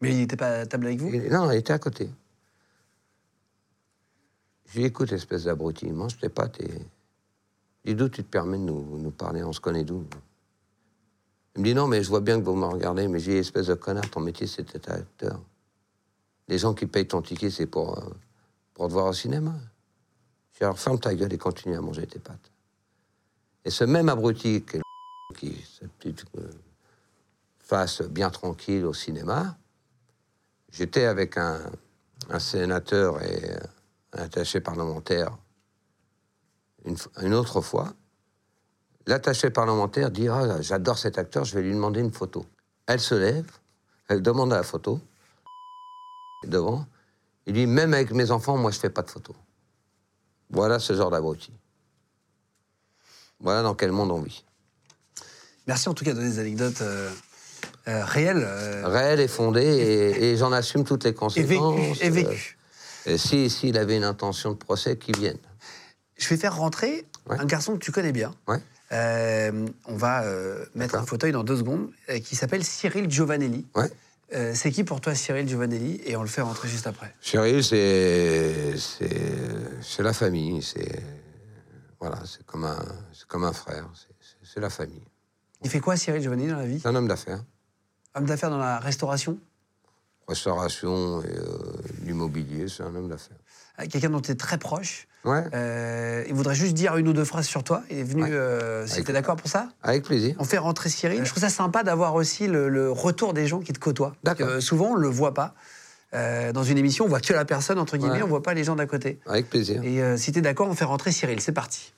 Speaker 4: Mais il n'était pas à table avec vous
Speaker 3: Il- Non, il était à côté. J'ai dit, écoute, espèce d'abruti, mange tes pâtes et... Dis d'où tu te permets de nous, nous parler, on se connaît d'où Il me dit, non, mais je vois bien que vous me regardez, mais j'ai dit, espèce de connard, ton métier, c'est d'être acteur. Les gens qui payent ton ticket, c'est pour, euh, pour te voir au cinéma. Je dis, alors ferme ta gueule et continue à manger tes pâtes. Et ce même abruti qui, est le qui cette petite euh, face bien tranquille au cinéma, J'étais avec un, un sénateur et euh, un attaché parlementaire une, f- une autre fois. L'attaché parlementaire dit Ah, j'adore cet acteur, je vais lui demander une photo. Elle se lève, elle demande la photo. est Devant, il dit Même avec mes enfants, moi, je fais pas de photo. Voilà ce genre d'abruti. Voilà dans quel monde on vit.
Speaker 4: Merci en tout cas de donner des anecdotes euh, euh, réelles euh,
Speaker 3: Réel est fondé et, et j'en assume toutes les
Speaker 4: et
Speaker 3: conséquences.
Speaker 4: vécues. et vécues.
Speaker 3: Euh, et si- S'il avait une intention de procès, qu'il vienne.
Speaker 4: Je vais faire rentrer
Speaker 3: Ouais.
Speaker 4: un garçon que tu connais bien.
Speaker 3: Ouais.
Speaker 4: Euh, on va euh, mettre
Speaker 3: D'accord.
Speaker 4: un fauteuil dans deux secondes, euh, qui s'appelle Cyril Giovanelli.
Speaker 3: Ouais.
Speaker 4: Euh, c'est qui pour toi Cyril Giovanelli Et on le fait rentrer juste après.
Speaker 3: Chérie, c'est c'est c'est la famille, c'est voilà, c'est comme un c'est comme un frère, c'est- c'est- c'est la famille.
Speaker 4: Il fait quoi Cyril Giovanelli dans la vie
Speaker 3: C'est un homme d'affaires,
Speaker 4: Homme d'affaires dans la restauration
Speaker 3: restauration et euh, l'immobilier, c'est un homme d'affaires.
Speaker 4: Euh, Quelqu'un dont tu es très proche.
Speaker 3: Ouais,
Speaker 4: Euh, il voudrait juste dire une ou deux phrases sur toi. Il est venu,
Speaker 3: Ouais. Bah,
Speaker 4: euh, si
Speaker 3: Avec-
Speaker 4: t'es d'accord pour ça
Speaker 3: avec plaisir.
Speaker 4: On fait rentrer Cyril. Je trouve ça sympa d'avoir aussi le, le retour des gens qui te côtoient. Parce que,
Speaker 3: D'accord.
Speaker 4: euh, souvent, on le voit pas. Euh, dans une émission, on voit que la personne, entre guillemets,
Speaker 3: Ouais.
Speaker 4: on voit pas les gens d'à côté.
Speaker 3: Avec plaisir.
Speaker 4: Et euh, si t'es d'accord, on fait rentrer Cyril. C'est parti.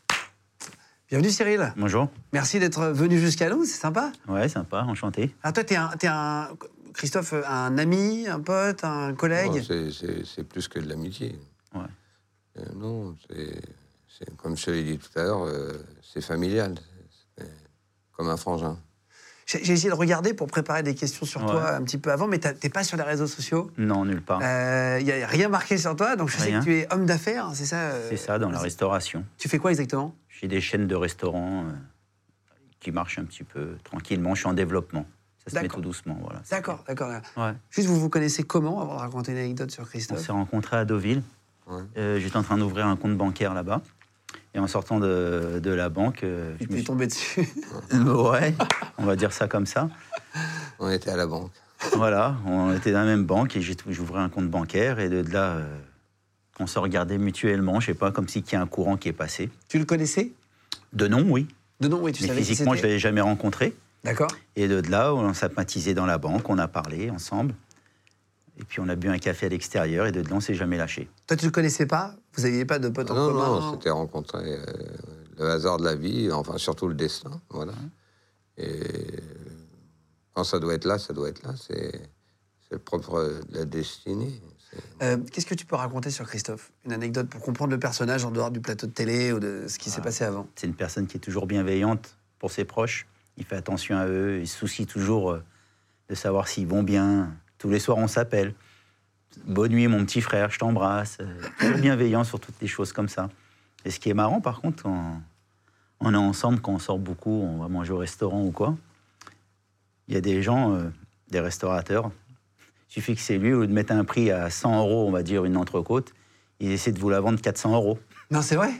Speaker 4: Bienvenue Cyril.
Speaker 2: Bonjour.
Speaker 4: Merci d'être venu jusqu'à nous, c'est sympa.
Speaker 2: Ouais, sympa, enchanté.
Speaker 4: Alors toi, t'es un, t'es un- Christophe, un ami, un pote, un collègue.
Speaker 3: Oh, c'est- c'est c'est plus que de l'amitié.
Speaker 2: Ouais.
Speaker 3: Euh, non, c'est c'est comme je te l'ai dit tout à l'heure, euh, c'est familial, c'est- c'est comme un frangin.
Speaker 4: J'ai j'ai essayé de regarder pour préparer des questions sur
Speaker 2: Ouais.
Speaker 4: toi un petit peu avant, mais t'as- t'es pas sur les réseaux sociaux.
Speaker 2: Non, nulle part.
Speaker 4: Il n'y a rien marqué sur toi, donc je sais
Speaker 2: Rien.
Speaker 4: que tu es homme d'affaires, c'est ça euh,
Speaker 2: c'est ça, dans la restauration.
Speaker 4: Tu fais quoi exactement
Speaker 2: J'ai des chaînes de restaurants euh, qui marchent un petit peu tranquillement. Je suis en développement. Ça se met
Speaker 4: D'accord.
Speaker 2: tout doucement, voilà. C'est
Speaker 4: D'accord, d'accord. d'accord.
Speaker 2: bien. Ouais.
Speaker 4: Juste, vous vous connaissez comment avant de raconter une anecdote sur
Speaker 2: On
Speaker 4: Christophe
Speaker 2: s'est rencontrés à Deauville.
Speaker 3: Ouais.
Speaker 2: Euh, J'étais en train d'ouvrir un compte bancaire là-bas. Et en sortant de, de la banque, euh, je
Speaker 4: Il
Speaker 2: me
Speaker 4: t'est
Speaker 2: suis...
Speaker 4: tombé dessus.
Speaker 2: Ouais, on va dire ça comme ça.
Speaker 3: On était à la banque.
Speaker 2: Voilà, on était dans la même banque et j'ai- j'ouvrais un compte bancaire et de, de là, euh, on se regardait mutuellement, je sais pas, comme si qu'il y a un courant qui est passé.
Speaker 4: tu le connaissais
Speaker 2: De nom, oui.
Speaker 4: De nom, oui, tu
Speaker 2: mais
Speaker 4: savais qui
Speaker 2: physiquement, je ne
Speaker 4: c'était.
Speaker 2: l'avais jamais rencontré.
Speaker 4: D'accord.
Speaker 2: Et de de là, on s'est matisé dans la banque, on a parlé ensemble. Et puis on a bu un café à l'extérieur et de là, on s'est jamais lâché.
Speaker 4: Toi, tu le connaissais pas Vous n'aviez pas de pote en
Speaker 3: non,
Speaker 4: commun
Speaker 3: non, on s'était rencontrés euh, le hasard de la vie, enfin surtout le destin, voilà.
Speaker 2: Hum.
Speaker 3: Et quand ça doit être là, ça doit être là, c'est c'est le propre de la destinée. C'est-
Speaker 4: Euh, Qu'est-ce que tu peux raconter sur Christophe Une anecdote pour comprendre le personnage en dehors du plateau de télé ou de ce qui s'est passé avant.
Speaker 2: C'est une personne qui est toujours bienveillante pour ses proches. Il fait attention à eux, il se soucie toujours euh, de savoir s'ils vont bien. Tous les soirs, on s'appelle. Bonne nuit, mon petit frère, je t'embrasse. Euh, Toujours bienveillant sur toutes les choses comme ça. Et ce qui est marrant, par contre, quand on est ensemble, quand on sort beaucoup, on va manger au restaurant ou quoi, il y a des gens, euh, des restaurateurs, il suffit que c'est lui, au lieu de mettre un prix à 100 euros, on va dire, une entrecôte, il essaie de vous la vendre 400 euros.
Speaker 4: Non, c'est vrai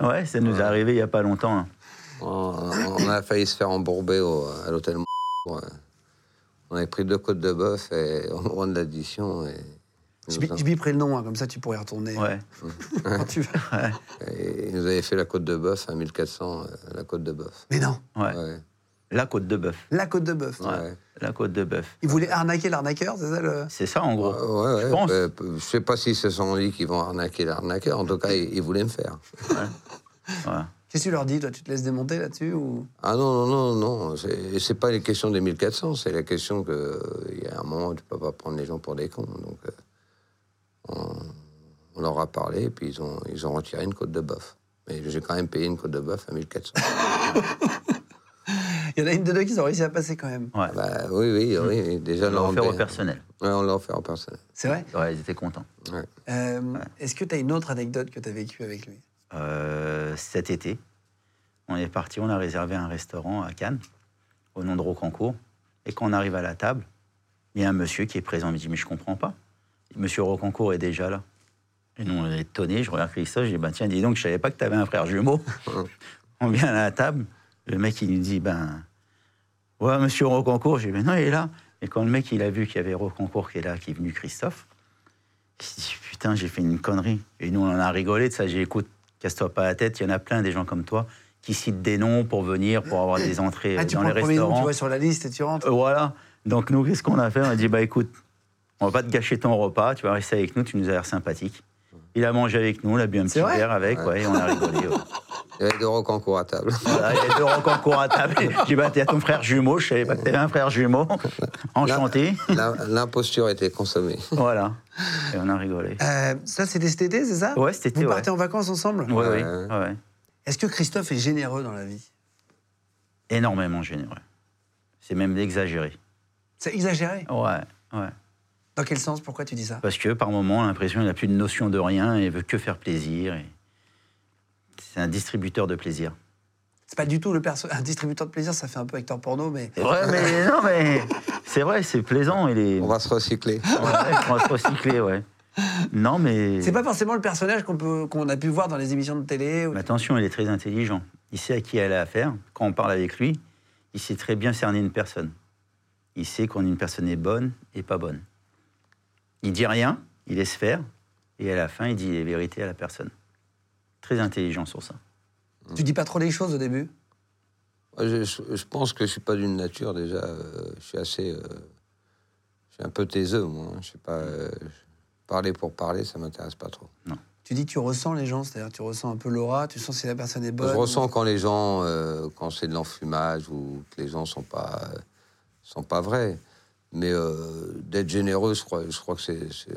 Speaker 2: Ouais, ça nous est arrivé il n'y a pas longtemps. hein.
Speaker 3: On, on a failli se faire embourber au- à l'hôtel. euh, On avait pris deux côtes de bœuf et au moment de l'addition. Et,
Speaker 4: Je, bi- je biperai le nom, hein, comme ça tu pourrais y retourner
Speaker 2: Ouais.
Speaker 4: quand tu veux.
Speaker 3: et ils nous avaient fait la côte de bœuf à 1400, euh, la côte de bœuf.
Speaker 4: Mais non,
Speaker 2: Ouais.
Speaker 3: Ouais,
Speaker 2: La côte de bœuf.
Speaker 4: la côte de bœuf.
Speaker 2: Ouais.
Speaker 3: ouais.
Speaker 2: La côte de bœuf.
Speaker 4: Il voulait arnaquer l'arnaqueur, c'est ça le...
Speaker 2: C'est ça, en gros.
Speaker 3: Ouais, ouais,
Speaker 2: je pense.
Speaker 3: euh, je sais pas si ce sont dit qui vont arnaquer l'arnaqueur. En tout cas, ils, ils voulaient me faire.
Speaker 2: Voilà.
Speaker 4: Qu'est-ce que tu leur dis Toi, tu te laisses démonter là-dessus ou...
Speaker 3: Ah non, non, non, non. C'est c'est pas les questions des 1400, c'est la question que euh, il y a un moment, tu peux pas prendre les gens pour des cons. Donc, euh, on, on leur a parlé et puis ils ont, ils ont retiré une côte de bœuf. Mais j'ai quand même payé une côte de bœuf à 1400.
Speaker 4: Il y en a une de deux qui ont réussi à passer quand même.
Speaker 2: Ouais.
Speaker 3: bah, oui, oui, oui, oui. Déjà,
Speaker 2: On l'a offert au
Speaker 3: paye-
Speaker 2: personnel.
Speaker 3: Ouais, on l'a offert au personnel.
Speaker 4: C'est vrai
Speaker 2: Ouais, ils étaient contents.
Speaker 3: Ouais.
Speaker 4: Euh, Est-ce que tu as une autre anecdote que tu as vécue avec lui
Speaker 2: Euh, cet été, on est parti, on a réservé un restaurant à Cannes. au nom de Rocancourt. Et quand on arrive à la table, il y a un monsieur qui est présent, il me dit Mais je comprends pas. Monsieur Rocancourt est déjà là. Et nous, on est étonnés. Je regarde Christophe, je dis bah, Tiens, dis donc, je savais pas que tu avais un frère jumeau. on vient à la table, le mec, il nous dit Ben, ouais, monsieur Rocancourt. J'ai dit Mais non, il est là. Et quand le mec, il a vu qu'il y avait Rocancourt qui est là, qui est venu Christophe, il s'est dit Putain, j'ai fait une connerie. Et nous, on en a rigolé de ça. J'ai dit, Écoute, casse-toi pas la tête, il y en a plein des gens comme toi qui citent des noms pour venir, pour avoir des entrées
Speaker 4: Ah,
Speaker 2: euh,
Speaker 4: tu
Speaker 2: dans
Speaker 4: prends
Speaker 2: les
Speaker 4: le premier nom,
Speaker 2: restaurants.
Speaker 4: tu vois, sur la liste et tu rentres.
Speaker 2: Euh, Voilà. Donc nous, qu'est-ce qu'on a fait On a dit, bah écoute, on va pas te gâcher ton repas, tu vas rester avec nous, tu nous as l'air sympathique. Il a mangé avec nous, il a bu un petit
Speaker 4: C'est vrai
Speaker 2: verre avec, ouais, et on a rigolé. ouais.
Speaker 3: Il y avait deux rocancours à table.
Speaker 2: Voilà, il y a deux rencontres à table. J'ai dit, bah t'es ton frère jumeau, je savais pas que t'avais un frère jumeau. Enchanté.
Speaker 3: La- L'imposture était consommée.
Speaker 2: Voilà. Et on a rigolé.
Speaker 4: Euh, ça, c'était cet été, c'est ça
Speaker 2: Ouais, cet été,
Speaker 4: Ah, Vous
Speaker 2: ouais.
Speaker 4: partez en vacances ensemble
Speaker 2: Ouais,
Speaker 3: Ouais.
Speaker 2: ouais, ouais.
Speaker 4: Est-ce que Christophe est généreux dans la vie
Speaker 2: Énormément généreux. C'est même exagéré.
Speaker 4: C'est exagéré.
Speaker 2: Ouais, ouais.
Speaker 4: Dans quel sens Pourquoi tu dis ça
Speaker 2: Parce que par moment, on a l'impression qu'il n'a plus de notion de rien et veut que faire plaisir. et C'est un distributeur de plaisir.
Speaker 4: C'est pas du tout le perso. Un distributeur de plaisir, ça fait un peu acteur porno, mais.
Speaker 2: Ouais, mais non, mais c'est vrai, c'est plaisant. Il est.
Speaker 3: On va se recycler.
Speaker 2: Ouais, on va se recycler, ouais. Non, mais.
Speaker 4: C'est pas forcément le personnage qu'on peut- qu'on a pu voir dans les émissions de télé. ou-
Speaker 2: Mais attention, il est très intelligent. Il sait à qui elle a affaire. Quand on parle avec lui, il sait très bien cerner une personne. Il sait quand une personne est bonne et pas bonne. Il dit rien, il laisse faire, et à la fin, il dit les vérités à la personne. Très intelligent sur ça.
Speaker 4: Tu dis pas trop les choses au début.
Speaker 3: Je, je- je pense que je suis pas d'une nature déjà. euh, je suis assez. euh, je suis un peu taiseux, moi. hein. Je sais pas. euh, parler pour parler, ça m'intéresse pas trop.
Speaker 4: Tu dis tu ressens les gens, c'est-à-dire tu ressens un peu l'aura, tu sens si la personne est bonne.
Speaker 3: Je ressens quand les gens, euh, quand c'est de l'enfumage ou que les gens sont pas sont pas vrais. Mais euh, d'être généreux, je crois, je crois que c'est c'est-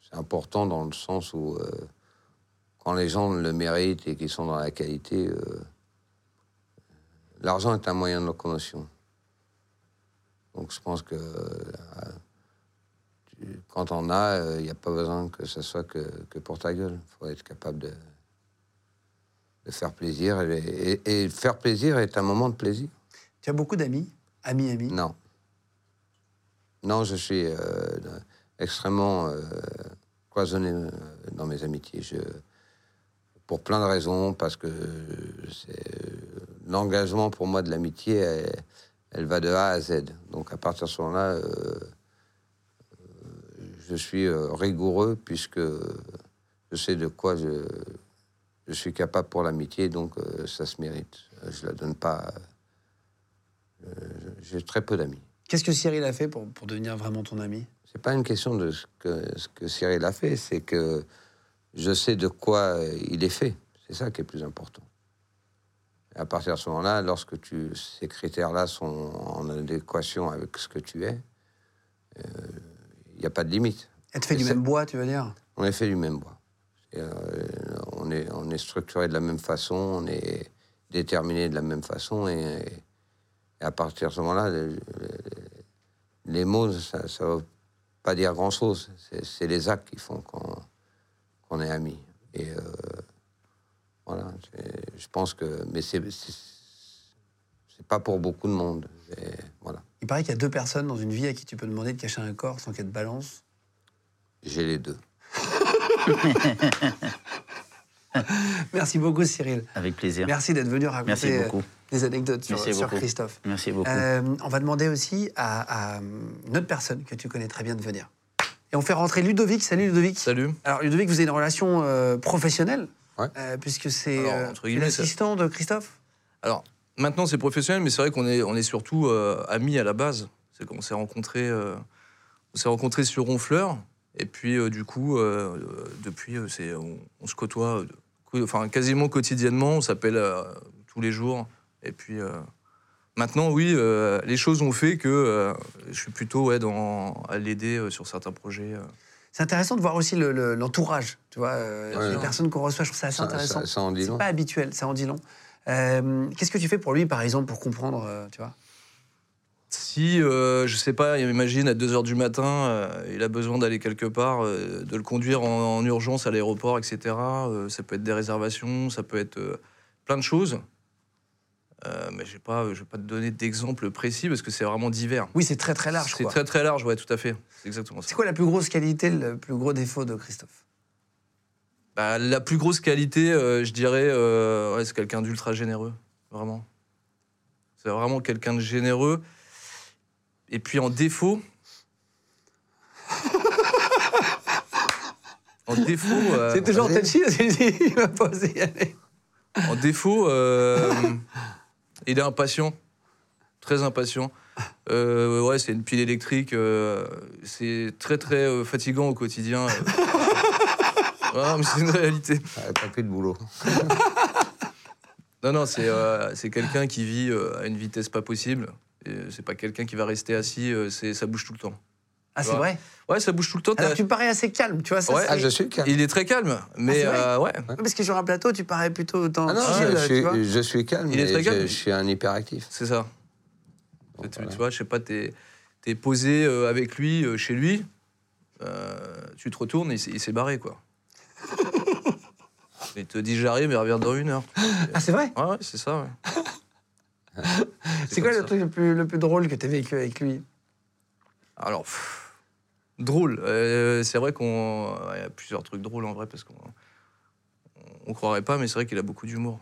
Speaker 3: c'est important dans le sens où euh, quand les gens le méritent et qu'ils sont dans la qualité, euh, l'argent est un moyen de locomotion. Donc je pense que euh, là, tu- quand on a, euh, il n'y a pas besoin que ça soit que, que pour ta gueule. Il faut être capable de de faire plaisir. Et, et- et faire plaisir est un moment de plaisir.
Speaker 4: Tu as beaucoup d'amis, amis, amis.
Speaker 3: Non. Non, je suis euh, extrêmement euh, cloisonné euh, dans mes amitiés. Je, pour plein de raisons, parce que c'est- euh, l'engagement pour moi de l'amitié, elle, elle va de A à Z. Donc à partir de ce moment-là, euh, euh, je suis euh, rigoureux puisque je sais de quoi je, je suis capable pour l'amitié, donc euh, ça se mérite. Je la donne pas. euh, J'ai très peu d'amis.
Speaker 4: Qu'est-ce que Cyril a fait pour, pour devenir vraiment ton ami
Speaker 3: C'est pas une question de ce que, ce que Cyril a fait, c'est que je sais de quoi euh, il est fait. C'est ça qui est plus important. Et à partir de ce moment-là, lorsque tu, ces critères-là sont en adéquation avec ce que tu es, euh, il n'y a pas de limite.
Speaker 4: Elle te fait
Speaker 3: Et
Speaker 4: du
Speaker 3: ça-
Speaker 4: même bois, tu veux dire
Speaker 3: On est fait du même bois. Et, euh, on est, on est structuré de la même façon, on est déterminé de la même façon. Et, et à partir de ce moment-là, le- le- les mots, ça ne veut pas dire grand-chose. C'est- C'est les actes qui font qu'on qu'on est amis. Et euh, voilà, c'est- je pense que. Mais c'est c'est- c'est pas pour beaucoup de monde. Et Voilà.
Speaker 4: Il paraît qu'il y a deux personnes dans une vie à qui tu peux demander de cacher un corps sans qu'elle te balance.
Speaker 3: J'ai les deux.
Speaker 4: Merci beaucoup, Cyril.
Speaker 2: Avec plaisir.
Speaker 4: Merci d'être venu
Speaker 2: Merci
Speaker 4: raconter euh,
Speaker 2: beaucoup.
Speaker 4: des anecdotes sur,
Speaker 2: Merci
Speaker 4: sur
Speaker 2: beaucoup.
Speaker 4: Christophe.
Speaker 2: Merci beaucoup.
Speaker 4: Euh, on va demander aussi à, à, hum, une autre personne que tu connais très bien de venir. Et on fait rentrer Ludovic. Salut Ludovic.
Speaker 5: Salut.
Speaker 4: Alors Ludovic, vous avez une relation euh, professionnelle,
Speaker 3: Ouais.
Speaker 4: euh, puisque c'est
Speaker 5: Alors,
Speaker 4: euh,
Speaker 5: entre
Speaker 4: c'est
Speaker 5: guillemets, ça-
Speaker 4: l'assistant de Christophe.
Speaker 5: Alors, maintenant c'est professionnel, mais c'est vrai qu'on est, on est surtout euh, amis à la base. C'est qu'on s'est rencontrés, euh, on s'est rencontrés sur Ronfleur, et puis euh, du coup, euh, euh, depuis, euh, c'est, on, on se côtoie euh, co- enfin, quasiment quotidiennement, on s'appelle euh, tous les jours. Et puis euh, maintenant, oui, euh, les choses ont fait que euh, je suis plutôt ouais, dans, à l'aider euh, sur certains projets. euh.
Speaker 4: C'est intéressant de voir aussi le- le- l'entourage, tu vois, euh,
Speaker 3: Ouais,
Speaker 4: les
Speaker 3: ouais.
Speaker 4: personnes qu'on reçoit. Je trouve ça assez
Speaker 3: Ça,
Speaker 4: intéressant.
Speaker 3: ça- ça en dit
Speaker 4: Ah, C'est
Speaker 3: long.
Speaker 4: pas habituel, ça en dit long. Euh, Qu'est-ce que tu fais pour lui, par exemple, pour comprendre, euh, tu vois
Speaker 5: Si, euh, je sais pas, imagine à 2h du matin, euh, il a besoin d'aller quelque part, euh, de le conduire en, en urgence à l'aéroport, etc. euh, ça peut être des réservations, ça peut être euh, plein de choses. Euh, mais je ne pas, je vais pas te donner d'exemple précis parce que c'est vraiment divers.
Speaker 4: Oui, c'est très très large.
Speaker 5: C'est
Speaker 4: quoi.
Speaker 5: très très large, ouais, tout à fait. C'est exactement ça.
Speaker 4: C'est quoi la plus grosse qualité, le plus gros défaut de Christophe
Speaker 5: Bah, la plus grosse qualité, euh, je dirais, euh, ouais, c'est quelqu'un d'ultra généreux, vraiment. C'est vraiment quelqu'un de généreux. Et puis en défaut. en défaut. euh,
Speaker 4: C'est toujours
Speaker 3: vas-y.
Speaker 4: touchy, parce qu'il il va pas oser y aller.
Speaker 5: en défaut, euh, il est impatient. Très impatient. Euh, ouais, c'est une pile électrique. euh, c'est très, très euh, fatigant au quotidien. euh. Ouais, mais c'est une réalité.
Speaker 3: Ah, T'as plus de boulot.
Speaker 5: Non, non, c'est euh, c'est quelqu'un qui vit euh, à une vitesse pas possible. Et, euh, C'est pas quelqu'un qui va rester assis, euh, c'est- ça bouge tout le temps.
Speaker 4: Ah, c'est
Speaker 5: Ouais.
Speaker 4: vrai
Speaker 5: Ouais, ça bouge tout le temps.
Speaker 4: Alors
Speaker 5: t'as-
Speaker 4: tu parais assez calme, tu vois. Ça,
Speaker 5: Ouais.
Speaker 4: c'est-
Speaker 3: Ah, je suis calme.
Speaker 5: Il est très calme, mais
Speaker 4: c'est vrai
Speaker 5: euh, ouais.
Speaker 4: Parce que sur un plateau, tu parais plutôt autant.
Speaker 3: Ah non,
Speaker 5: Ah,
Speaker 3: je,
Speaker 4: chill, tu vois.
Speaker 3: suis, je suis calme,
Speaker 5: Il est
Speaker 3: mais
Speaker 5: très
Speaker 3: je-
Speaker 5: calme.
Speaker 3: Je, suis un hyperactif.
Speaker 5: C'est ça. Tu- tu,
Speaker 3: voilà.
Speaker 5: vois, je sais pas, t'es es posé euh, avec lui, euh, chez lui, euh, tu te retournes et il s'est- il s'est barré, quoi. il te dit j'arrive, mais revient dans une heure.
Speaker 4: Ah, c'est vrai
Speaker 5: Ouais, ouais, c'est ça, ouais.
Speaker 4: C'est quoi le
Speaker 5: comme ça.
Speaker 4: truc le plus, le plus drôle que t'as vécu avec lui
Speaker 5: Alors, pff, drôle. Euh, c'est vrai qu'on. Il y a plusieurs trucs drôles en vrai, parce qu'on. On croirait pas, mais c'est vrai qu'il a beaucoup d'humour.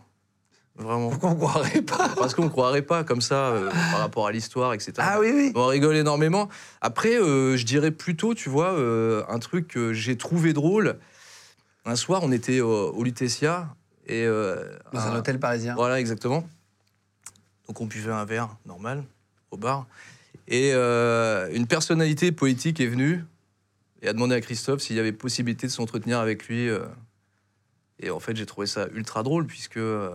Speaker 5: Vraiment.
Speaker 4: Pourquoi on croirait pas
Speaker 5: Parce qu'on croirait pas comme ça euh, par rapport à l'histoire, etc.
Speaker 4: Ah oui, oui.
Speaker 5: On rigole énormément. Après, euh, je dirais plutôt, tu vois, euh, un truc que j'ai trouvé drôle. Un soir, on était euh, au Lutetia. Et, euh,
Speaker 4: Dans un hôtel parisien.
Speaker 5: voilà, exactement. Donc on buvait un verre normal au bar. Et euh, une personnalité politique est venue et a demandé à Christophe s'il y avait possibilité de s'entretenir avec lui. euh. Et en fait, j'ai trouvé ça ultra drôle puisque. euh,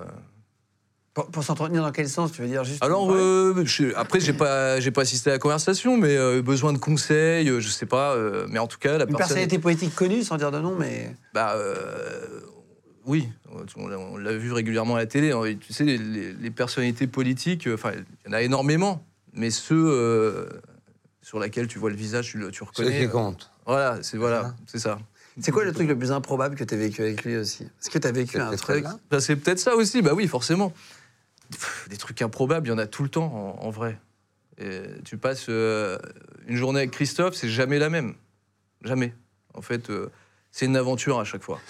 Speaker 4: Pour, pour s'entretenir dans quel sens Tu veux dire juste.
Speaker 5: Alors, euh, je- après, j'ai pas, j'ai pas assisté à la conversation, mais euh, besoin de conseils, euh, je sais pas. euh, mais en tout cas, la
Speaker 4: Une
Speaker 5: personne.
Speaker 4: personnalité poétique connue, sans dire de nom, mais.
Speaker 5: Bah euh, oui, on l'a- on l'a vu régulièrement à la télé. hein. Et Tu sais, les, les- les personnalités politiques, euh, enfin, il y en a énormément, mais ceux euh, sur lesquels tu vois le visage, tu le tu
Speaker 3: Ceux
Speaker 4: euh,
Speaker 5: reconnais.
Speaker 3: qui comptent.
Speaker 5: voilà, c'est voilà, c'est ça.
Speaker 4: C'est quoi le truc le plus improbable que t'as vécu avec lui aussi Est-ce que t'as vécu
Speaker 3: C'est
Speaker 4: un
Speaker 3: peut-être
Speaker 4: truc
Speaker 3: celle-là.
Speaker 5: Bah, c'est peut-être ça aussi. Bah oui, forcément. Pff, Des trucs improbables, il y en a tout le temps en, en vrai. Et tu passes euh, une journée avec Christophe, c'est jamais la même. Jamais. En fait, euh, c'est une aventure à chaque fois.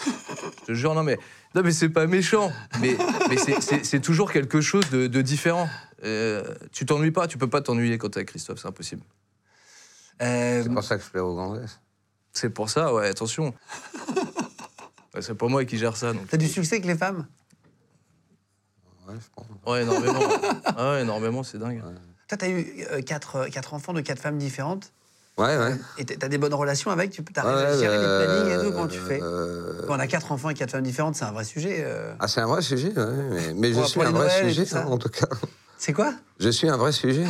Speaker 5: Je te jure, non mais, non, mais c'est pas méchant. Mais, mais c'est- c'est c'est toujours quelque chose de, de différent. Euh, tu t'ennuies pas, tu peux pas t'ennuyer quand t'es avec Christophe, c'est impossible.
Speaker 4: Euh,
Speaker 3: C'est pour ça que je plais aux grandes S.
Speaker 5: C'est pour ça, ouais, attention. Ouais, c'est pas moi qui gère ça. donc-
Speaker 4: T'as du succès avec les femmes
Speaker 3: Ouais, je pense.
Speaker 5: Ouais, énormément. Ah ouais, énormément, c'est dingue.
Speaker 4: Toi, t'as eu euh, quatre, euh, quatre enfants de quatre femmes différentes.
Speaker 3: Ouais, ouais.
Speaker 4: Et t'as t'as des bonnes relations avec Tu peux t'as
Speaker 3: Ouais,
Speaker 4: réussi à gérer les
Speaker 3: euh,
Speaker 4: plannings et tout Comment tu fais
Speaker 3: euh,
Speaker 4: Quand on a quatre enfants et quatre femmes différentes, c'est un vrai sujet. euh.
Speaker 3: Ah, c'est un vrai sujet, ouais, mais, mais je
Speaker 4: Pour-
Speaker 3: suis
Speaker 4: pour
Speaker 3: un
Speaker 4: les
Speaker 3: vrai
Speaker 4: Noël et
Speaker 3: sujet,
Speaker 4: tout ça.
Speaker 3: hein, en tout cas.
Speaker 4: C'est quoi
Speaker 3: Je suis un vrai sujet.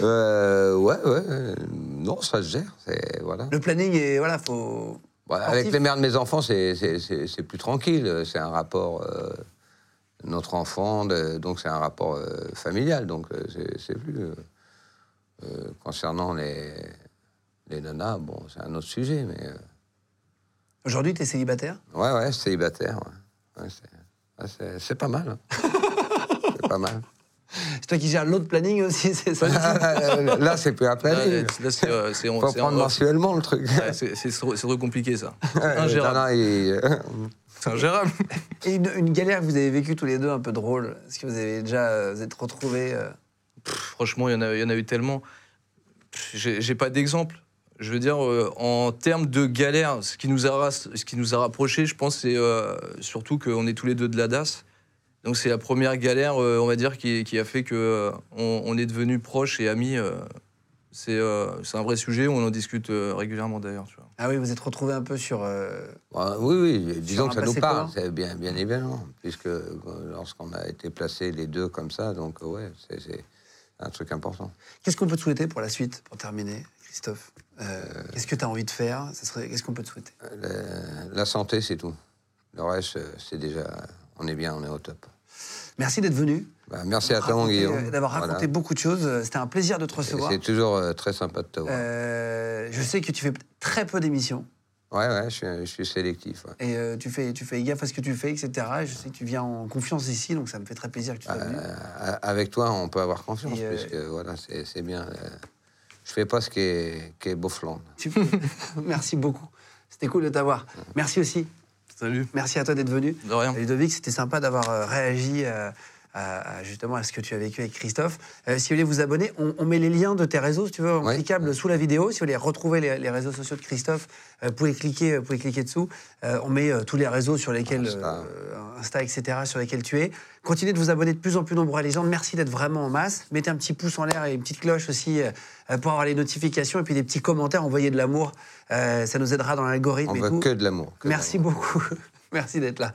Speaker 3: Euh, ouais, ouais. euh, Non, ça se gère. c'est- Voilà.
Speaker 4: Le planning est. Voilà, faut.
Speaker 3: Ouais, avec
Speaker 4: sportif.
Speaker 3: les mères de mes enfants, c'est- c'est c'est- c'est plus tranquille. C'est un rapport. euh, notre enfant, de- donc c'est un rapport euh, familial. Donc euh, c'est- c'est plus. euh, euh, concernant les, les nanas, bon, c'est un autre sujet, mais. euh,
Speaker 4: Aujourd'hui, t'es célibataire
Speaker 3: Ouais, ouais, célibataire. ouais. Ouais, c'est- ouais, c'est c'est pas mal. hein. c'est pas mal.
Speaker 4: C'est toi qui gères l'autre planning aussi, c'est ça
Speaker 3: Là, c'est plus à
Speaker 5: Là,
Speaker 3: planer.
Speaker 5: là, c'est euh, c'est- on-
Speaker 3: Faut
Speaker 5: c'est en
Speaker 3: prendre
Speaker 5: off.
Speaker 3: mensuellement le truc.
Speaker 5: Ouais, c'est- C'est trop c'est trop compliqué, ça. C'est
Speaker 3: Non,
Speaker 5: ingérable.
Speaker 3: non, il- euh,
Speaker 5: C'est ingérable.
Speaker 4: Et une, une galère que vous avez vécue tous les deux un peu drôle Est-ce que vous avez déjà. euh, vous êtes retrouvés euh,
Speaker 5: Franchement, il y, en a- il y en a eu tellement. Pff, J'ai j'ai pas d'exemple. Je veux dire, euh, en termes de galère, ce qui nous a, ras- ce qui nous a rapprochés, je pense, c'est euh, surtout qu'on est tous les deux de la DAS. Donc c'est la première galère, euh, on va dire, qui, qui a fait que euh, on, on est devenus proches et amis. euh. c'est euh, c'est un vrai sujet, on en discute euh, régulièrement d'ailleurs. tu vois.
Speaker 4: Ah oui, vous êtes retrouvés un peu sur. euh,
Speaker 3: Ouais, Bah, oui, oui,
Speaker 4: Sur un
Speaker 3: disons que ça nous
Speaker 4: passé
Speaker 3: parle,
Speaker 4: commun.
Speaker 3: c'est bien, bien évidemment, puisque euh, lorsqu'on a été placés les deux comme ça, donc euh, ouais, c'est- c'est un truc important.
Speaker 4: Qu'est-ce qu'on peut te souhaiter pour la suite, pour terminer, Christophe Euh, Qu'est-ce que tu as envie de faire Ça serait- Qu'est-ce qu'on peut te souhaiter
Speaker 3: Euh, La, santé, c'est tout. Le reste, euh, c'est déjà, on est bien, on est au top.
Speaker 4: Merci d'être venu.
Speaker 3: Bah, merci à toi, mon
Speaker 4: Raconter-
Speaker 3: Guillaume.
Speaker 4: euh, D'avoir raconté
Speaker 3: Voilà.
Speaker 4: beaucoup de choses. Euh, C'était un plaisir de te
Speaker 3: Et
Speaker 4: recevoir.
Speaker 3: C'est toujours euh, très sympa de te voir.
Speaker 4: Euh, je sais que tu fais très peu d'émissions.
Speaker 3: Ouais, ouais, je suis, je suis sélectif. ouais.
Speaker 4: Et euh, tu, fais, tu fais gaffe à ce que tu fais, etc. Et je sais que tu viens en confiance ici, donc ça me fait très plaisir que tu sois venu.
Speaker 3: Euh, avec toi, on peut avoir confiance,
Speaker 4: Et, euh,
Speaker 3: puisque voilà, c'est c'est bien. euh, je fais pas ce qui est, qui est Beaufland.
Speaker 4: Tu- Merci beaucoup. C'était cool de t'avoir. Merci aussi.
Speaker 5: Salut.
Speaker 4: Merci à toi d'être venu.
Speaker 5: De rien.
Speaker 4: Ludovic, c'était sympa d'avoir euh, réagi euh, à, à, justement à ce que tu as vécu avec Christophe. Euh, si vous voulez vous abonner, on, on met les liens de tes réseaux, si tu veux, en
Speaker 3: Ouais.
Speaker 4: cliquable sous la vidéo. Si vous voulez retrouver les, les réseaux sociaux de Christophe, euh, vous, pouvez cliquer, vous pouvez cliquer dessous. Euh, on met euh, tous les réseaux sur lesquels,
Speaker 3: Insta.
Speaker 4: euh, Insta, etc., sur lesquels tu es. Continuez de vous abonner de plus en plus nombreux à Légende. Merci d'être vraiment en masse. Mettez un petit pouce en l'air et une petite cloche aussi euh, pour avoir les notifications et puis des petits commentaires. Envoyez de l'amour. Euh, ça nous aidera dans l'algorithme.
Speaker 3: On
Speaker 4: et
Speaker 3: veut
Speaker 4: tout.
Speaker 3: que de l'amour. que de
Speaker 4: Merci
Speaker 3: l'amour.
Speaker 4: beaucoup. Merci d'être là.